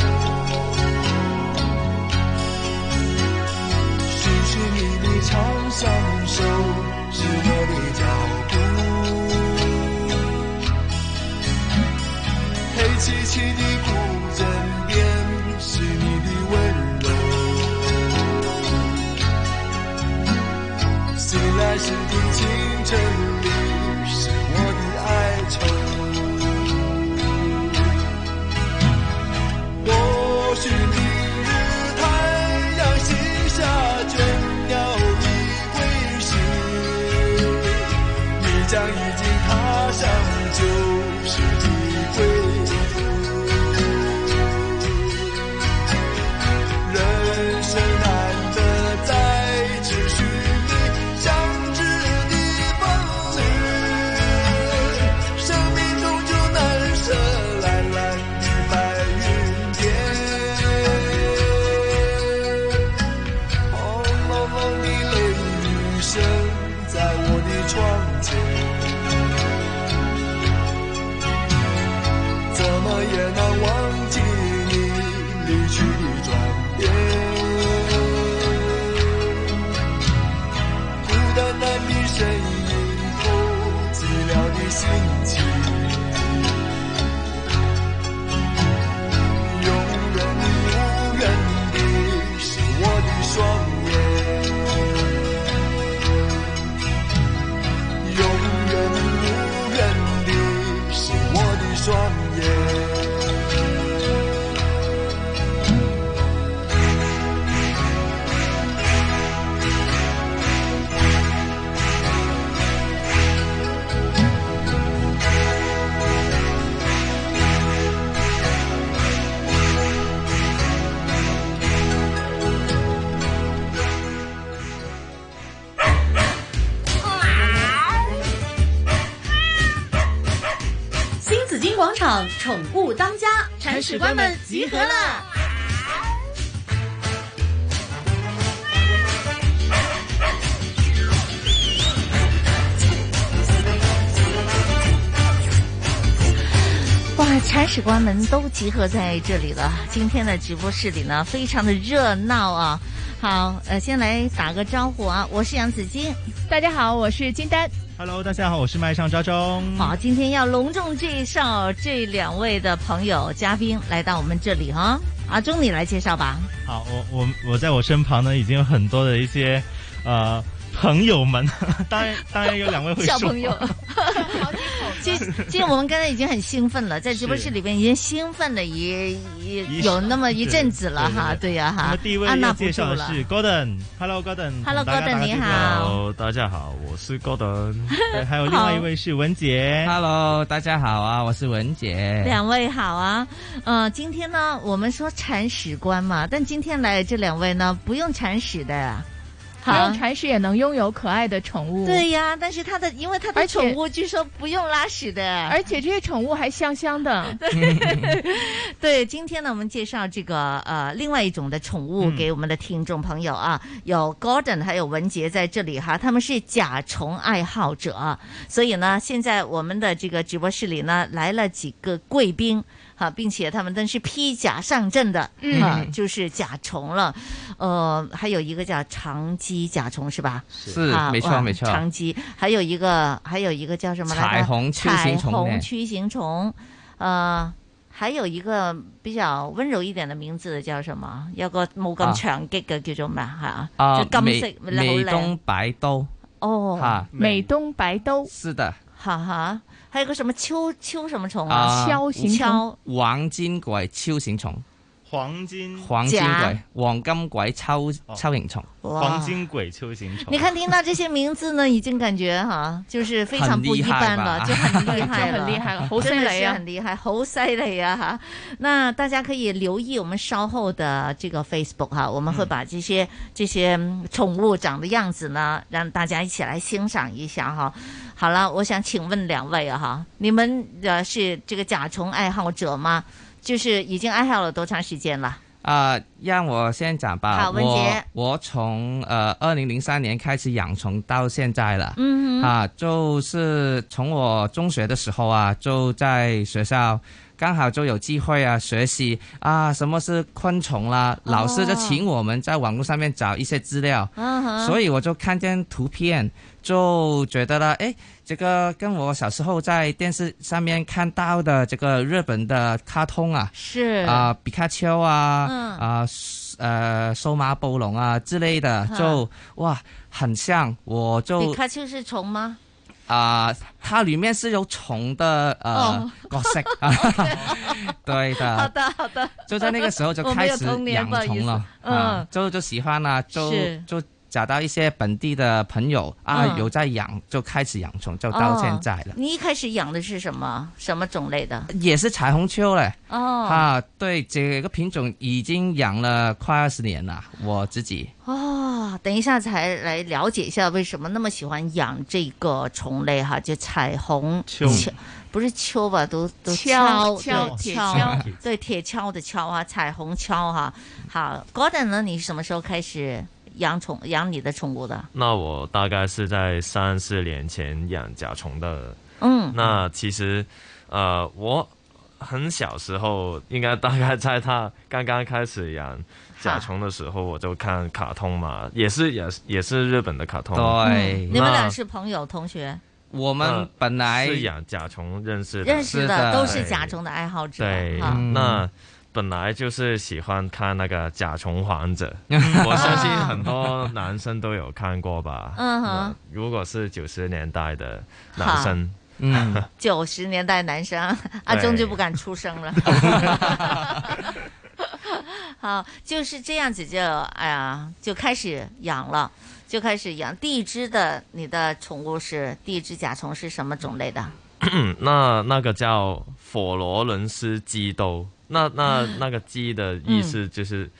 [SPEAKER 16] 寻寻觅觅长相守，是我的脚步。黑漆漆的古镇边，是你的温柔。醒来时的清晨里，是我的哀愁。或许明日太阳西下，倦鸟已归时，你将已经踏上旧时的归途。人生难得再次寻觅相知的伴侣，生命中就难舍蓝蓝的白云天，轰隆隆的雷雨声在我的窗前，怎么也难忘记你。离去的转变。孤单单的身影后，寂寥的心情，永远无人的是我的双眼，永远无人的是我的双眼。
[SPEAKER 8] 新紫金广场宠物当家，铲屎官们集合了。
[SPEAKER 3] 哇，铲屎官们都集合在这里了。今天的直播室里呢，非常的热闹啊。好，呃，先来打个招呼啊，我是杨子金。
[SPEAKER 4] 大家好，我是金丹。
[SPEAKER 5] Hello，大家好，我是麦上昭昭。
[SPEAKER 3] 好，今天要隆重介绍这两位的朋友嘉宾来到我们这里哈。阿忠，你来介绍吧。
[SPEAKER 5] 好，我我我在我身旁呢，已经有很多的一些呃朋友们， *laughs* 当然当然有两位会
[SPEAKER 3] 小
[SPEAKER 5] 说
[SPEAKER 4] *laughs*
[SPEAKER 3] 朋友，其实其实我们刚才已经很兴奋了，在直播室里边已经兴奋了一一有那么呃一阵子了哈，对呀
[SPEAKER 5] 那
[SPEAKER 3] 哈
[SPEAKER 5] 么第一，位
[SPEAKER 3] 按捺
[SPEAKER 5] 要
[SPEAKER 3] 不
[SPEAKER 5] 介
[SPEAKER 3] 住
[SPEAKER 5] 绍的
[SPEAKER 3] 了。
[SPEAKER 5] 是 Gordon。Hello，Gordon。
[SPEAKER 3] Hello，
[SPEAKER 5] 大家
[SPEAKER 3] Gordon，
[SPEAKER 5] 打个
[SPEAKER 3] 你
[SPEAKER 5] 招呼
[SPEAKER 3] 好。
[SPEAKER 17] 大家好，我是 Gordon。
[SPEAKER 3] *laughs*
[SPEAKER 5] 对，还有另外一位是文杰。
[SPEAKER 17] Hello，大家好啊，我是文
[SPEAKER 5] 哎
[SPEAKER 17] 杰。
[SPEAKER 3] 两位好啊，呃，今天呢，我们说铲屎官嘛，但今天来这两位呢，不用铲屎的，
[SPEAKER 4] 不
[SPEAKER 3] 好
[SPEAKER 4] 用铲屎也能拥有可爱的宠物。
[SPEAKER 3] 对呀，但是他的因为他的
[SPEAKER 4] 而且
[SPEAKER 3] 宠物据说不用拉屎的，
[SPEAKER 4] 而且这些宠物还香香
[SPEAKER 3] *laughs*
[SPEAKER 4] 的。
[SPEAKER 3] 对，今天呢，我们介绍这个呃另外一种的宠
[SPEAKER 17] 嗯
[SPEAKER 3] 物给我们的听众朋友啊，有 Gordon 还有文杰在这里哈，他们是甲虫爱好者，所以呢，现在我们的这个直播室里呢来了几个贵宾。哈，并且他们都是披甲上阵的，
[SPEAKER 18] 嗯
[SPEAKER 3] 啊，就是甲虫了，呃，还有一个叫长棘甲虫是吧？
[SPEAKER 17] 是
[SPEAKER 3] 啊
[SPEAKER 17] 没错
[SPEAKER 3] 哇
[SPEAKER 17] 没错
[SPEAKER 3] 长棘，还有一个还有一个叫什么来着？
[SPEAKER 17] 彩虹曲形虫
[SPEAKER 3] 彩虹
[SPEAKER 17] 呢
[SPEAKER 3] 曲形虫，呃，还有一個比較温柔一點嘅名字叫什麼？有個冇咁長激嘅叫做咩嚇？
[SPEAKER 17] 啊
[SPEAKER 3] 就，金
[SPEAKER 17] 美
[SPEAKER 3] 色，你好
[SPEAKER 17] 美
[SPEAKER 3] 靚
[SPEAKER 17] 东白兜。
[SPEAKER 3] 哦，
[SPEAKER 17] 哈
[SPEAKER 4] 美东白兜，
[SPEAKER 17] 是的，
[SPEAKER 3] 哈哈，还有个什么秋秋什么虫
[SPEAKER 17] 啊
[SPEAKER 3] 啊？锹，
[SPEAKER 17] 黃尖貴超形蟲，
[SPEAKER 5] 黄金
[SPEAKER 17] 黃尖貴黃金貴秋秋形蟲，
[SPEAKER 3] 哇黃
[SPEAKER 5] 金貴秋形
[SPEAKER 17] *laughs*
[SPEAKER 5] 蟲
[SPEAKER 3] 你看，听到这些名字呢，已经感觉哈、就是非常不一般了，
[SPEAKER 17] 很
[SPEAKER 3] 就
[SPEAKER 17] 厉害吧
[SPEAKER 3] 很厉害
[SPEAKER 4] *laughs* 就很厉害了
[SPEAKER 3] 了，*laughs*
[SPEAKER 4] 好犀
[SPEAKER 3] 真
[SPEAKER 4] 利啊
[SPEAKER 3] 的是很厉害，好犀利啊哈！那大家可以留意我们稍后的这个 Facebook 哈，我们会把这些、这些嗯宠物长的样子呢，让大家一起来欣赏一下哈。好了，我想请问两位啊哈，你们呃是这个甲虫爱好者吗？就是已经爱好了多长时间了？
[SPEAKER 17] 啊，让我先讲吧。
[SPEAKER 3] 好文
[SPEAKER 17] 我
[SPEAKER 3] 杰
[SPEAKER 17] 我从呃二零零三年开始养虫到现在了。
[SPEAKER 3] 嗯哼
[SPEAKER 17] 啊，就是从我中学的时候啊，就在学校。刚好就有机会啊，学习啊，什么是昆虫啦？
[SPEAKER 18] 哦
[SPEAKER 17] 老师就请我们在网络上面找一些资料，
[SPEAKER 18] 嗯哼
[SPEAKER 17] 所以我就看见图片，就觉得呢，哎，这个跟我小时候在电视上面看到的这个日本的卡通啊，
[SPEAKER 3] 是
[SPEAKER 17] 啊、比卡丘啊，
[SPEAKER 3] 嗯
[SPEAKER 17] 啊、数呃，数码暴龙啊之类的，
[SPEAKER 3] 哈
[SPEAKER 17] 就哇，很像，我
[SPEAKER 3] 比
[SPEAKER 17] 就
[SPEAKER 3] 卡丘是虫吗？
[SPEAKER 17] 啊、它里面是有虫的呃、
[SPEAKER 3] 哦 *laughs*
[SPEAKER 17] 角色啊，对的，
[SPEAKER 3] 好的，好的。
[SPEAKER 17] 就在那个时候就
[SPEAKER 3] 我没
[SPEAKER 17] 开
[SPEAKER 3] 有
[SPEAKER 17] 始
[SPEAKER 3] 童年
[SPEAKER 17] 养
[SPEAKER 3] 不好意
[SPEAKER 17] 虫
[SPEAKER 3] 思
[SPEAKER 17] 了，啊
[SPEAKER 3] 嗯，
[SPEAKER 17] 就就喜欢啦、就是就找到一些本地的朋友啊，
[SPEAKER 3] 嗯
[SPEAKER 17] 有在养，就开始养虫，就到现在了嗯
[SPEAKER 3] 哦。你一开始养的是什么什么种类的？
[SPEAKER 17] 也是彩虹秋嘞。
[SPEAKER 3] 哦
[SPEAKER 17] 啊，对，这个品种已经养了快二十年了，我自己。
[SPEAKER 3] 哦，等一下才来了解一下为什么那么喜欢养这个虫类哈，就彩虹
[SPEAKER 17] 秋
[SPEAKER 3] 不是秋吧，都都
[SPEAKER 4] 敲
[SPEAKER 3] 敲
[SPEAKER 4] 敲
[SPEAKER 3] 对
[SPEAKER 4] 铁
[SPEAKER 3] 敲
[SPEAKER 4] 锹
[SPEAKER 3] 对铁锹的锹啊，彩虹锹哈、好，Gordon 呢？你是什么时候开始养宠养你的宠物的？
[SPEAKER 21] 那我大概是在三四年前养甲虫的。
[SPEAKER 3] 嗯
[SPEAKER 21] 那其实，呃，我很小时候，应该大概在他刚刚开始养甲虫的时候，我就看卡通嘛，也是也是也是日本的卡通。
[SPEAKER 17] 对
[SPEAKER 3] 嗯你们俩是朋友同学，
[SPEAKER 17] 我们本来
[SPEAKER 21] 是嗯养甲虫认识的，
[SPEAKER 3] 认识的都是甲虫的爱好者
[SPEAKER 21] 对，
[SPEAKER 3] 哈。
[SPEAKER 21] 那本来就是喜欢看那个《甲虫
[SPEAKER 17] *laughs*
[SPEAKER 21] 王者》，我相信很多男生都有看过吧。
[SPEAKER 3] 嗯哼
[SPEAKER 21] 那如果是九十年代的男生，
[SPEAKER 17] 嗯，
[SPEAKER 3] 九十年代男生，阿忠就不敢出声
[SPEAKER 17] *laughs*
[SPEAKER 3] 了。好，就是这样子就哎呀，就开始养了，就开始养。第一只的你的宠物是第一只甲虫是什么种类的？
[SPEAKER 21] *coughs* 那那个叫佛罗伦斯鸡兜，那那那个鸡的意
[SPEAKER 3] 嗯
[SPEAKER 21] 思就是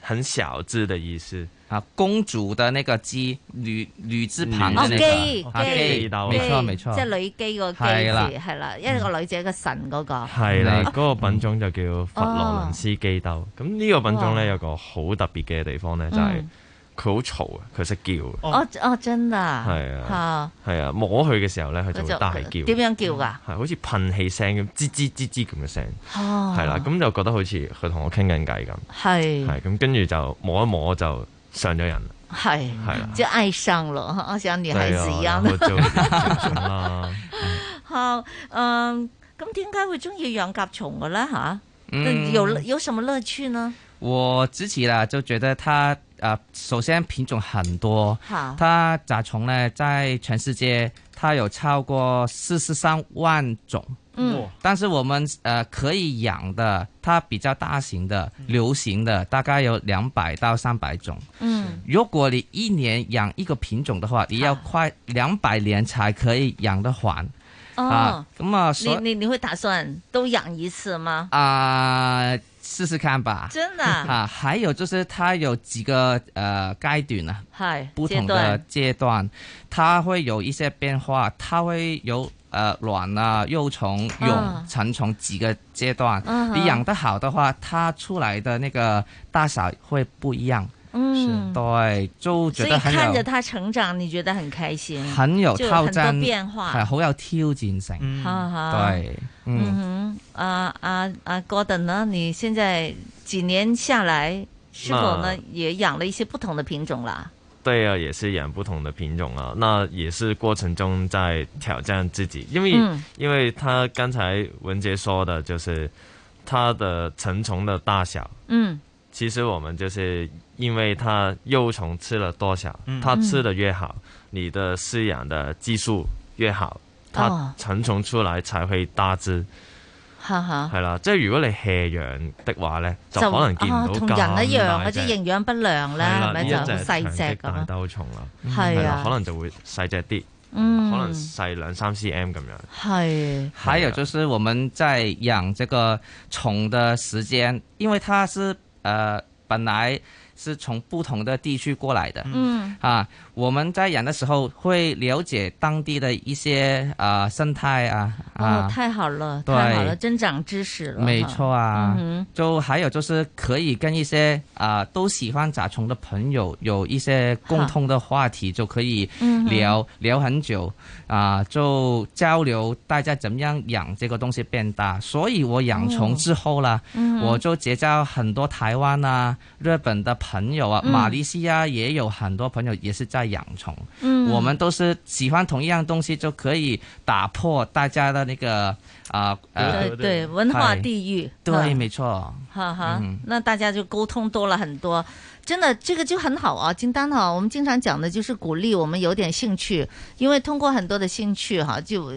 [SPEAKER 21] 很小只的意思。
[SPEAKER 17] 啊，公主的那个鸡，女女字旁
[SPEAKER 3] 哦
[SPEAKER 17] 的，那
[SPEAKER 3] 基
[SPEAKER 17] 个，啊
[SPEAKER 21] 基
[SPEAKER 17] 没
[SPEAKER 21] 基
[SPEAKER 17] 错没错，
[SPEAKER 3] 即係女基個基
[SPEAKER 21] 係啦
[SPEAKER 3] 字，係啦，一個女仔個神嗰個。
[SPEAKER 21] 係啦，
[SPEAKER 17] 嗯
[SPEAKER 3] 哦
[SPEAKER 21] 嗰個品種就叫佛羅倫斯基兜。咁呢個品種
[SPEAKER 3] 嗯哇
[SPEAKER 21] 咧有個好特別嘅地方咧，就係
[SPEAKER 3] 嗯
[SPEAKER 21] 佢好嘈啊，佢識叫。
[SPEAKER 3] 哦哦，真的啊。
[SPEAKER 21] 係啊
[SPEAKER 3] 嚇，
[SPEAKER 21] 係啊，摸佢嘅時候咧，佢就會大叫。啊
[SPEAKER 3] 佢就點樣叫㗎？
[SPEAKER 21] 係好似噴氣聲咁，吱吱吱吱咁嘅聲。
[SPEAKER 17] 嗯
[SPEAKER 3] 哦
[SPEAKER 21] 係啦，咁就覺得好似佢同我傾緊偈咁。
[SPEAKER 3] 係
[SPEAKER 21] 係咁，跟住就摸一摸就上咗人啦。
[SPEAKER 3] 係
[SPEAKER 21] 係啦
[SPEAKER 3] 就愛上了，哈像女孩子一樣
[SPEAKER 17] 哎
[SPEAKER 21] 對啊然後就接種啦。
[SPEAKER 3] *laughs* 好，嗯，咁點解會中意養甲蟲嘅咧？吓、
[SPEAKER 17] 嗯
[SPEAKER 3] 有有什麼樂趣呢？
[SPEAKER 17] 我自己啦就觉得它呃，首先品种很多
[SPEAKER 3] 好，
[SPEAKER 17] 它甲虫呢在全世界它有超过四十三万种。
[SPEAKER 3] 嗯哇
[SPEAKER 17] 但是我们呃可以养的，它比较大型的、
[SPEAKER 21] 嗯
[SPEAKER 17] 流行的，大概有两百到三百种。
[SPEAKER 3] 嗯，
[SPEAKER 17] 如果你一年养一个品种的话，你要快两百年才可以养得完。
[SPEAKER 3] 啊哦
[SPEAKER 17] 啊，，咁啊，
[SPEAKER 3] 你
[SPEAKER 17] 所
[SPEAKER 3] 你你會打算都養一次嗎？
[SPEAKER 17] 啊，试试看吧。
[SPEAKER 3] 真的啊
[SPEAKER 17] 啊，还有就是它有几个呃阶段啊，
[SPEAKER 3] 係
[SPEAKER 17] 不
[SPEAKER 3] 階
[SPEAKER 17] 同的
[SPEAKER 3] 段
[SPEAKER 17] 阶段，它会有一些变化，它会有呃卵啊、幼虫、
[SPEAKER 3] 嗯
[SPEAKER 17] 蛹、成虫几个阶段。
[SPEAKER 3] 嗯哼
[SPEAKER 17] 你养得好的话，它出来的那个大小会不一样。
[SPEAKER 3] 嗯，
[SPEAKER 17] 对，就觉
[SPEAKER 3] 所以
[SPEAKER 17] 得很
[SPEAKER 3] 看着
[SPEAKER 17] 有
[SPEAKER 3] 它成長，你覺得很開心，
[SPEAKER 17] 很有
[SPEAKER 3] 就
[SPEAKER 17] 挑
[SPEAKER 3] 很
[SPEAKER 17] 战，
[SPEAKER 3] 多變化，
[SPEAKER 17] 系好有挑战性。
[SPEAKER 21] 嗯
[SPEAKER 3] 哈哈
[SPEAKER 17] 对，嗯
[SPEAKER 3] 嗯哼，啊啊啊，Gordon 呢？你现在几年下来，是否呢
[SPEAKER 21] 那
[SPEAKER 3] 也养了一些不同的品种啦？
[SPEAKER 21] 对啊，也是养不同的品种啊。那也是过程中在挑战自己，因为、
[SPEAKER 3] 嗯
[SPEAKER 21] 因为他刚才文杰说的，就是它的成虫的大小
[SPEAKER 3] 嗯
[SPEAKER 21] 其实我们就是因为它幼虫吃了多少，
[SPEAKER 5] 嗯
[SPEAKER 21] 它吃的越好，你的饲养的技术越好，
[SPEAKER 3] 哦
[SPEAKER 21] 它成虫出来才会大只。
[SPEAKER 3] 哈哈
[SPEAKER 21] 系。啦，即係如果你 hea 養的話咧，就可能見
[SPEAKER 3] 啊
[SPEAKER 21] 唔
[SPEAKER 3] 同
[SPEAKER 21] 到
[SPEAKER 3] 人
[SPEAKER 21] 咁
[SPEAKER 3] 一樣嗰
[SPEAKER 21] 大隻
[SPEAKER 3] 啲營養不良
[SPEAKER 21] 係
[SPEAKER 3] 咧，
[SPEAKER 21] 啦
[SPEAKER 3] 係咪
[SPEAKER 21] 呢一
[SPEAKER 3] 就好
[SPEAKER 21] 隻
[SPEAKER 3] 細隻
[SPEAKER 21] 長棘大
[SPEAKER 3] 咁。
[SPEAKER 21] 兜蟲啦，
[SPEAKER 3] 係啊
[SPEAKER 21] 係啦可能就會細隻啲，
[SPEAKER 3] 嗯
[SPEAKER 21] 可能細兩三 cm 咁樣。
[SPEAKER 3] 係
[SPEAKER 17] 还有啊就是我们在养这个虫的时间，因为它是呃本来是从不同的地区过来的，
[SPEAKER 16] 嗯
[SPEAKER 17] 啊，我们在养的时候会了解当地的一些呃生态啊啊、
[SPEAKER 3] 哦，太好了，
[SPEAKER 17] 对
[SPEAKER 3] 太好了，增长知识了。
[SPEAKER 17] 没
[SPEAKER 3] 哈
[SPEAKER 17] 错啊，
[SPEAKER 3] 嗯
[SPEAKER 17] 就还有就是可以跟一些啊、都喜欢甲虫的朋友有一些共通的话题，就可以
[SPEAKER 3] 嗯哼
[SPEAKER 17] 聊、聊很久啊、就交流大家怎么样养这个东西变大。所以我养
[SPEAKER 3] 哦
[SPEAKER 17] 虫之后啦，
[SPEAKER 18] 嗯
[SPEAKER 17] 我就结交很多台湾啊、日本的朋友啊，
[SPEAKER 18] 嗯
[SPEAKER 17] 马来西亚也有很多朋友也是在养虫。
[SPEAKER 18] 嗯
[SPEAKER 17] 我们都是喜欢同一样东西，就可以打破大家的那个啊呃
[SPEAKER 3] 对对，文化
[SPEAKER 17] 哎
[SPEAKER 3] 地域。
[SPEAKER 17] 对，
[SPEAKER 3] 嗯
[SPEAKER 17] 没错。
[SPEAKER 3] 哈哈
[SPEAKER 17] 嗯，
[SPEAKER 3] 那大家就沟通多了很多，真的这个就很好啊。金丹哈，我们经常讲的就是鼓励我们有点兴趣，因为通过很多的兴趣哈，就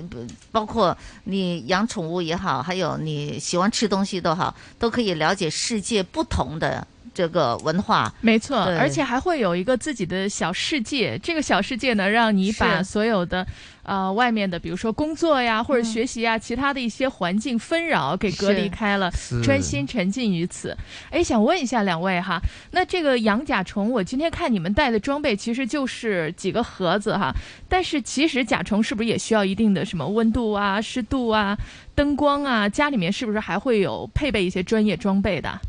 [SPEAKER 3] 包括你养宠物也好，还有你喜欢吃东西都好，都可以了解世界不同的这个文化。
[SPEAKER 4] 没错，
[SPEAKER 3] 对
[SPEAKER 4] 而且还会有一个自己的小世界。这个小世界呢，让你把
[SPEAKER 3] 是
[SPEAKER 4] 所有的呃外面的，比如说工作呀或者学习呀、其他的一些环境纷扰给隔离
[SPEAKER 3] 嗯是
[SPEAKER 4] 开了
[SPEAKER 3] 是，
[SPEAKER 4] 专心沉浸于此。哎，想问一下两位哈，那这个养甲虫，我今天看你们带的装备其实就是几个盒子哈，但是其实甲虫是不是也需要一定的什么温度啊、湿度啊、灯光啊？家里面是不是还会有配备一些专业装备的？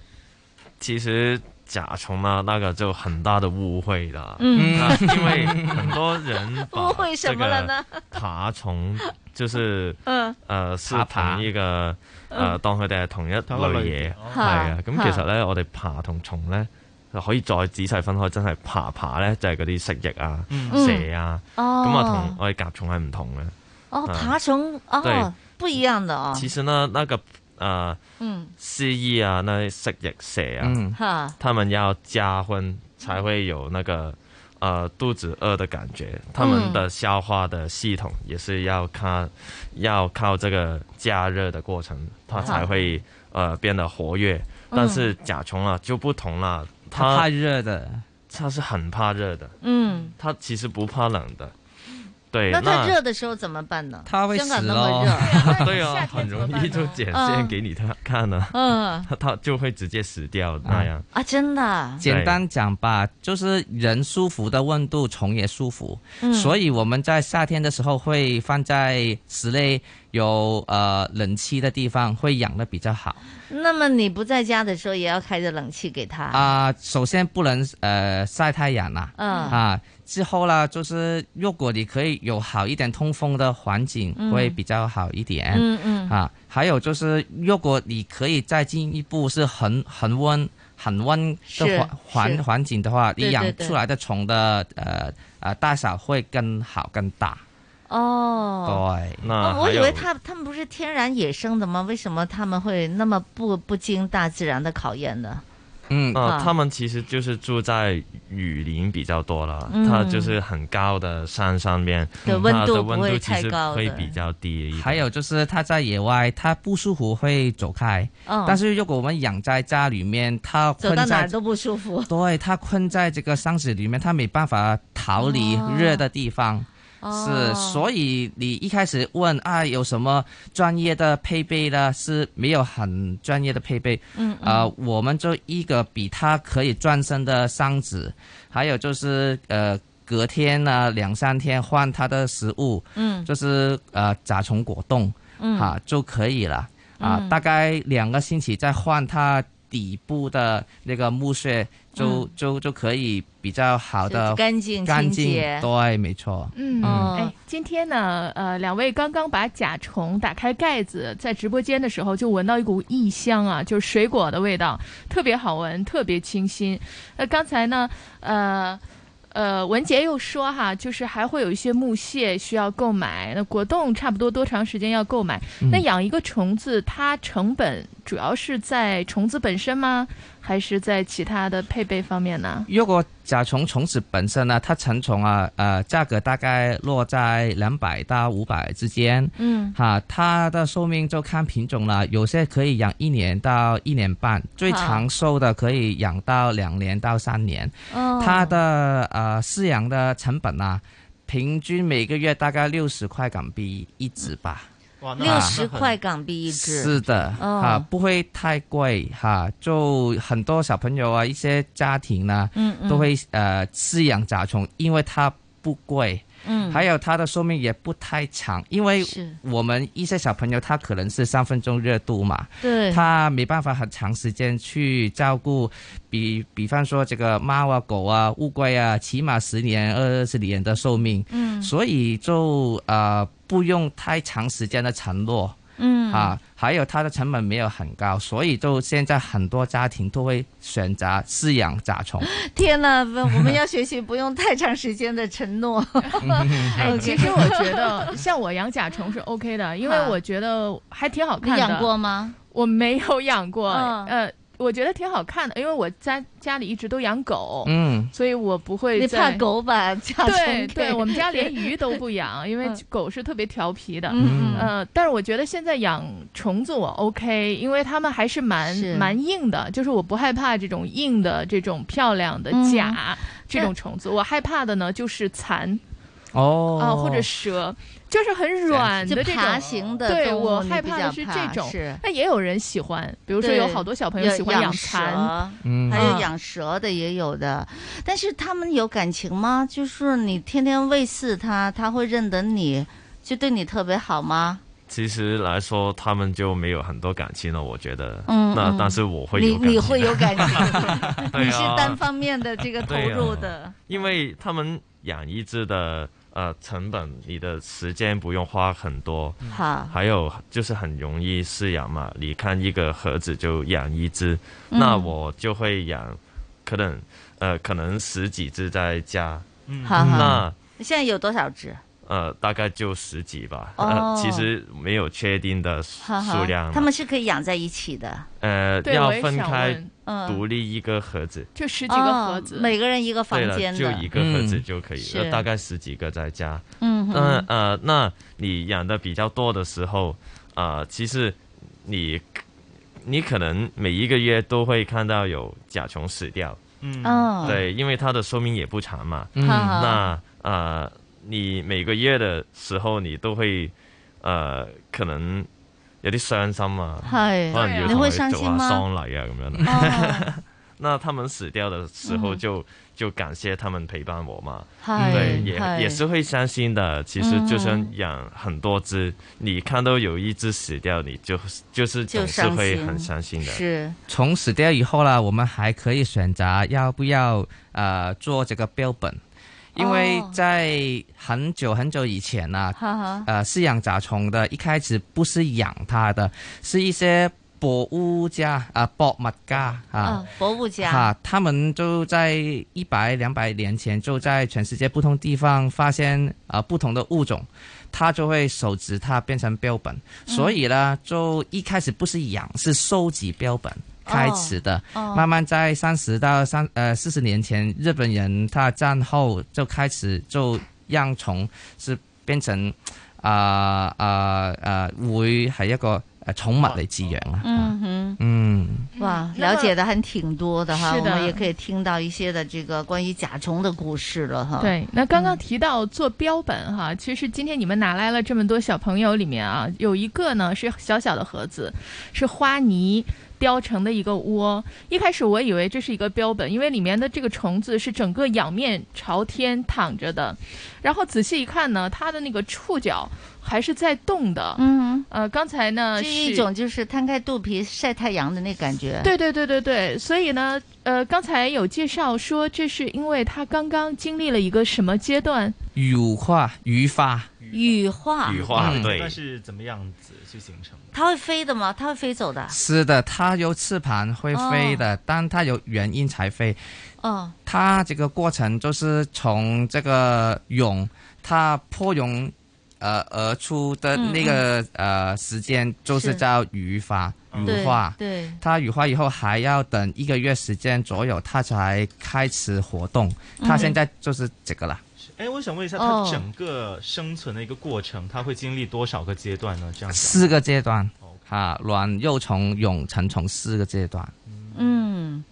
[SPEAKER 21] 其实甲虫呢，那个就很大的误会了。
[SPEAKER 4] 嗯
[SPEAKER 21] 那因为很多人把
[SPEAKER 3] 误会什么了呢
[SPEAKER 21] 这个爬虫就是
[SPEAKER 3] *laughs* 嗯
[SPEAKER 21] 呃是
[SPEAKER 17] 爬爬
[SPEAKER 21] 同一個
[SPEAKER 3] 嗯
[SPEAKER 21] 誒當佢哋係同一
[SPEAKER 17] 同一類
[SPEAKER 21] 類嘢
[SPEAKER 17] 別哦
[SPEAKER 21] 係啊。咁
[SPEAKER 17] 嚇
[SPEAKER 21] 其實咧，我哋爬同蟲咧。就可以再仔細分開，真係爬爬咧就係嗰啲蜥蜴啊、
[SPEAKER 3] 嗯
[SPEAKER 21] 蛇啊，
[SPEAKER 3] 嗯
[SPEAKER 21] 咁啊
[SPEAKER 3] 哦
[SPEAKER 21] 同我哋甲蟲係唔同嘅。
[SPEAKER 3] 哦，
[SPEAKER 21] 啊
[SPEAKER 3] 爬虫
[SPEAKER 21] 对
[SPEAKER 3] 哦，不一样的哦。
[SPEAKER 21] 其實呢，那個呃，
[SPEAKER 3] 嗯，
[SPEAKER 21] 蜥蜴啊，那蜥蜴蛇啊，
[SPEAKER 3] 嗯哈
[SPEAKER 21] 他们要加荤才会有那个呃肚子饿的感觉，他们的消化的系统也是要靠要靠这个加热的过程，它才会呃变得活跃。
[SPEAKER 3] 嗯
[SPEAKER 21] 但是甲虫啊就不同了，
[SPEAKER 17] 它
[SPEAKER 21] 它
[SPEAKER 17] 怕热的，
[SPEAKER 21] 它是很怕热的，
[SPEAKER 3] 嗯，
[SPEAKER 21] 它其实不怕冷的。对，
[SPEAKER 3] 那
[SPEAKER 21] 那
[SPEAKER 3] 它热的时候怎么办呢？
[SPEAKER 17] 它会
[SPEAKER 3] 香港
[SPEAKER 21] 死
[SPEAKER 3] 那
[SPEAKER 21] 咯
[SPEAKER 3] 么热，
[SPEAKER 21] *laughs* 对啊，很容易就剪线给你看看啊，
[SPEAKER 3] 嗯
[SPEAKER 21] 它它就会直接死掉那样。
[SPEAKER 3] 啊，真的啊。
[SPEAKER 17] 简单讲吧，就是人舒服的温度，虫也舒服。
[SPEAKER 3] 嗯
[SPEAKER 17] 所以我们在夏天的时候会放在室内有呃冷气的地方，会养的比较好。
[SPEAKER 3] 那么你不在家的时候，也要开着冷气给他。
[SPEAKER 17] 啊、首先不能呃晒太阳啦，
[SPEAKER 3] 嗯
[SPEAKER 17] 啊，之后啦，就是如果你可以有好一点通风的环境，
[SPEAKER 18] 嗯
[SPEAKER 17] 会比较好一点，
[SPEAKER 18] 嗯嗯
[SPEAKER 17] 啊，还有就是如果你可以再进一步是恒恒温。恒温
[SPEAKER 18] 是
[SPEAKER 17] 的环
[SPEAKER 18] 是
[SPEAKER 17] 环环境的话，
[SPEAKER 3] 对
[SPEAKER 17] 你
[SPEAKER 3] 对
[SPEAKER 17] 养
[SPEAKER 3] 对
[SPEAKER 17] 出来的虫的呃呃大小会更好更大。
[SPEAKER 3] 哦，
[SPEAKER 17] 对，
[SPEAKER 3] 哦我以为他他们不是天然野生的吗？为什么他们会那么不不经大自然的考验呢？
[SPEAKER 17] 嗯
[SPEAKER 21] 啊、
[SPEAKER 3] 啊
[SPEAKER 21] 他们其实就是住在雨林比较多了，
[SPEAKER 3] 嗯
[SPEAKER 21] 它就是很高的山上面，
[SPEAKER 3] 对
[SPEAKER 21] 它
[SPEAKER 3] 温度
[SPEAKER 21] 的
[SPEAKER 3] 不
[SPEAKER 21] 温
[SPEAKER 3] 会
[SPEAKER 21] 度其
[SPEAKER 3] 太
[SPEAKER 21] 实
[SPEAKER 3] 高
[SPEAKER 21] 会
[SPEAKER 3] 的
[SPEAKER 21] 比较低一点。
[SPEAKER 17] 还有就是它在野外，它不舒服会走开。
[SPEAKER 3] 嗯
[SPEAKER 17] 但是如果我们养在家里面，它
[SPEAKER 3] 走
[SPEAKER 17] 困
[SPEAKER 3] 到哪
[SPEAKER 17] 在
[SPEAKER 3] 儿都不舒服。
[SPEAKER 17] *laughs* 对它困在这个箱子里面，它没办法逃离
[SPEAKER 3] 哦
[SPEAKER 17] 热的地方。
[SPEAKER 3] 哦
[SPEAKER 17] 是，所以你一开始问啊，有什么专业的配备呢？是没有很专业的配备。
[SPEAKER 18] 嗯嗯
[SPEAKER 17] 呃，我们就一个比它可以转身的箱子，还有就是呃，隔天呢、两三天换它的食物，
[SPEAKER 18] 嗯
[SPEAKER 17] 就是呃甲虫果冻，
[SPEAKER 18] 嗯
[SPEAKER 17] 哈、就可以了啊、
[SPEAKER 18] 嗯
[SPEAKER 17] 大概两个星期再换它底部的那个木屑，就、
[SPEAKER 3] 嗯
[SPEAKER 17] 就就可以比较好的
[SPEAKER 3] 就干净
[SPEAKER 17] 干
[SPEAKER 3] 清
[SPEAKER 17] 净
[SPEAKER 3] 洁，
[SPEAKER 17] 对，没错，
[SPEAKER 4] 嗯，哎，今天呢，呃，两位刚刚把甲虫打开盖子，在直播间的时候就闻到一股异香啊，就是水果的味道，特别好闻，特别清新。那、刚才呢，呃。呃，文杰又说哈，就是还会有一些木屑需要购买，那果冻差不多多长时间要购买？
[SPEAKER 18] 嗯
[SPEAKER 4] 那养一个虫子，它成本主要是在虫子本身吗？还是在其他的配备方面呢？
[SPEAKER 17] 如果甲虫虫子本身呢，它成虫啊，呃，价格大概落在两百到五百之间。
[SPEAKER 4] 嗯
[SPEAKER 17] 哈，它的寿命就看品种了，有些可以养一年到一年半，最长寿的可以养到两年到三年。
[SPEAKER 4] 哦
[SPEAKER 17] 它的呃饲养的成本啊，平均每个月大概六十块港币一只吧。
[SPEAKER 5] 哇
[SPEAKER 3] 六十块港币一只，
[SPEAKER 17] 是的，
[SPEAKER 3] 哦
[SPEAKER 17] 啊，不会太贵哈、就很多小朋友啊，一些家庭呢，
[SPEAKER 3] 嗯嗯
[SPEAKER 17] 都会呃饲养甲虫，因为它不贵。
[SPEAKER 3] 嗯
[SPEAKER 17] 还有它的寿命也不太长，因为
[SPEAKER 3] 是
[SPEAKER 17] 我们一些小朋友他可能是三分钟热度嘛，
[SPEAKER 3] 对
[SPEAKER 17] 他没办法很长时间去照顾，比比方说这个猫啊、狗啊、乌龟啊，起码十年、二十年的寿命，
[SPEAKER 16] 嗯
[SPEAKER 17] 所以就呃不用太长时间的承诺，
[SPEAKER 16] 嗯
[SPEAKER 17] 啊，还有它的成本没有很高，所以就现在很多家庭都会选择饲养甲虫。
[SPEAKER 3] 天呐，不我们要学习不用太长时间的
[SPEAKER 4] *laughs*
[SPEAKER 3] 承诺。
[SPEAKER 17] 嗯
[SPEAKER 4] 哎，其实我觉
[SPEAKER 17] *laughs*
[SPEAKER 4] 得像我养甲虫是 OK 的，因为我觉得还挺好看的。
[SPEAKER 3] 你养过吗？
[SPEAKER 4] 我没有养过，
[SPEAKER 3] 嗯
[SPEAKER 4] 呃，我觉得挺好看的，因为我家家里一直都养狗，
[SPEAKER 17] 嗯
[SPEAKER 4] 所以我不会
[SPEAKER 3] 你
[SPEAKER 4] 再。
[SPEAKER 3] 怕狗把甲虫
[SPEAKER 4] 对
[SPEAKER 3] 给
[SPEAKER 4] 对，我们家
[SPEAKER 3] *laughs*
[SPEAKER 4] 连鱼都不养，因为
[SPEAKER 3] 嗯
[SPEAKER 4] 狗是特别调皮的。
[SPEAKER 3] 嗯嗯
[SPEAKER 4] 呃，但是我觉得现在养虫子我 OK，因为它们还是蛮
[SPEAKER 3] 是
[SPEAKER 4] 蛮硬的，就是我不害怕这种硬的、这种漂亮的
[SPEAKER 3] 嗯
[SPEAKER 4] 甲、这种虫子，我害怕的呢就是蚕。
[SPEAKER 17] 哦
[SPEAKER 4] 啊、或者蛇，就是很软的
[SPEAKER 3] 就
[SPEAKER 4] 这种
[SPEAKER 3] 爬行的
[SPEAKER 4] 对
[SPEAKER 3] 动物
[SPEAKER 4] 我
[SPEAKER 3] 你
[SPEAKER 4] 害
[SPEAKER 3] 比
[SPEAKER 4] 怕
[SPEAKER 3] 较
[SPEAKER 4] 的是这
[SPEAKER 3] 怕
[SPEAKER 4] 种
[SPEAKER 3] 是，
[SPEAKER 4] 但也有人喜欢，比如说有
[SPEAKER 3] 对
[SPEAKER 4] 好多小朋友喜欢
[SPEAKER 3] 养
[SPEAKER 4] 蚕
[SPEAKER 3] 蛇，
[SPEAKER 4] 嗯
[SPEAKER 3] 还有
[SPEAKER 4] 啊
[SPEAKER 3] 养蛇的也有的，但是他们有感情吗？就是你天天喂饲它，它会认得你，就对你特别好吗？
[SPEAKER 21] 其实来说，他们就没有很多感情了，我觉得。
[SPEAKER 3] 嗯
[SPEAKER 21] 那
[SPEAKER 3] 嗯
[SPEAKER 21] 但是我会
[SPEAKER 3] 你
[SPEAKER 21] 有感情
[SPEAKER 3] 你会有感情，
[SPEAKER 21] *laughs* 对
[SPEAKER 3] 你是
[SPEAKER 21] 啊
[SPEAKER 3] 单方面的这个投
[SPEAKER 21] 对呀
[SPEAKER 3] 入的，
[SPEAKER 21] 因为他们养一只的呃成本，你的时间不用花很多，
[SPEAKER 3] 好
[SPEAKER 21] 还有就是很容易饲养嘛。你看一个盒子就养一只，
[SPEAKER 16] 嗯
[SPEAKER 21] 那我就会养，可能呃可能十几只在家，嗯
[SPEAKER 3] 好好
[SPEAKER 21] 那。
[SPEAKER 3] 你现在有多少只？
[SPEAKER 21] 呃，大概就十几吧。
[SPEAKER 3] 哦
[SPEAKER 21] 呃，其实没有确定的数
[SPEAKER 3] 哈哈
[SPEAKER 21] 数量，
[SPEAKER 3] 他们是可以养在一起的，
[SPEAKER 21] 呃
[SPEAKER 3] 对
[SPEAKER 21] 要
[SPEAKER 3] 我也
[SPEAKER 21] 分
[SPEAKER 3] 想
[SPEAKER 21] 开
[SPEAKER 3] 问嗯
[SPEAKER 21] 独立一个盒子，
[SPEAKER 4] 就十
[SPEAKER 3] 几个盒子，每个人一个房
[SPEAKER 21] 对了，
[SPEAKER 3] 间
[SPEAKER 21] 就
[SPEAKER 3] 的，
[SPEAKER 21] 一个盒子就可以
[SPEAKER 3] 嗯，
[SPEAKER 21] 了，
[SPEAKER 3] 是
[SPEAKER 21] 大概十几个在家。
[SPEAKER 3] 嗯哼
[SPEAKER 21] 那呃，那你养的比较多的时候，啊，其实你你可能每一个月都会看到有甲虫死掉。
[SPEAKER 16] 嗯哦
[SPEAKER 21] 对，因为它的寿命也不长嘛。
[SPEAKER 16] 嗯
[SPEAKER 21] 那呃，你每个月的时候，你都会呃，可能有啲傷心啊，
[SPEAKER 3] 係
[SPEAKER 21] 可能要
[SPEAKER 3] 你會
[SPEAKER 21] 同
[SPEAKER 3] 傷
[SPEAKER 21] 佢做
[SPEAKER 3] 心哦嗎
[SPEAKER 21] 下喪禮啊咁樣。 *laughs* 那他們死掉的時候
[SPEAKER 3] 嗯
[SPEAKER 21] 就，就、感謝他們陪伴我嘛。
[SPEAKER 3] 係
[SPEAKER 21] 對，也
[SPEAKER 3] 係
[SPEAKER 21] 也是會傷心的。其實就算養很多隻，你看到有一隻死掉，你就就是
[SPEAKER 3] 就
[SPEAKER 21] 总是
[SPEAKER 3] 傷
[SPEAKER 21] 會
[SPEAKER 3] 心
[SPEAKER 21] 很傷心的。
[SPEAKER 3] 是
[SPEAKER 17] 从死掉以后呢，我们还可以选择要不要呃做这个标本，因为
[SPEAKER 3] 哦
[SPEAKER 17] 在很久很久以前呢、
[SPEAKER 3] 哈哈
[SPEAKER 17] 呃饲养甲虫的一开始不是养它的，是一些博物家啊、博物家啊
[SPEAKER 3] 嗯，。博物家
[SPEAKER 17] 哈，他们就在一百两百年前就在全世界不同地方发现啊、呃不同的物种，他就会手持它变成标本。
[SPEAKER 18] 嗯
[SPEAKER 17] 所以呢，就一开始不是养，是收集标本开始的。
[SPEAKER 18] 哦
[SPEAKER 17] 慢慢在三十到三呃四十年前，日本人他战后就开始就让虫是变成啊啊啊會係一個誒寵物嚟飼養啊。
[SPEAKER 3] 嗯哼。
[SPEAKER 17] 嗯。
[SPEAKER 3] 哇，
[SPEAKER 4] 那
[SPEAKER 3] 了
[SPEAKER 4] 么
[SPEAKER 3] 解的还挺多的哈，
[SPEAKER 4] 是的
[SPEAKER 3] 我们也可以听到一些的这个关于甲虫的故事了哈。嗯
[SPEAKER 4] 对，那刚刚提到做标本哈，其实今天你们拿来了这么多小朋友里面啊，有一个呢是小小的盒子，是花泥雕成的一个窝。一开始我以为这是一个标本，因为里面的这个虫子是整个仰面朝天躺着的，然后仔细一看呢，它的那个触角还是在动的。
[SPEAKER 3] 嗯，
[SPEAKER 4] 呃，刚才呢
[SPEAKER 3] 这一
[SPEAKER 4] 是
[SPEAKER 3] 种就是摊开肚皮晒太阳的那感觉。
[SPEAKER 4] 对对对对对，所以呢，呃，刚才有介绍说，这是因为它刚刚经历了一个什么阶段？
[SPEAKER 17] 羽化、羽化、
[SPEAKER 3] 羽化，
[SPEAKER 17] 羽化
[SPEAKER 5] 嗯
[SPEAKER 17] 对
[SPEAKER 5] 但是怎么样子去形成？
[SPEAKER 3] 它会飞的吗？它会飞走的？
[SPEAKER 17] 是的，它有翅膀会飞的，但它有原因才飞。
[SPEAKER 4] 嗯
[SPEAKER 3] 哦，
[SPEAKER 17] 它这个过程就是从这个蛹，它破蛹呃而出的那个、呃时间，就是
[SPEAKER 4] 是
[SPEAKER 17] 叫羽化，羽
[SPEAKER 4] 对
[SPEAKER 17] 化。
[SPEAKER 4] 对
[SPEAKER 17] 它羽化以后还要等一个月时间左右，它才开始活动。它
[SPEAKER 5] 嗯
[SPEAKER 17] 现在就是这个了。
[SPEAKER 5] 哎，我想问一下，
[SPEAKER 4] 哦
[SPEAKER 5] 它整个生存的一个过程，它会经历多少个阶段呢？这样子
[SPEAKER 17] 四个阶段啊，卵、幼虫、蛹、成虫四个阶段。
[SPEAKER 3] 嗯，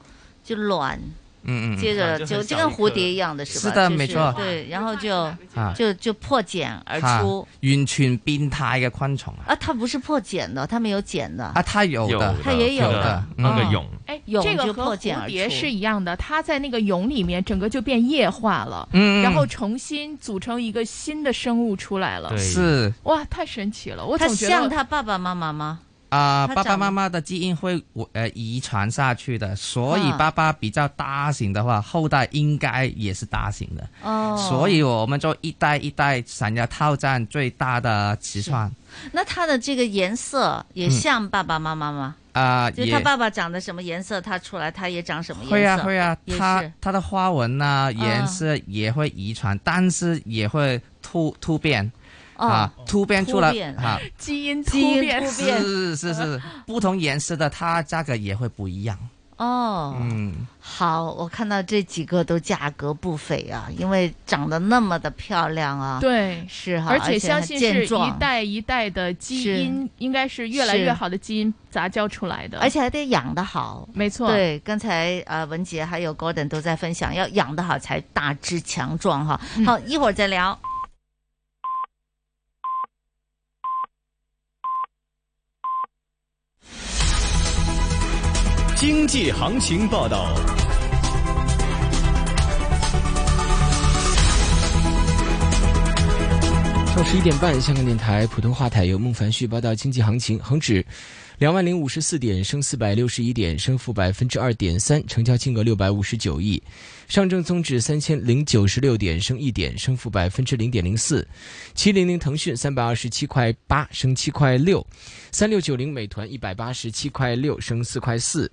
[SPEAKER 3] 就卵，
[SPEAKER 17] 嗯嗯嗯
[SPEAKER 3] 这个就就跟蝴蝶一样的是吧？
[SPEAKER 17] 是的
[SPEAKER 3] 就
[SPEAKER 17] 没
[SPEAKER 4] 嗯
[SPEAKER 17] 错
[SPEAKER 3] 对，然后就
[SPEAKER 17] 啊
[SPEAKER 3] 就就破茧而
[SPEAKER 17] 啊
[SPEAKER 3] 出
[SPEAKER 17] 完全变态嘅昆虫啊！
[SPEAKER 3] 啊，它不是破茧的，它没有茧的
[SPEAKER 17] 啊，它有的，嗯
[SPEAKER 3] 它也有的，
[SPEAKER 5] 那个蛹
[SPEAKER 4] 哎，
[SPEAKER 3] 蛹
[SPEAKER 4] 这
[SPEAKER 3] 就
[SPEAKER 4] 个
[SPEAKER 3] 破
[SPEAKER 4] 和
[SPEAKER 3] 茧而
[SPEAKER 4] 蝴
[SPEAKER 3] 出
[SPEAKER 4] 蝶是一样的，它在那个蛹里面整个就变液化了，
[SPEAKER 17] 嗯嗯
[SPEAKER 4] 然后重新组成一个新的生物出来了。
[SPEAKER 17] 对是
[SPEAKER 4] 哇，太神奇了！我
[SPEAKER 3] 它
[SPEAKER 4] 总觉得
[SPEAKER 3] 像它爸爸妈妈吗？
[SPEAKER 17] 啊、
[SPEAKER 3] 它
[SPEAKER 17] 爸爸
[SPEAKER 3] 长
[SPEAKER 17] 妈妈的基因会呃遗传下去的，所以
[SPEAKER 3] 啊
[SPEAKER 17] 爸爸比较大型的话，后代应该也是大型的。
[SPEAKER 3] 哦
[SPEAKER 17] 所以我们就一代一代想要挑战最大的尺寸
[SPEAKER 3] 那它的这个颜色也
[SPEAKER 17] 嗯
[SPEAKER 3] 像爸爸妈妈吗？
[SPEAKER 17] 啊、
[SPEAKER 3] 就是
[SPEAKER 17] 也
[SPEAKER 3] 他爸爸长得什么颜色，他出来他也长什么颜色。
[SPEAKER 17] 会啊会啊，
[SPEAKER 3] 也
[SPEAKER 17] 它
[SPEAKER 3] 是。啊
[SPEAKER 17] 它的花纹呐、颜色也会遗传，但是也会突突变。
[SPEAKER 3] 哦
[SPEAKER 17] 啊，突变出来
[SPEAKER 3] 突变
[SPEAKER 17] 啊，
[SPEAKER 4] 基因
[SPEAKER 3] 基因突变
[SPEAKER 17] 是是是，不同颜色的它价格也会不一样。
[SPEAKER 3] 哦，
[SPEAKER 17] 嗯，
[SPEAKER 3] 好，我看到这几个都价格不菲啊，因为长得那么的漂亮啊。
[SPEAKER 4] 对
[SPEAKER 3] 是哈，
[SPEAKER 4] 而且
[SPEAKER 3] 且
[SPEAKER 4] 相信
[SPEAKER 3] 还
[SPEAKER 4] 是
[SPEAKER 3] 健
[SPEAKER 4] 一
[SPEAKER 3] 壮，
[SPEAKER 4] 代一代的基因，应该是越来
[SPEAKER 3] 是
[SPEAKER 4] 越好的基因杂交出来的，
[SPEAKER 3] 而且还得养得好。
[SPEAKER 4] 没错，
[SPEAKER 3] 对，刚才呃文杰还有 Gordon 都在分享，要养得好才大致强壮哈。
[SPEAKER 4] 嗯
[SPEAKER 3] 好，一会儿再聊。
[SPEAKER 9] 经济行情报道。
[SPEAKER 10] 到十一点半，香港电台普通话台由孟凡旭报道经济行情。恒指两万零五十四点，升四百六十一点，升幅百分之二点三，成交金额六百五十九亿。上证综指三千零九十六点，升一点，升幅百分之零点零四。七零零腾讯三百二十七块八，升七块六。三六九零美团一百八十七块六，升四块四。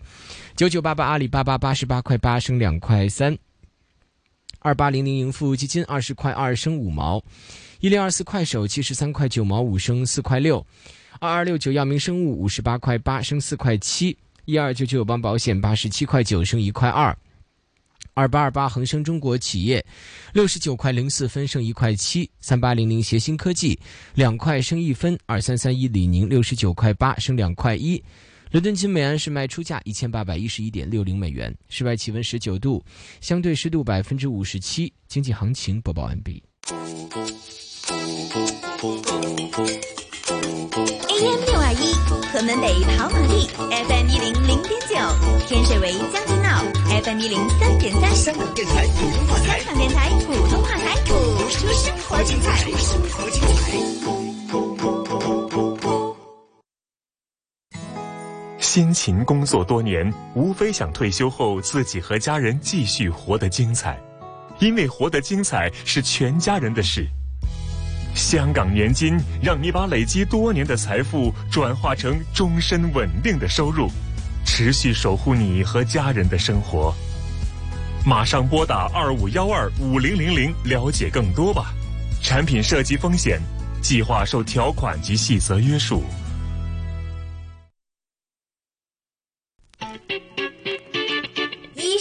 [SPEAKER 10] 九九八八阿里巴巴八十八块八，升两块三。二八零零盈富基金二十块二升五毛，一零二四快手七十三块九毛五升四块六，二二六九药明生物五十八块八升四块七，一二九九友邦保险八十七块九升一块二。二八二八恒生中国企业，六十九块零四分升一块七，三八零零协鑫科技两块升一分，二三三一李宁六十九块八升两块一，伦敦金美安市卖出价一千八百一十一点六零美元，室外气温十九度，相对湿度百分之五十七，经济行情播报完毕。
[SPEAKER 8] AM 六二一，河门北跑马地；FM 一零零点九，天水围将军澳；FM 一零三点三。香港电台普通话台，香港电台普通话台，谱出生活精彩，生活精
[SPEAKER 18] 辛勤工作多年，无非想退休后自己和家人继续活得精彩，因为活得精彩是全家人的事。香港年金让你把累积多年的财富转化成终身稳定的收入，持续守护你和家人的生活。马上拨打二五幺二五零零零了解更多吧。产品涉及风险，计划受条款及细则约束。
[SPEAKER 8] 衣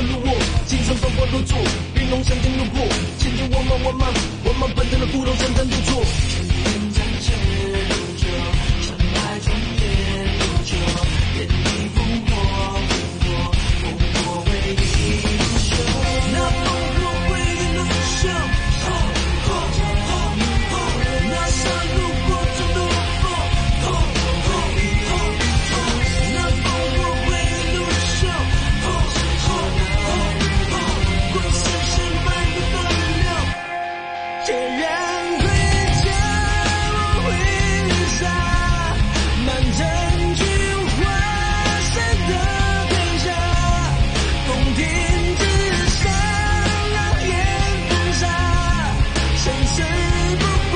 [SPEAKER 20] 我入住，玲珑闪电路过，牵着我们，我们，我们奔腾的鼓动，简单入座。那风和回云的飞翔，那山路过中的我风，那风和回云的飞翔，光线是万的能量。既然回家，我回家，满城菊花香的天下。宫殿之上，傲烟风沙，生死不过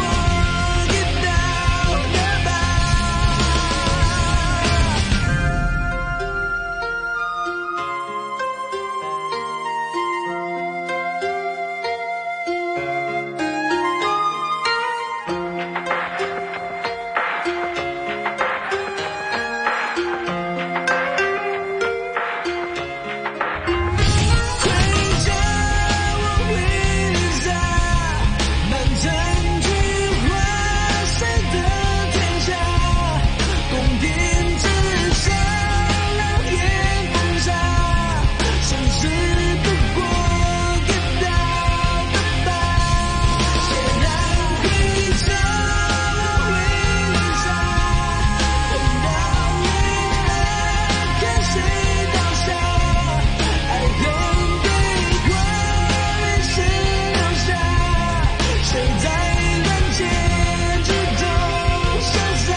[SPEAKER 20] 一道热疤。回家，我回家，满城菊花谁的天下？宫殿之上，傲烟风沙，生死不过一道的疤。虽然回家，我回家，等到未来，看谁倒下。爱恨悲欢人生留下，谁在人间之中潇洒？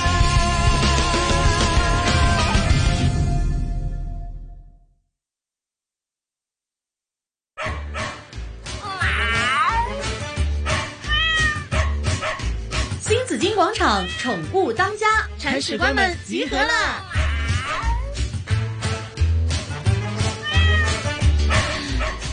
[SPEAKER 22] 新紫金广场宠物当家，铲屎官们集合啦！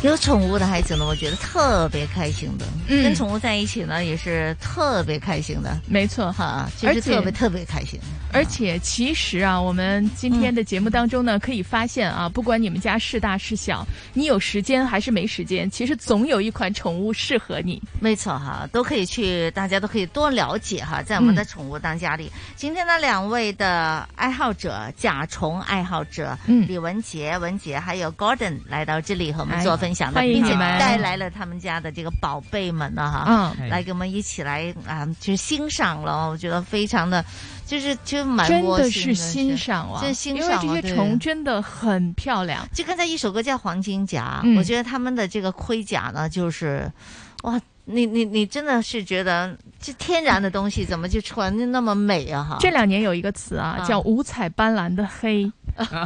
[SPEAKER 3] 有宠物的孩子呢，我觉得特别开心的，
[SPEAKER 4] 嗯
[SPEAKER 3] 跟宠物在一起呢也是特别开心的，
[SPEAKER 4] 没错
[SPEAKER 3] 哈，其
[SPEAKER 4] 而
[SPEAKER 3] 实
[SPEAKER 4] 且
[SPEAKER 3] 特别特别开心。啊嗯
[SPEAKER 4] 而且其实啊，我们今天的节目当中呢，可以发现啊，不管你们家是大是小，你有时间还是没时间，其实总有一款宠物适合你。
[SPEAKER 3] 没错哈，都可以去，大家都可以多了解哈，在我们的
[SPEAKER 4] 嗯
[SPEAKER 3] 宠物当家里。今天呢，两位的爱好者，甲虫爱好者，
[SPEAKER 4] 嗯
[SPEAKER 3] 李文杰、文杰还有 Gordon 来到这里和我们
[SPEAKER 4] 哎
[SPEAKER 3] 做分享的，
[SPEAKER 4] 欢迎
[SPEAKER 3] 并且
[SPEAKER 4] 你们
[SPEAKER 3] 带来了他们家的这个宝贝们呢哈，
[SPEAKER 4] 嗯
[SPEAKER 3] 来给我们一起来啊，就是欣赏了，我觉得非常的，就是就蛮
[SPEAKER 4] 真
[SPEAKER 3] 窝
[SPEAKER 4] 的
[SPEAKER 3] 心
[SPEAKER 4] 是
[SPEAKER 3] 的
[SPEAKER 4] 欣赏啊，
[SPEAKER 3] 真欣
[SPEAKER 4] 因
[SPEAKER 3] 赏
[SPEAKER 4] 为
[SPEAKER 3] 啊，
[SPEAKER 4] 这些
[SPEAKER 3] 对
[SPEAKER 4] 虫真的很漂亮。
[SPEAKER 3] 就刚才一首歌叫《黄金甲》，
[SPEAKER 4] 嗯
[SPEAKER 3] 我觉得他们的这个盔甲呢，就是，哇，你你你真的是觉得这天然的东西怎么就穿的那么美啊？哈，
[SPEAKER 4] 这两年有一个词啊，
[SPEAKER 3] 啊
[SPEAKER 4] 叫五彩斑斓的黑。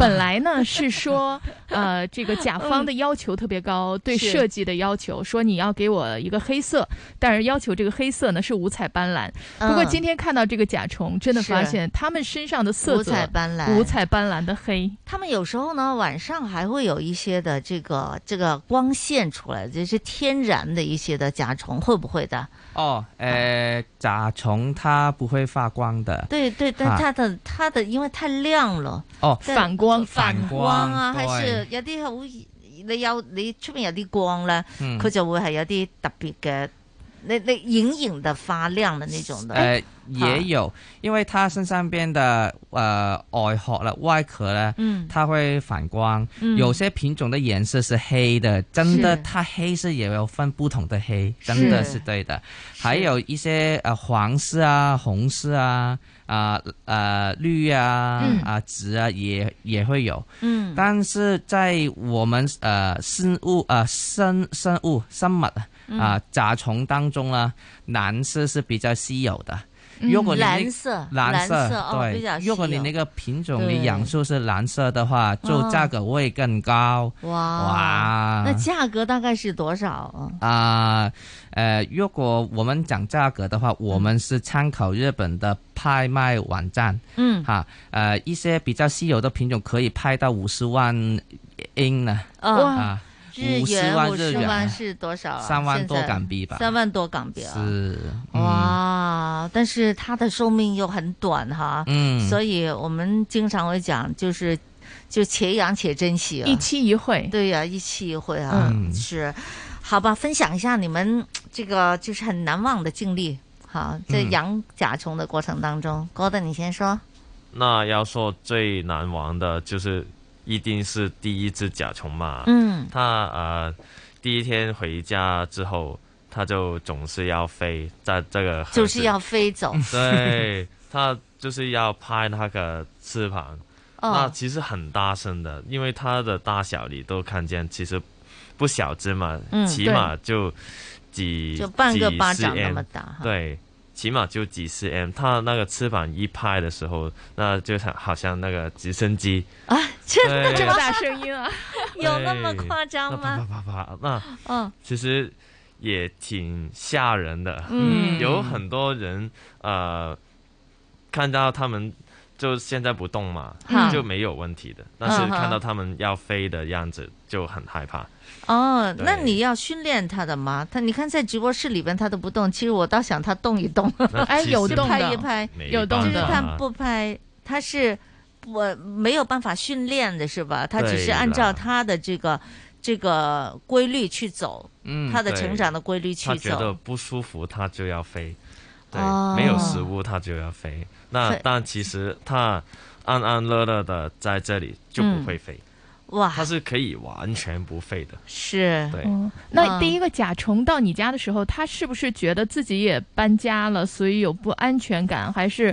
[SPEAKER 4] 本来呢是
[SPEAKER 3] *laughs*
[SPEAKER 4] 说，呃，这个甲方的要求特别高，对
[SPEAKER 3] 嗯是
[SPEAKER 4] 设计的要求，说你要给我一个黑色，但是要求这个黑色呢是五彩斑斓。不过
[SPEAKER 3] 嗯
[SPEAKER 4] 今天看到这个甲虫，真的
[SPEAKER 3] 是
[SPEAKER 4] 发现它们身上的色泽
[SPEAKER 3] 五彩斑斓
[SPEAKER 4] 五彩斑斓的黑。
[SPEAKER 3] 他们有时候呢晚上还会有一些的这个这个光线出来，就是天然的一些的甲虫，会不会的？
[SPEAKER 17] 哦，呃，甲虫它不会发光的。
[SPEAKER 3] 对对，但
[SPEAKER 17] 啊
[SPEAKER 3] 它的它的因为太亮了，
[SPEAKER 17] 哦，
[SPEAKER 3] 即係
[SPEAKER 17] 反
[SPEAKER 4] 光
[SPEAKER 3] 反光啊，
[SPEAKER 17] 反光
[SPEAKER 3] 還是有啲好你有你出面有啲光咧，
[SPEAKER 17] 嗯
[SPEAKER 3] 佢、就會係有啲特別嘅，你你隱隱的發亮的那種的。
[SPEAKER 17] 呃
[SPEAKER 3] 哎，
[SPEAKER 17] 也有，因为它身上边的呃外壳了、外壳呢，
[SPEAKER 3] 嗯
[SPEAKER 17] 它会反光。
[SPEAKER 3] 嗯
[SPEAKER 17] 有些品种的颜色是黑的，真的，它黑色也有分不同的黑，真的
[SPEAKER 21] 是
[SPEAKER 17] 是对的。还有一些呃黄色啊、红色啊、啊呃绿啊、
[SPEAKER 21] 嗯
[SPEAKER 17] 啊紫啊，也也会有。
[SPEAKER 21] 嗯
[SPEAKER 17] 但是在我们呃生物呃生生物生物啊、
[SPEAKER 21] 嗯
[SPEAKER 17] 啊甲虫当中呢，蓝色是比较稀有的。
[SPEAKER 3] 嗯
[SPEAKER 17] 如果你那
[SPEAKER 3] 蓝色
[SPEAKER 17] 蓝
[SPEAKER 3] 蓝色哦比较
[SPEAKER 17] 对，
[SPEAKER 3] 稀有
[SPEAKER 17] 如果你那个品种
[SPEAKER 3] 对
[SPEAKER 17] 你养出是蓝色的话，就
[SPEAKER 3] 哦
[SPEAKER 17] 价格会更高。
[SPEAKER 3] 哇
[SPEAKER 17] 哇
[SPEAKER 3] 那价格大概是多少啊？
[SPEAKER 17] 啊，呃，如果我们讲价格的话，我们是参考日本的拍卖网站，
[SPEAKER 3] 嗯
[SPEAKER 17] 哈，呃，一些比较稀有的品种可以拍到五十万英呢，
[SPEAKER 3] 啊
[SPEAKER 17] 啊，
[SPEAKER 3] 日
[SPEAKER 17] 五十
[SPEAKER 3] 元
[SPEAKER 17] 万
[SPEAKER 3] 五
[SPEAKER 17] 日
[SPEAKER 3] 十万
[SPEAKER 17] 元，
[SPEAKER 3] 是多少啊？
[SPEAKER 17] 三万多
[SPEAKER 3] 现在
[SPEAKER 17] 港币吧
[SPEAKER 3] 三万多港币啊！
[SPEAKER 17] 是
[SPEAKER 21] 嗯
[SPEAKER 3] 哇，但是它的寿命又很短哈，
[SPEAKER 17] 嗯
[SPEAKER 3] 所以我们经常会讲，就是就且养且珍惜啊，
[SPEAKER 4] 一期一会。
[SPEAKER 3] 对呀、一期一会啊，
[SPEAKER 4] 嗯
[SPEAKER 3] 是，好吧，分享一下你们这个就是很难忘的经历。好，在
[SPEAKER 21] 嗯
[SPEAKER 3] 养甲虫的过程当中、g o r d o n 你先说。
[SPEAKER 21] 那要说最难忘的，就是一定是第一只甲虫嘛。
[SPEAKER 3] 嗯
[SPEAKER 21] 它呃第一天回家之后，它就总是要飞，在这个盒子
[SPEAKER 3] 就是要飞走
[SPEAKER 21] 对，它就是要拍那个翅膀。
[SPEAKER 3] 哦
[SPEAKER 21] 那其实很大声的，因为它的大小你都看见，其实不小只嘛，
[SPEAKER 3] 嗯
[SPEAKER 21] 起码就几
[SPEAKER 3] 就半个
[SPEAKER 21] 几
[SPEAKER 3] 巴掌
[SPEAKER 21] cm
[SPEAKER 3] 那么大哈
[SPEAKER 21] 对，起码就几 cm。它那个翅膀一拍的时候，那就像好像那个直升机
[SPEAKER 3] 啊，
[SPEAKER 21] 真
[SPEAKER 4] *laughs*
[SPEAKER 3] 的
[SPEAKER 4] 这么
[SPEAKER 3] 吗
[SPEAKER 4] 大声音啊，
[SPEAKER 3] *laughs* 有那么夸张吗？
[SPEAKER 21] 啪啪啪，哎那
[SPEAKER 3] 嗯
[SPEAKER 21] 其实也挺吓人的。
[SPEAKER 3] 嗯
[SPEAKER 21] *laughs* 有很多人呃看到他们就现在不动嘛，
[SPEAKER 3] 嗯
[SPEAKER 21] 就没有问题的，但是
[SPEAKER 3] 嗯哼
[SPEAKER 21] 看到他们要飞的样子就很害怕。
[SPEAKER 3] 哦，那你要训练它的吗？它你看在直播室里边它都不动，其实我倒想它动一
[SPEAKER 21] *laughs*
[SPEAKER 3] 动
[SPEAKER 21] 那，
[SPEAKER 4] 哎其有实动的
[SPEAKER 3] 拍一拍，
[SPEAKER 4] 没有动的
[SPEAKER 3] 就是它不拍，它是我没有办法训练的是吧？它只
[SPEAKER 21] 对
[SPEAKER 3] 是
[SPEAKER 21] 啦
[SPEAKER 3] 按照它的这个这个规律去走，
[SPEAKER 21] 嗯
[SPEAKER 3] 它的
[SPEAKER 21] 对
[SPEAKER 3] 成长的规律去
[SPEAKER 21] 他觉得
[SPEAKER 3] 走。
[SPEAKER 21] 不舒服，他就要飞，对，
[SPEAKER 3] 哦
[SPEAKER 21] 没有食物他就要飞。那
[SPEAKER 3] 飞
[SPEAKER 21] 但其实他安安乐乐的在这里就不会飞，
[SPEAKER 3] 嗯哇，
[SPEAKER 21] 他是可以完全不飞的。
[SPEAKER 3] 是嗯
[SPEAKER 21] 对，
[SPEAKER 4] 哦那第一个甲虫到你家的时候，它是不是觉得自己也搬家了，所以有不安全感，还是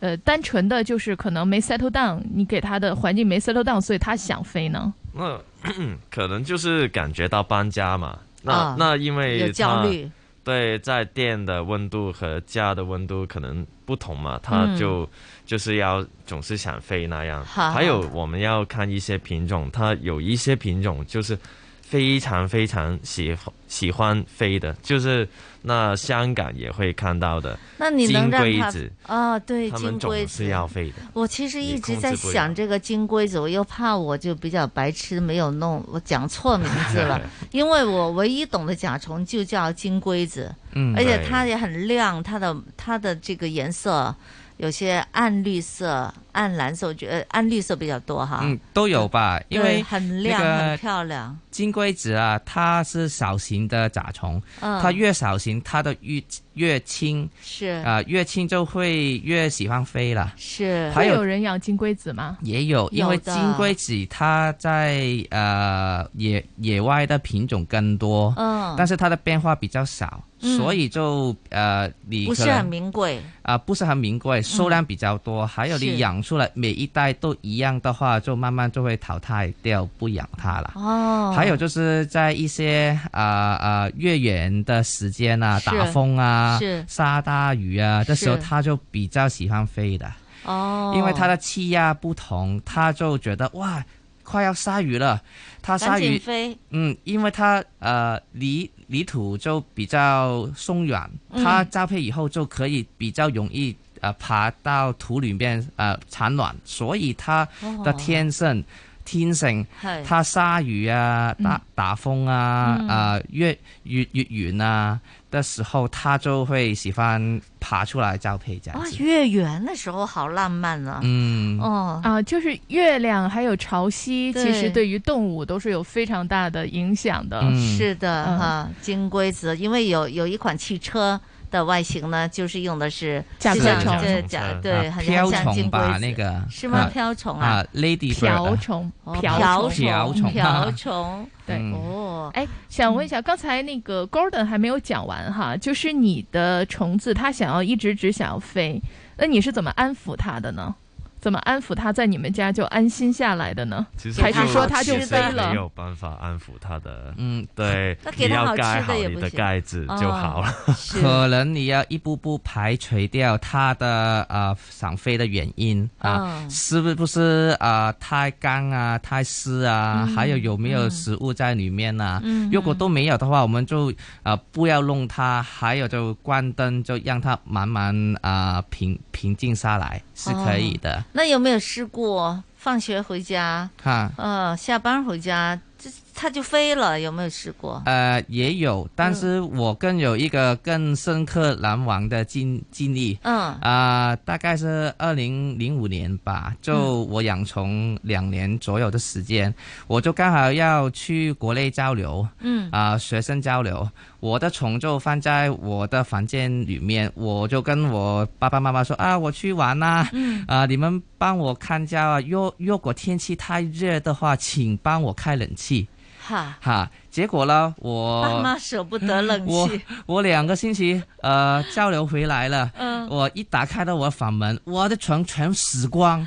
[SPEAKER 4] 呃单纯的就是可能没 settle down，你给它的环境没 settle down，所以它想飞呢？
[SPEAKER 21] 那 *clears throat* 可能就是感觉到搬家嘛。那、
[SPEAKER 4] 啊
[SPEAKER 21] 那因为
[SPEAKER 4] 有焦
[SPEAKER 21] 它
[SPEAKER 4] 虑，
[SPEAKER 21] 对，在店的温度和家的温度可能不同嘛，他
[SPEAKER 12] 嗯
[SPEAKER 21] 就、就是要总是想飞那样。
[SPEAKER 12] 好
[SPEAKER 21] 还有我们要看一些品种，它有一些品种就是非常非常喜欢喜欢飞的，就是那香港也会看到的。
[SPEAKER 3] 那你能让
[SPEAKER 21] 金
[SPEAKER 3] 它
[SPEAKER 21] 龟子
[SPEAKER 3] 啊？对，
[SPEAKER 21] 它
[SPEAKER 3] 金
[SPEAKER 21] 们
[SPEAKER 3] 龟
[SPEAKER 21] 总
[SPEAKER 3] 子
[SPEAKER 21] 是要飞的。
[SPEAKER 3] 我其实一直
[SPEAKER 21] 你
[SPEAKER 3] 在
[SPEAKER 21] 控制不了。
[SPEAKER 3] 想这个金龟子，我又怕我就比较白痴，没有弄，我讲错名字了
[SPEAKER 21] *laughs*
[SPEAKER 3] 因为我唯一懂的甲虫就叫金龟子，
[SPEAKER 21] 嗯
[SPEAKER 3] 而且
[SPEAKER 21] 对
[SPEAKER 3] 它也很亮，它的它的这个颜色有些暗绿色、暗蓝色，我觉得呃暗绿色比较多哈。
[SPEAKER 17] 嗯，都有吧，因为
[SPEAKER 3] 对很亮、
[SPEAKER 17] 那个
[SPEAKER 3] 很漂亮。
[SPEAKER 17] 金龟子啊，它是小型的甲虫，
[SPEAKER 3] 嗯
[SPEAKER 17] 它越小型，它的越越轻，
[SPEAKER 3] 是
[SPEAKER 17] 啊、越轻就会越喜欢飞了。
[SPEAKER 3] 是
[SPEAKER 17] 还
[SPEAKER 4] 会
[SPEAKER 17] 有
[SPEAKER 4] 有人养金龟子吗？
[SPEAKER 17] 也有，因
[SPEAKER 4] 有
[SPEAKER 17] 为
[SPEAKER 4] 的
[SPEAKER 17] 金龟子它在呃野野外的品种更多，
[SPEAKER 3] 嗯
[SPEAKER 17] 但是它的变化比较少，
[SPEAKER 3] 嗯
[SPEAKER 17] 所以就呃你
[SPEAKER 3] 不
[SPEAKER 17] 可
[SPEAKER 3] 是
[SPEAKER 17] 能
[SPEAKER 3] 很名贵，
[SPEAKER 17] 啊、不是很名贵，数量比较多。还有
[SPEAKER 3] 是
[SPEAKER 17] 你养出来每一代都一样的话，就慢慢就会淘汰掉，不养它了。
[SPEAKER 3] 哦
[SPEAKER 17] 还有就是在一些啊啊月圆的时间啊，
[SPEAKER 3] 是
[SPEAKER 17] 打风啊
[SPEAKER 3] 是，
[SPEAKER 17] 沙大雨啊，这时候
[SPEAKER 3] 是
[SPEAKER 17] 它就比较喜欢飞的，
[SPEAKER 3] 哦，
[SPEAKER 17] 因为它的气压不同，它就觉得哇，快要下雨了，它下
[SPEAKER 3] 赶紧
[SPEAKER 17] 雨
[SPEAKER 3] 飞，
[SPEAKER 17] 嗯，因为它呃泥泥土就比较松软，
[SPEAKER 3] 嗯
[SPEAKER 17] 它栽培以后就可以比较容易呃爬到土里面呃产卵，所以它的
[SPEAKER 12] 哦
[SPEAKER 17] 天生、天性
[SPEAKER 12] 是，
[SPEAKER 17] 它鲨鱼啊、打
[SPEAKER 12] 嗯
[SPEAKER 17] 打风啊、
[SPEAKER 12] 嗯
[SPEAKER 17] 啊月月月圆啊的时候，它就会喜欢爬出来交配这样
[SPEAKER 3] 啊
[SPEAKER 17] 子。，
[SPEAKER 3] 月圆的时候好浪漫啊。
[SPEAKER 17] 嗯
[SPEAKER 3] 哦
[SPEAKER 4] 啊，就是月亮还有潮汐，
[SPEAKER 3] 对
[SPEAKER 4] 其实对于动物都是有非常大的影响的。
[SPEAKER 3] 是的
[SPEAKER 4] 嗯
[SPEAKER 3] 哈，金龟子，因为有有一款汽车的外形呢，就是用的是
[SPEAKER 17] 甲
[SPEAKER 3] 就
[SPEAKER 17] 壳
[SPEAKER 3] 像
[SPEAKER 17] 虫
[SPEAKER 3] 对甲
[SPEAKER 21] 嗯
[SPEAKER 3] 对，
[SPEAKER 17] 啊
[SPEAKER 3] 很
[SPEAKER 17] 瓢
[SPEAKER 3] 像金龟
[SPEAKER 17] 虫吧
[SPEAKER 3] 子
[SPEAKER 17] 那个
[SPEAKER 3] 是吗
[SPEAKER 17] 啊？
[SPEAKER 3] 瓢虫
[SPEAKER 17] 啊，lady bird 啊瓢虫
[SPEAKER 3] 哦瓢
[SPEAKER 17] 瓢
[SPEAKER 3] 虫，瓢
[SPEAKER 17] 虫瓢虫
[SPEAKER 4] 啊
[SPEAKER 17] 啊
[SPEAKER 3] 虫，
[SPEAKER 4] 对
[SPEAKER 17] 嗯
[SPEAKER 3] 哦，
[SPEAKER 4] 哎，想问一下，刚才那个 Gordon 还没有讲完哈，就是你的虫子它想要一直只想要飞，那你是怎么安抚它的呢？怎么安抚它在你们家就安心下来的呢？
[SPEAKER 21] 其实
[SPEAKER 4] 还是
[SPEAKER 21] 就
[SPEAKER 4] 说它
[SPEAKER 21] 其
[SPEAKER 4] 就
[SPEAKER 21] 实
[SPEAKER 4] 飞
[SPEAKER 21] 没有
[SPEAKER 4] 了？
[SPEAKER 21] 办法安抚它的，
[SPEAKER 17] 嗯，
[SPEAKER 21] 对
[SPEAKER 4] 那，给
[SPEAKER 21] 你
[SPEAKER 4] 它好
[SPEAKER 21] 要
[SPEAKER 4] 吃
[SPEAKER 21] 盖
[SPEAKER 4] 的
[SPEAKER 21] 好
[SPEAKER 4] 也
[SPEAKER 21] 你
[SPEAKER 4] 不
[SPEAKER 21] 的
[SPEAKER 4] 行哦
[SPEAKER 21] 盖子就好了。
[SPEAKER 17] 可能你要一步步排除掉它的呃想飞的原因啊，
[SPEAKER 12] 嗯
[SPEAKER 17] 是不是啊、呃太干啊、太湿啊，
[SPEAKER 12] 嗯
[SPEAKER 17] 还有有没有食物在里面啊？
[SPEAKER 12] 嗯
[SPEAKER 17] 如果都没有的话，我们就呃不要弄它，还有就关灯，就让它慢慢啊、呃平平静下来是可以的。
[SPEAKER 4] 哦
[SPEAKER 3] 那有没有试过放学回家，
[SPEAKER 17] 哈，
[SPEAKER 3] 呃，下班回家，这它就飞了，有没有试过？
[SPEAKER 17] 呃，也有，但是
[SPEAKER 6] 嗯
[SPEAKER 17] 我更有一个更深刻难忘的经经历。
[SPEAKER 3] 嗯
[SPEAKER 17] 啊、大概是二零零五年吧，就
[SPEAKER 6] 嗯
[SPEAKER 17] 我养虫两年左右的时间，我就刚好要去国内交流，
[SPEAKER 6] 嗯
[SPEAKER 17] 啊、学生交流，我的虫就放在我的房间里面，我就跟我爸爸妈妈说啊，我去玩啦、啊，
[SPEAKER 6] 嗯
[SPEAKER 17] 你们帮我看家啊，如如果天气太热的话，请帮我开冷气。
[SPEAKER 3] 哈，
[SPEAKER 17] 哈，结果呢，我
[SPEAKER 3] 爸妈舍不得冷
[SPEAKER 17] 我
[SPEAKER 3] 气，
[SPEAKER 17] *laughs* 我两个星期呃交流回来了，
[SPEAKER 3] 嗯
[SPEAKER 17] 我一打开到我房门，我的床全死光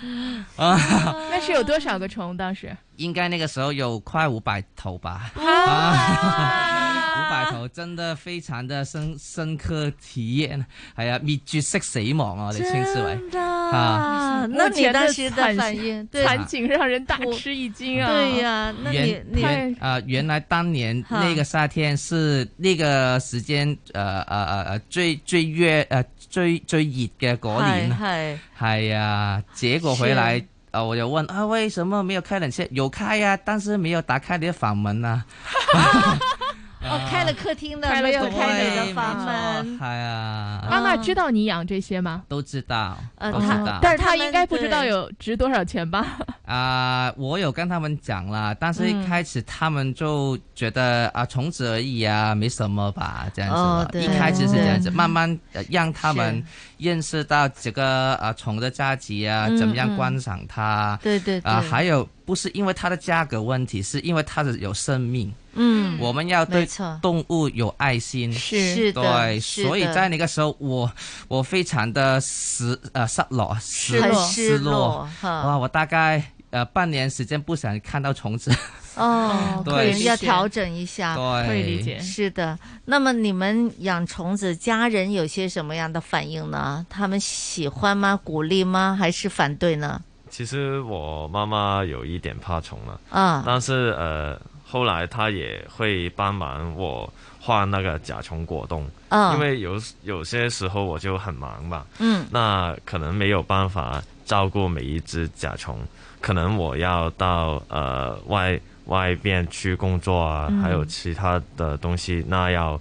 [SPEAKER 17] 啊！ *laughs*
[SPEAKER 4] 那是有多少个虫？当时
[SPEAKER 17] 应该那个时候有快五百头吧，啊 *laughs* 五百头真的非常的深深刻体验，系啊，灭绝式死亡啊，我哋称之为
[SPEAKER 3] 真的
[SPEAKER 17] 啊。
[SPEAKER 3] 那
[SPEAKER 4] 目前的
[SPEAKER 3] 你当时的
[SPEAKER 4] 惨
[SPEAKER 3] 反应，对
[SPEAKER 4] 惨景让人大吃一惊啊！
[SPEAKER 3] 对呀那
[SPEAKER 17] 原原啊、原来当年
[SPEAKER 4] 哈
[SPEAKER 17] 那个夏天是那个时间，呃呃呃呃，最最热呃最最热嘅嗰年，
[SPEAKER 3] 係
[SPEAKER 17] 系啊，结果回来
[SPEAKER 3] 是。
[SPEAKER 17] 啊、我就问啊，为什么没有开冷气？有开呀、但是没有打开你的房门啊。
[SPEAKER 3] 哦，开了客厅的，
[SPEAKER 4] 开了
[SPEAKER 3] 没有
[SPEAKER 4] 客厅
[SPEAKER 3] 开你
[SPEAKER 4] 的
[SPEAKER 3] 的房门。
[SPEAKER 17] 系啊，
[SPEAKER 4] 妈妈知道你养这些吗？
[SPEAKER 17] 都知道，
[SPEAKER 4] 呃
[SPEAKER 17] 都哦知
[SPEAKER 4] 她
[SPEAKER 17] 道。
[SPEAKER 4] 但是她应该不知道有值多少钱吧？
[SPEAKER 17] 啊、我有跟他们讲了，但是
[SPEAKER 4] 嗯
[SPEAKER 17] 一开始他们就觉得啊，从此而已啊，没什么吧，这样子
[SPEAKER 6] 哦
[SPEAKER 5] 嗯
[SPEAKER 17] 吧。啊
[SPEAKER 6] 对
[SPEAKER 17] 一开始是这样子，
[SPEAKER 6] 嗯
[SPEAKER 17] 慢慢、呃让他们
[SPEAKER 6] 是
[SPEAKER 17] 认识到这个啊虫的价值啊，
[SPEAKER 6] 嗯
[SPEAKER 17] 怎么样观赏它。
[SPEAKER 6] 对对对
[SPEAKER 17] 啊、还有不是因为它的价格问题，是因为它的有生命。
[SPEAKER 3] 嗯
[SPEAKER 17] 我们要
[SPEAKER 3] 没
[SPEAKER 17] 对
[SPEAKER 3] 错
[SPEAKER 17] 动物有爱心。
[SPEAKER 3] 是是的
[SPEAKER 17] 对，
[SPEAKER 3] 是
[SPEAKER 17] 所以
[SPEAKER 3] 的
[SPEAKER 17] 在那个时候，我我非常的失呃失落，失
[SPEAKER 3] 很
[SPEAKER 17] 落，
[SPEAKER 3] 失落哈
[SPEAKER 17] 哇，我大概呃半年时间不想看到虫子。
[SPEAKER 3] 哦，
[SPEAKER 17] 对
[SPEAKER 3] 可能要调整一下，
[SPEAKER 17] 对可以理解
[SPEAKER 3] 是的，那么你们养虫子，家人有些什么样的反应呢？他们喜欢吗？鼓励吗？还是反对呢？
[SPEAKER 21] *laughs* 其实我妈妈有一点怕虫了，
[SPEAKER 4] 嗯
[SPEAKER 3] 啊
[SPEAKER 21] 但是呃，后来她也会帮忙我画那个甲虫果冻，
[SPEAKER 3] 嗯
[SPEAKER 21] 因为有有些时候我就很忙嘛，
[SPEAKER 3] 嗯
[SPEAKER 21] 那可能没有办法照顾每一只甲虫，可能我要到呃外外边去工作啊，
[SPEAKER 12] 嗯
[SPEAKER 21] 还有其他的东西，那要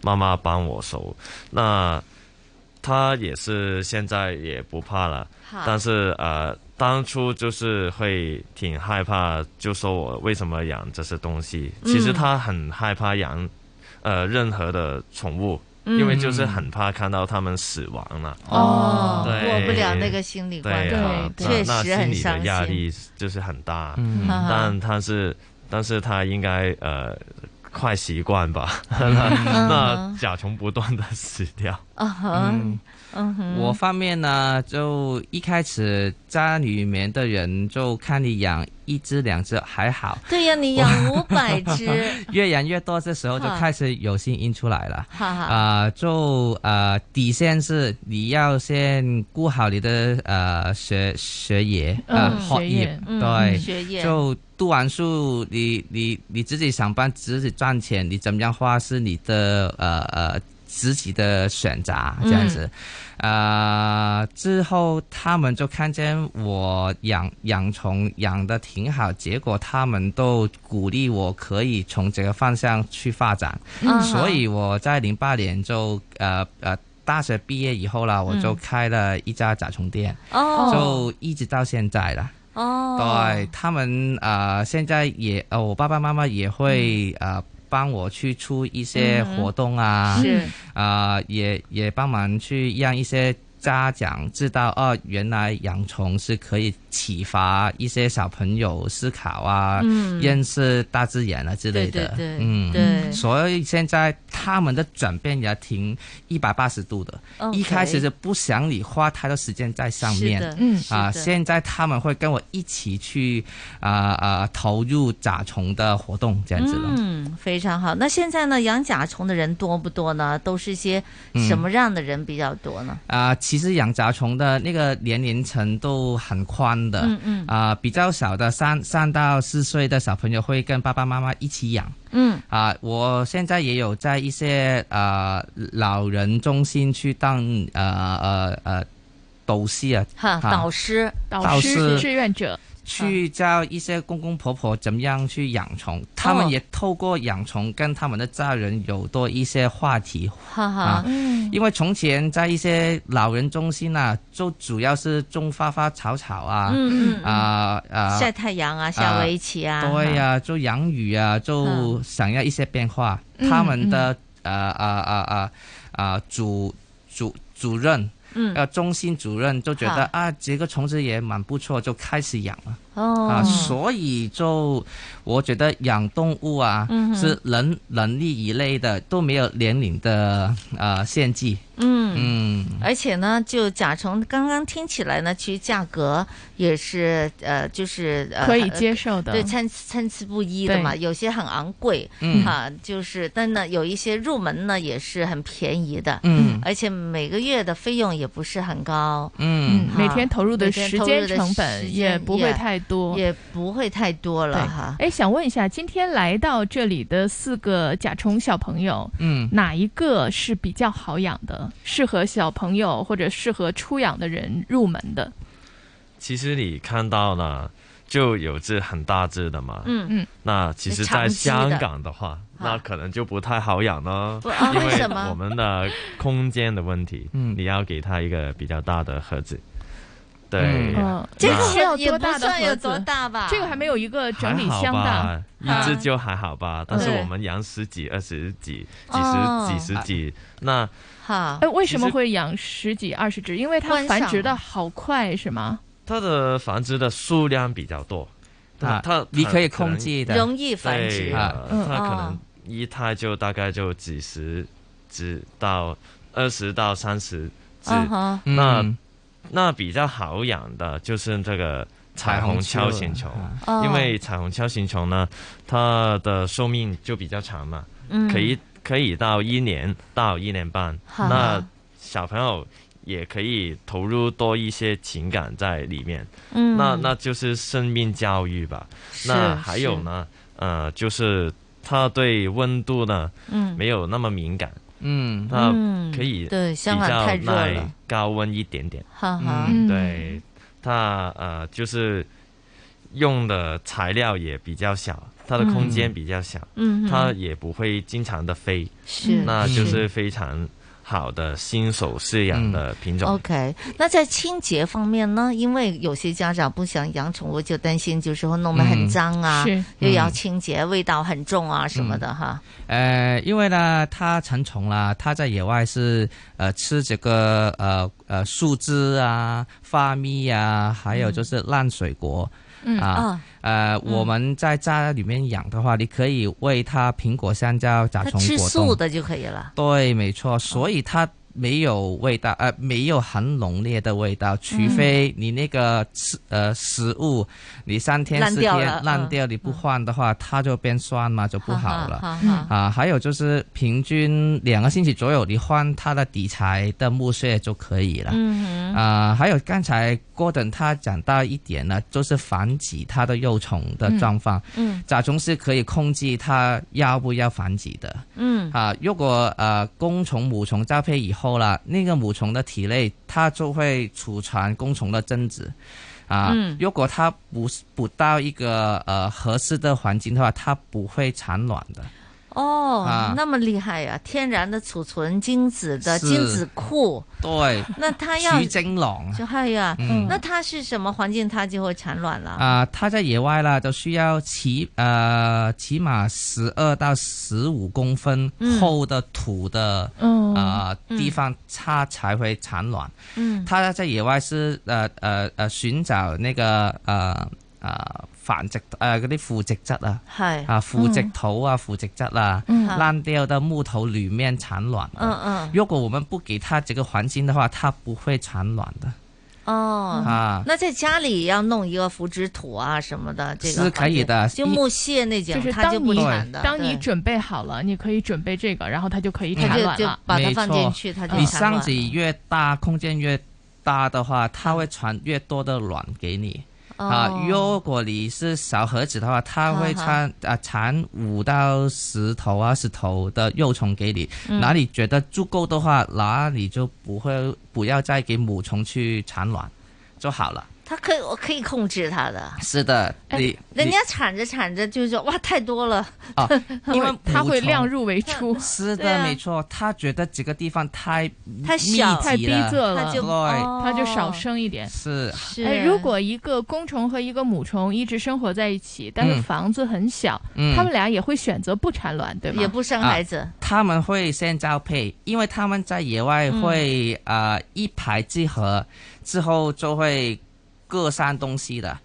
[SPEAKER 21] 妈妈帮我手，那。他也是现在也不怕了
[SPEAKER 12] 好，
[SPEAKER 21] 但是呃，当初就是会挺害怕，就说我为什么养这些东西。
[SPEAKER 12] 嗯
[SPEAKER 21] 其实他很害怕养，呃，任何的宠物，
[SPEAKER 3] 嗯
[SPEAKER 21] 因为就是很怕看到它们死亡了。
[SPEAKER 3] 哦
[SPEAKER 21] 对，
[SPEAKER 3] 过不了那个心理关
[SPEAKER 21] 对啊
[SPEAKER 3] 对对
[SPEAKER 21] 那那
[SPEAKER 3] 确实很
[SPEAKER 21] 心理
[SPEAKER 3] 伤
[SPEAKER 21] 的
[SPEAKER 3] 心
[SPEAKER 21] 压力就是很大。
[SPEAKER 3] 嗯
[SPEAKER 21] 但他是，但是他应该呃。快习惯吧，那 *laughs* 那甲虫不断的死掉。
[SPEAKER 3] 啊哈，嗯哼，
[SPEAKER 17] 我方面呢，就一开始家里面的人就看你养一只两只还好，
[SPEAKER 3] 对呀，你养五百只，
[SPEAKER 17] *laughs* 越养越多，这时候就开始有信音出来了。
[SPEAKER 3] 哈哈
[SPEAKER 17] 啊、就呃底线是你要先顾好你的呃学学业呃、
[SPEAKER 6] 嗯
[SPEAKER 17] 学
[SPEAKER 6] 学
[SPEAKER 17] 业
[SPEAKER 6] 业，嗯
[SPEAKER 17] 对
[SPEAKER 6] 学业
[SPEAKER 17] 就读完书，你你你自己上班，自己赚钱，你怎么样花是你的呃呃自己的选择这样子。
[SPEAKER 6] 嗯
[SPEAKER 17] 呃，之后他们就看见我养养虫养的挺好，结果他们都鼓励我可以从这个方向去发展，
[SPEAKER 6] 嗯
[SPEAKER 17] 所以我在零八年就呃呃大学毕业以后啦，我就
[SPEAKER 6] 嗯
[SPEAKER 17] 开了一家甲虫店，
[SPEAKER 6] 哦
[SPEAKER 17] 就一直到现在了。 아.
[SPEAKER 20] 아.
[SPEAKER 3] 哦，
[SPEAKER 17] 对他们呃，现在也呃，我爸爸妈妈也会、呃帮我去出一些
[SPEAKER 6] 嗯嗯哼
[SPEAKER 17] 活动啊，
[SPEAKER 6] 是
[SPEAKER 17] 啊、也也帮忙去让一些家长知道哦，原来养虫是可以启发一些小朋友思考啊，
[SPEAKER 6] 嗯
[SPEAKER 17] 认识大自然啊之类的，
[SPEAKER 6] 对对对
[SPEAKER 17] 嗯，
[SPEAKER 6] 对
[SPEAKER 17] 所以现在他们的转变也挺一百八十度的
[SPEAKER 6] OK
[SPEAKER 17] 一开始就不想你花太多时间在上面
[SPEAKER 6] 是的，嗯
[SPEAKER 17] 啊，
[SPEAKER 6] 是的
[SPEAKER 17] 现在他们会跟我一起去啊啊、投入甲虫的活动这样子了。
[SPEAKER 3] 嗯，非常好。那现在呢，养甲虫的人多不多呢？都是些什
[SPEAKER 17] 嗯
[SPEAKER 3] 么样的人比较多呢？
[SPEAKER 17] 啊、其实养甲虫的那个年龄层都很宽的，
[SPEAKER 3] 嗯嗯
[SPEAKER 17] 啊、比较小的三三到四岁的小朋友会跟爸爸妈妈一起养，
[SPEAKER 3] 嗯
[SPEAKER 17] 啊、我现在也有在一些呃老人中心去当呃呃呃导师啊，
[SPEAKER 3] *laughs* 哈，
[SPEAKER 17] 啊
[SPEAKER 3] 导师，
[SPEAKER 17] 导师导师
[SPEAKER 4] 志愿者
[SPEAKER 17] 去教一些公公婆婆怎么样去养
[SPEAKER 3] 哦
[SPEAKER 17] 虫，他们也透过养虫跟他们的家人有多一些话题。
[SPEAKER 3] 哈哈
[SPEAKER 17] 啊，
[SPEAKER 3] 嗯
[SPEAKER 17] 因为从前在一些老人中心啊，就主要是种花花草草啊，
[SPEAKER 3] 嗯嗯嗯
[SPEAKER 17] 啊啊，
[SPEAKER 3] 晒太阳啊，下围棋啊，
[SPEAKER 17] 对
[SPEAKER 3] 哈，
[SPEAKER 17] 呀，就养鱼啊，就想要一些变化。
[SPEAKER 3] 嗯
[SPEAKER 17] 他们的呃啊啊啊啊主主主任，
[SPEAKER 3] 嗯
[SPEAKER 20] 아.
[SPEAKER 17] 呃中心主任就觉得
[SPEAKER 3] 好
[SPEAKER 17] 啊，这个虫子也蛮不错，就开始养了。
[SPEAKER 20] 아.
[SPEAKER 3] 哦
[SPEAKER 17] 啊，所以就我觉得养动物啊，
[SPEAKER 3] 嗯哼
[SPEAKER 17] 是人人力以类的都没有年龄的呃限制。
[SPEAKER 3] 嗯。
[SPEAKER 17] 嗯，
[SPEAKER 3] 而且呢，就甲虫刚刚听起来呢，其实价格也是呃，就是、呃、
[SPEAKER 4] 可以接受的
[SPEAKER 3] 对，参参差不一的嘛。
[SPEAKER 4] 对
[SPEAKER 3] 有些很昂贵，
[SPEAKER 4] 嗯
[SPEAKER 3] 哈，就是，但呢，有一些入门呢也是很便宜的，
[SPEAKER 4] 嗯
[SPEAKER 3] 而且每个月的费用也不是很高，
[SPEAKER 4] 嗯
[SPEAKER 3] 哈
[SPEAKER 4] 每天投入的
[SPEAKER 3] 每天
[SPEAKER 4] 时
[SPEAKER 3] 投入
[SPEAKER 4] 间
[SPEAKER 3] 的
[SPEAKER 4] 成本
[SPEAKER 3] 时
[SPEAKER 4] 也
[SPEAKER 3] 间
[SPEAKER 4] 不会太多
[SPEAKER 3] 也不会太多了哈。
[SPEAKER 4] 哎，想问一下，今天来到这里的四个甲虫小朋友，
[SPEAKER 17] 嗯
[SPEAKER 4] 哪一个是比较好养的，适合小朋友或者适合初养的人入门的？
[SPEAKER 21] 其实你看到了，就有只很大只的嘛。
[SPEAKER 3] 嗯嗯。
[SPEAKER 21] 那其实，在香港的话，
[SPEAKER 3] 长期的
[SPEAKER 21] 那可能就不太好养了
[SPEAKER 3] 不啊，
[SPEAKER 21] 因
[SPEAKER 3] 为
[SPEAKER 21] 为
[SPEAKER 3] 什么
[SPEAKER 21] 我们的空间的问题，
[SPEAKER 17] 嗯，
[SPEAKER 21] 你要给它一个比较大的盒子。对
[SPEAKER 4] 嗯，哦
[SPEAKER 21] 那
[SPEAKER 4] 这个没有
[SPEAKER 3] 也
[SPEAKER 4] 多
[SPEAKER 3] 不
[SPEAKER 4] 大的
[SPEAKER 3] 算有
[SPEAKER 4] 盒子
[SPEAKER 3] 多大吧
[SPEAKER 4] 这个还没有一个整理
[SPEAKER 21] 还好
[SPEAKER 4] 箱
[SPEAKER 21] 吧
[SPEAKER 4] 大，，
[SPEAKER 21] 一只就还好吧。但是我们养十几、二十几、几
[SPEAKER 4] 哦
[SPEAKER 21] 十、几十几，那
[SPEAKER 3] 哈，
[SPEAKER 4] 哎，为什么会养十几二十只？因为它繁殖的好快，是吗？
[SPEAKER 21] 它的繁殖的数量比较多，
[SPEAKER 17] 啊
[SPEAKER 21] 它
[SPEAKER 17] 你
[SPEAKER 21] 它
[SPEAKER 17] 可以
[SPEAKER 21] 可能
[SPEAKER 17] 控制的
[SPEAKER 3] 容易繁殖
[SPEAKER 21] 对啊
[SPEAKER 3] 嗯
[SPEAKER 21] 它可
[SPEAKER 3] 哦
[SPEAKER 21] 能一胎就大概就几十只到二十到三十只
[SPEAKER 3] 嗯哼，
[SPEAKER 21] 那
[SPEAKER 3] 嗯
[SPEAKER 21] 那比较好养的就是这个。彩
[SPEAKER 17] 彩虹
[SPEAKER 21] 虹锹
[SPEAKER 17] 球
[SPEAKER 21] 形虫
[SPEAKER 3] 哦，
[SPEAKER 21] 因为彩虹锹形虫呢，它的寿命就比较长嘛，
[SPEAKER 3] 嗯
[SPEAKER 21] 可以可以到一年到一年半。
[SPEAKER 3] 哈
[SPEAKER 21] 那小朋友也可以投入多一些情感在里面。
[SPEAKER 3] 嗯
[SPEAKER 21] 那那就是生命教育吧。
[SPEAKER 3] 是
[SPEAKER 21] 那还有呢，呃，就是他对温度呢，
[SPEAKER 3] 嗯
[SPEAKER 21] 没有那么敏感。
[SPEAKER 17] 嗯
[SPEAKER 21] 他
[SPEAKER 3] 嗯
[SPEAKER 21] 可以
[SPEAKER 3] 对
[SPEAKER 21] 比
[SPEAKER 3] 香港太
[SPEAKER 21] 较
[SPEAKER 3] 热
[SPEAKER 21] 耐
[SPEAKER 3] 了
[SPEAKER 21] 高温一点点。
[SPEAKER 3] 哈哈嗯
[SPEAKER 21] 对，他呃就是用的材料也比较小，它的空间比较小，
[SPEAKER 3] 嗯嗯
[SPEAKER 21] 它也不会经常的飞，
[SPEAKER 3] 是
[SPEAKER 21] 那就是是非常好的新手饲养的品种。
[SPEAKER 3] OK，那在清洁方面呢？因为有些家长不想养宠物，就担心就是会弄得很脏啊，
[SPEAKER 17] 嗯
[SPEAKER 3] 又
[SPEAKER 17] 是
[SPEAKER 3] 要清洁，味道很重啊什么的哈。
[SPEAKER 17] 呃，因为呢，它成虫啦，它在野外是呃吃这个呃呃树枝啊、花蜜啊，还
[SPEAKER 3] 嗯
[SPEAKER 17] 有就是烂水果。
[SPEAKER 4] 嗯
[SPEAKER 17] 啊
[SPEAKER 3] 哦
[SPEAKER 4] 啊，
[SPEAKER 17] 呃，我们在家里面养的话，你可以喂它苹果、香蕉、甲
[SPEAKER 3] 它
[SPEAKER 17] 虫
[SPEAKER 3] 吃
[SPEAKER 17] 果
[SPEAKER 3] 素
[SPEAKER 17] 冻。啊
[SPEAKER 3] 的就可以了。
[SPEAKER 17] 对，没错，所以它没有味道，呃，没有很浓烈的味
[SPEAKER 3] 嗯
[SPEAKER 17] 道，除非你那个吃呃食物，你三天
[SPEAKER 3] 烂
[SPEAKER 17] 四
[SPEAKER 3] 掉
[SPEAKER 17] 天
[SPEAKER 3] 了嗯
[SPEAKER 17] 烂掉，你不换的话，它就变酸嘛，就不好了。
[SPEAKER 3] 哈哈哈
[SPEAKER 17] 啊，还有就是平均两个星期左右，你换它的底材的木屑就可以了。
[SPEAKER 3] 嗯
[SPEAKER 20] 아.
[SPEAKER 3] 哼
[SPEAKER 17] 啊、还有刚才郭等他讲到一点呢，就是繁殖它的幼虫的状况。
[SPEAKER 3] 嗯嗯
[SPEAKER 17] 甲虫是可以控制它要不要繁殖的。
[SPEAKER 3] 嗯
[SPEAKER 17] 啊，如果呃公虫母虫交配以后啦，那个母虫的体内它就会储存公虫的精子。啊，
[SPEAKER 12] 嗯
[SPEAKER 17] 如果它不不到一个呃合适的环境的话，它不会产卵的。
[SPEAKER 3] 哦，
[SPEAKER 17] 啊
[SPEAKER 3] 那么厉害呀、天然的储存精子的
[SPEAKER 17] 是
[SPEAKER 3] 精子库。
[SPEAKER 17] *laughs* 对，
[SPEAKER 3] 那它要
[SPEAKER 17] 徐精囊
[SPEAKER 3] 就哎呀，
[SPEAKER 17] 嗯
[SPEAKER 3] 那它是什么环境它就会产卵了？
[SPEAKER 17] 啊、它在野外啦，就需要起呃起码十二到十五公分
[SPEAKER 3] 嗯
[SPEAKER 17] 厚的土的
[SPEAKER 3] 哦
[SPEAKER 17] 啊、
[SPEAKER 3] 嗯
[SPEAKER 17] 地方，它才会产卵。
[SPEAKER 3] 嗯
[SPEAKER 17] 它在野外是呃呃呃寻找那个呃呃繁殖呃嗰啲腐殖质啊，
[SPEAKER 3] 係
[SPEAKER 17] 啊腐殖
[SPEAKER 3] 嗯
[SPEAKER 17] 土啊腐殖质啊，
[SPEAKER 3] 嗯
[SPEAKER 17] 烂掉的木头里面产卵的。
[SPEAKER 3] 嗯嗯
[SPEAKER 17] 如果我们不给它这个环境的话，它不会产卵的。
[SPEAKER 3] 哦，
[SPEAKER 17] 啊
[SPEAKER 3] 那在家里要弄一个腐殖土啊什么的，这个
[SPEAKER 17] 是可以的
[SPEAKER 3] 环境就
[SPEAKER 17] 一
[SPEAKER 3] 木屑那种，
[SPEAKER 4] 就是
[SPEAKER 3] 它就
[SPEAKER 4] 当
[SPEAKER 3] 不
[SPEAKER 4] 你
[SPEAKER 3] 产的。
[SPEAKER 4] 当你
[SPEAKER 3] 对
[SPEAKER 4] 准备好了，你可以准备这个，然后它就可以产
[SPEAKER 3] 就
[SPEAKER 4] 卵
[SPEAKER 3] 就
[SPEAKER 4] 了。
[SPEAKER 3] 把它
[SPEAKER 17] 没
[SPEAKER 3] 放
[SPEAKER 17] 错
[SPEAKER 3] 进去它就
[SPEAKER 17] 你
[SPEAKER 3] 产卵
[SPEAKER 17] 箱子越大，空间越大的话，它会产越多的卵给你。
[SPEAKER 3] 哦
[SPEAKER 17] 啊，如果你是小盒子的话，它会
[SPEAKER 3] 哈哈
[SPEAKER 17] 产啊产五到十头啊十头的幼虫给你。
[SPEAKER 3] 嗯
[SPEAKER 17] 哪里觉得足够的话，哪里就不会不要再给母虫去产卵就好了。
[SPEAKER 3] 他可以，我可以控制他的。
[SPEAKER 17] 是的，哎你
[SPEAKER 3] 哎人家铲着铲着就说哇太多了， *laughs*
[SPEAKER 17] 啊因为
[SPEAKER 3] 他
[SPEAKER 17] 补充
[SPEAKER 3] 入为出。
[SPEAKER 17] 是
[SPEAKER 3] 对
[SPEAKER 17] 的，
[SPEAKER 3] 啊
[SPEAKER 17] 没错，他觉得这个地方太
[SPEAKER 4] 太小
[SPEAKER 17] 密集
[SPEAKER 4] 太逼仄了
[SPEAKER 17] 对，
[SPEAKER 4] 哦它就少生一点
[SPEAKER 17] 是，
[SPEAKER 4] 哎，如果一个公虫和一个母虫一直生活在一起，但是
[SPEAKER 17] 嗯
[SPEAKER 4] 房子很小，
[SPEAKER 17] 嗯
[SPEAKER 4] 他们俩也会选择不产卵，对吗？
[SPEAKER 17] 啊他们会先交配，因为他们在野外会、
[SPEAKER 3] 嗯
[SPEAKER 17] 呃一排之合，之后就会各散东西的。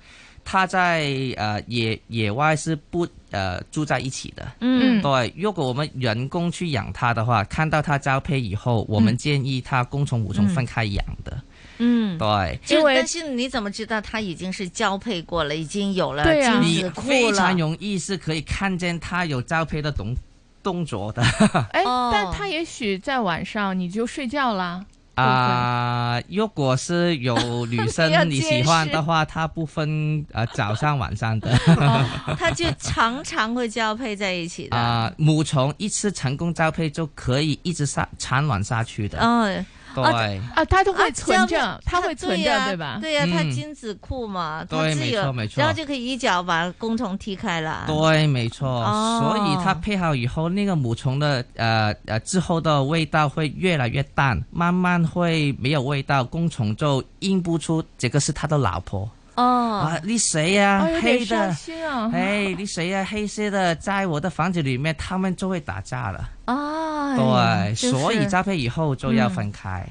[SPEAKER 17] 他在呃野野外是不呃住在一起的，
[SPEAKER 12] 嗯
[SPEAKER 17] 对。如果我们人工去养它的话，看到它交配以后，我们
[SPEAKER 3] 嗯
[SPEAKER 17] 建议它公虫母虫分开养的，
[SPEAKER 3] 嗯，
[SPEAKER 17] 对。
[SPEAKER 3] 就但是你怎么知道他已经是交配过了，已经有了
[SPEAKER 4] 啊
[SPEAKER 3] 精
[SPEAKER 17] 你
[SPEAKER 3] 子库
[SPEAKER 17] 非
[SPEAKER 3] 了？
[SPEAKER 17] 常容易是可以看见它有交配的动动作的。
[SPEAKER 4] 哎，
[SPEAKER 3] 哦
[SPEAKER 4] 但他也许在晚上你就睡觉啦。
[SPEAKER 17] 啊、如果是有女 *laughs*
[SPEAKER 3] 不要
[SPEAKER 17] 生
[SPEAKER 3] 解
[SPEAKER 17] 你
[SPEAKER 3] 释
[SPEAKER 17] 喜欢的话，她不分呃早上晚上 *laughs* 的。哦
[SPEAKER 3] 他就常常会交配在一起的。
[SPEAKER 17] 啊、母虫一次成功交配就可以一直下产卵下去的。
[SPEAKER 3] 嗯，
[SPEAKER 17] 对、
[SPEAKER 4] 啊，他都会存
[SPEAKER 3] 这样
[SPEAKER 4] 着，他会存着，
[SPEAKER 3] 对
[SPEAKER 4] 吧？
[SPEAKER 3] 对呀、他
[SPEAKER 17] 嗯
[SPEAKER 3] 精子库嘛，他
[SPEAKER 17] 对
[SPEAKER 3] 自
[SPEAKER 17] 没
[SPEAKER 3] 由
[SPEAKER 17] 错没，错
[SPEAKER 3] 然后就可以一脚把工虫踢开了。
[SPEAKER 17] 对，没错。
[SPEAKER 3] 哦
[SPEAKER 17] 所以它配好以后，那个母虫的呃呃之后的味道会越来越淡，慢慢会没有味道，公虫就认不出这个是他的老婆。
[SPEAKER 3] 哦
[SPEAKER 17] 啊，你谁呀、
[SPEAKER 4] 哦有点
[SPEAKER 17] 黑
[SPEAKER 4] 伤
[SPEAKER 17] 的
[SPEAKER 4] 心啊，
[SPEAKER 21] *laughs*
[SPEAKER 17] 哎，你谁呀、黑色的，在我的房子里面，他们就会打架了。
[SPEAKER 3] 哦，
[SPEAKER 17] 对，
[SPEAKER 3] 真
[SPEAKER 17] 所以
[SPEAKER 3] 是
[SPEAKER 17] 交配以后就要分 *laughs* 开。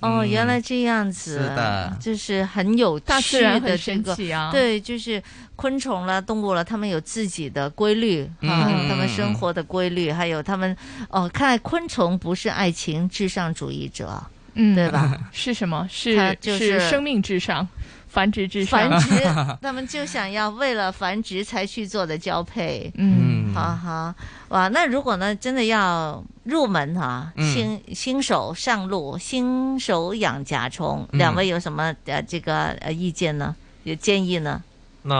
[SPEAKER 3] 哦，
[SPEAKER 17] 嗯
[SPEAKER 3] 原来这样子，
[SPEAKER 17] 是的
[SPEAKER 3] 就是很有
[SPEAKER 4] 大自
[SPEAKER 3] 趣
[SPEAKER 4] 然
[SPEAKER 3] 的
[SPEAKER 4] 很
[SPEAKER 3] 这
[SPEAKER 4] 神
[SPEAKER 3] 个
[SPEAKER 4] 奇啊
[SPEAKER 3] 对，就是昆虫啦、动物啦，它们有自己的规律啊，
[SPEAKER 4] 嗯
[SPEAKER 3] 它们
[SPEAKER 4] 嗯
[SPEAKER 3] 生
[SPEAKER 4] 嗯
[SPEAKER 3] 活的规律，还有它们哦，看来昆虫不是爱情至上主义者，
[SPEAKER 4] 嗯，*laughs*
[SPEAKER 3] 对吧？ *laughs*
[SPEAKER 4] 是什么？
[SPEAKER 3] 它
[SPEAKER 4] 是
[SPEAKER 3] 就是
[SPEAKER 4] 生命至上，繁殖至上，
[SPEAKER 3] 繁殖，
[SPEAKER 4] *laughs*
[SPEAKER 3] 他们就想要为了繁殖才去做的交配，
[SPEAKER 4] 嗯
[SPEAKER 3] 哈哈，哇，那如果呢，真的要入门哈、
[SPEAKER 4] 嗯
[SPEAKER 3] 新新手上路，新手养甲虫，两
[SPEAKER 21] 嗯
[SPEAKER 3] 位有什么呃这个呃意见呢？有建议呢？
[SPEAKER 21] 那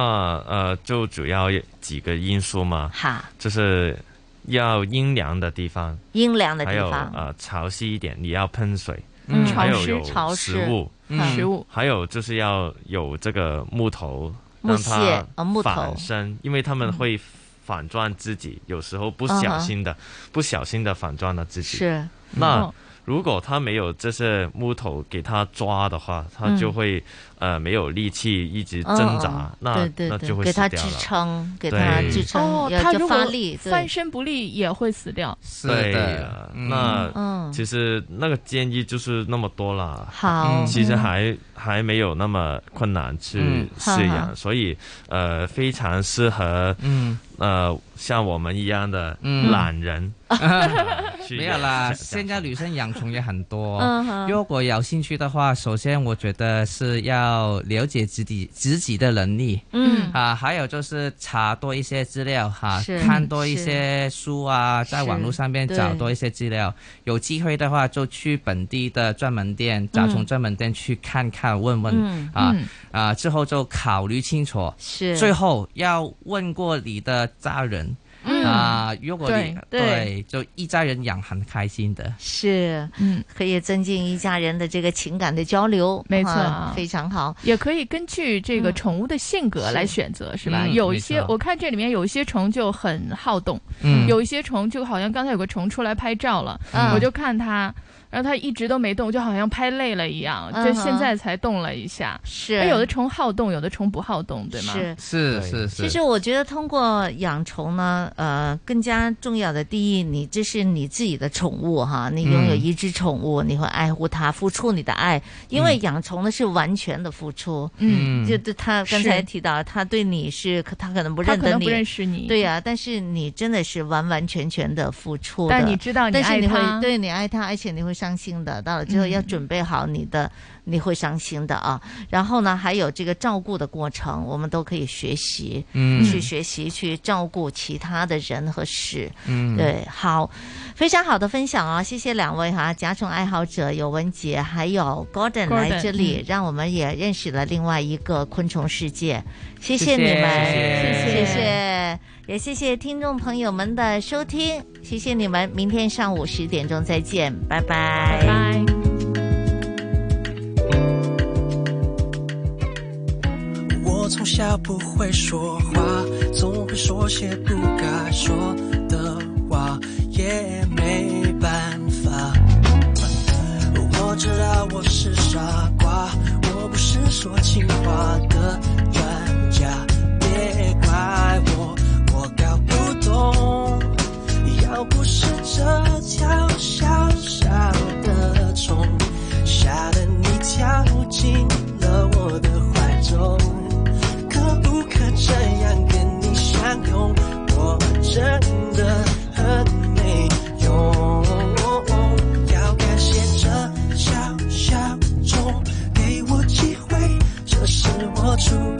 [SPEAKER 21] 呃，就主要几个因素嘛，
[SPEAKER 3] 哈，
[SPEAKER 21] 就是要阴凉的地方，
[SPEAKER 3] 阴凉的地
[SPEAKER 21] 还有
[SPEAKER 3] 方
[SPEAKER 21] 呃潮湿一点，你要喷水，
[SPEAKER 3] 嗯
[SPEAKER 21] 还有
[SPEAKER 3] 潮湿
[SPEAKER 21] 有
[SPEAKER 3] 潮湿
[SPEAKER 21] 食物，
[SPEAKER 3] 嗯食物，
[SPEAKER 21] 还有就是要有这个木头，
[SPEAKER 3] 木
[SPEAKER 21] 让
[SPEAKER 3] 屑
[SPEAKER 21] 它
[SPEAKER 3] 啊木头
[SPEAKER 21] 反身，因为他们会反转自己，有时候不
[SPEAKER 3] 嗯
[SPEAKER 21] 小
[SPEAKER 3] 哼
[SPEAKER 21] 心的，不小心的反转了自己。
[SPEAKER 3] 是
[SPEAKER 21] 那
[SPEAKER 3] 哦。
[SPEAKER 21] 如果它没有这些木头给它抓的话，它
[SPEAKER 3] 嗯
[SPEAKER 21] 就会、呃没有力气一直
[SPEAKER 3] 嗯
[SPEAKER 21] 挣扎，
[SPEAKER 3] 嗯
[SPEAKER 21] 那
[SPEAKER 3] 对对
[SPEAKER 21] 那
[SPEAKER 3] 对
[SPEAKER 21] 就会
[SPEAKER 3] 给
[SPEAKER 21] 死
[SPEAKER 3] 它
[SPEAKER 21] 掉
[SPEAKER 3] 支
[SPEAKER 21] 了
[SPEAKER 3] 撑给它
[SPEAKER 21] 对
[SPEAKER 3] 支撑
[SPEAKER 4] 哦，
[SPEAKER 3] 要
[SPEAKER 4] 它
[SPEAKER 3] 要
[SPEAKER 4] 如
[SPEAKER 3] 发
[SPEAKER 4] 果
[SPEAKER 3] 力对
[SPEAKER 4] 翻身不利也会死掉。
[SPEAKER 21] 对
[SPEAKER 17] 的
[SPEAKER 21] 呃那、
[SPEAKER 4] 嗯
[SPEAKER 21] 其实那个建议就是那么多啦。
[SPEAKER 3] 好嗯
[SPEAKER 21] 其实还、还没有那么困难去
[SPEAKER 17] 嗯
[SPEAKER 21] 饲
[SPEAKER 17] 哈
[SPEAKER 21] 养，
[SPEAKER 17] 哈
[SPEAKER 21] 所以呃非常适合
[SPEAKER 17] 嗯
[SPEAKER 21] 呃像我们一样的
[SPEAKER 17] 嗯
[SPEAKER 21] 懒
[SPEAKER 17] *laughs*
[SPEAKER 21] 人。去
[SPEAKER 17] 没有啦，
[SPEAKER 21] 养
[SPEAKER 17] 现在女生养虫也很多
[SPEAKER 21] 嗯哼。
[SPEAKER 17] 如果有兴趣的话，首先我觉得是要了解自己自己的能力，
[SPEAKER 3] 嗯
[SPEAKER 17] 啊，还有就是查多一些资料哈
[SPEAKER 12] 是，
[SPEAKER 17] 看多一些书啊，在网络上面
[SPEAKER 12] 是
[SPEAKER 17] 找
[SPEAKER 12] 对
[SPEAKER 17] 多一些资料。有机会的话，就去本地的专门店、甲虫专门店去看看、问
[SPEAKER 12] 嗯
[SPEAKER 17] 问啊
[SPEAKER 12] 嗯
[SPEAKER 17] 啊，之后就考虑清楚。
[SPEAKER 12] 是
[SPEAKER 17] 最后要问过你的家人。
[SPEAKER 3] 嗯
[SPEAKER 17] 啊，如果你
[SPEAKER 3] 对对
[SPEAKER 17] 就一家人养很开心的。
[SPEAKER 3] 是，
[SPEAKER 4] 嗯，
[SPEAKER 3] 可以增进一家人的这个情感的交流，
[SPEAKER 4] 没错
[SPEAKER 3] 啊非常好。
[SPEAKER 4] 也可以根据这个宠物的性格来选择，是吧？
[SPEAKER 3] 嗯
[SPEAKER 4] 有一
[SPEAKER 3] 没
[SPEAKER 4] 些
[SPEAKER 3] 错
[SPEAKER 4] 我看这里面有一些虫就很好动，
[SPEAKER 3] 嗯
[SPEAKER 4] 有一些虫就好像刚才有个虫出来拍照了，
[SPEAKER 3] 嗯
[SPEAKER 4] 我就看它，然后它一直都没动，就好像拍累了一样，
[SPEAKER 3] 嗯哼
[SPEAKER 4] 就现在才动了一下。
[SPEAKER 3] 是
[SPEAKER 4] 哎有的虫好动，有的虫不好动，对吗？
[SPEAKER 3] 是
[SPEAKER 17] 是是是，
[SPEAKER 3] 其实我觉得通过养虫呢，呃，更加重要的，第一，你这是你自己的宠物哈，你拥有
[SPEAKER 12] 嗯
[SPEAKER 3] 一只宠物，你会爱护它，付出你的爱，因
[SPEAKER 4] 嗯
[SPEAKER 3] 为养虫呢是完全的付出，
[SPEAKER 12] 嗯
[SPEAKER 3] 就对它刚
[SPEAKER 12] 是
[SPEAKER 3] 才提到，它对你是它可能不
[SPEAKER 4] 它
[SPEAKER 3] 认
[SPEAKER 4] 可
[SPEAKER 3] 得
[SPEAKER 4] 能
[SPEAKER 3] 你，
[SPEAKER 4] 不认识你
[SPEAKER 3] 对呀、但是你真的是完完全全的付出的，
[SPEAKER 4] 但你知道你
[SPEAKER 3] 但
[SPEAKER 4] 爱
[SPEAKER 3] 是你会
[SPEAKER 4] 它
[SPEAKER 3] 对你爱它，而且你会伤心的，到了之后
[SPEAKER 4] 嗯
[SPEAKER 3] 要准备好你的，你会伤心的啊。然后呢，还有这个照顾的过程，我们都可以学习，
[SPEAKER 12] 嗯
[SPEAKER 3] 去学习去照顾其他的人和事，
[SPEAKER 12] 嗯
[SPEAKER 3] 对，好，非常好的分享啊，谢谢两位哈、甲虫爱好者有文杰还有 Gordon 来
[SPEAKER 12] Gordon，
[SPEAKER 3] 这里，
[SPEAKER 12] 嗯
[SPEAKER 3] 让我们也认识了另外一个昆虫世界，谢
[SPEAKER 12] 谢谢
[SPEAKER 3] 你们，
[SPEAKER 12] 谢
[SPEAKER 3] 谢
[SPEAKER 12] 谢
[SPEAKER 3] 谢，也谢谢听众朋友们的收听，谢谢你们，明天上午十点钟再见，拜拜，拜
[SPEAKER 4] 拜。
[SPEAKER 12] 从小不会说话，总会说些不该说的话，也没办法。我知道我是傻瓜，我不是说情话的专家，别怪我，我搞不懂。要不是这条小小的虫，吓得你跳进了我的怀中，可不可这样跟你相拥？我真的很没用。要感谢这小小虫给我机会，这是我出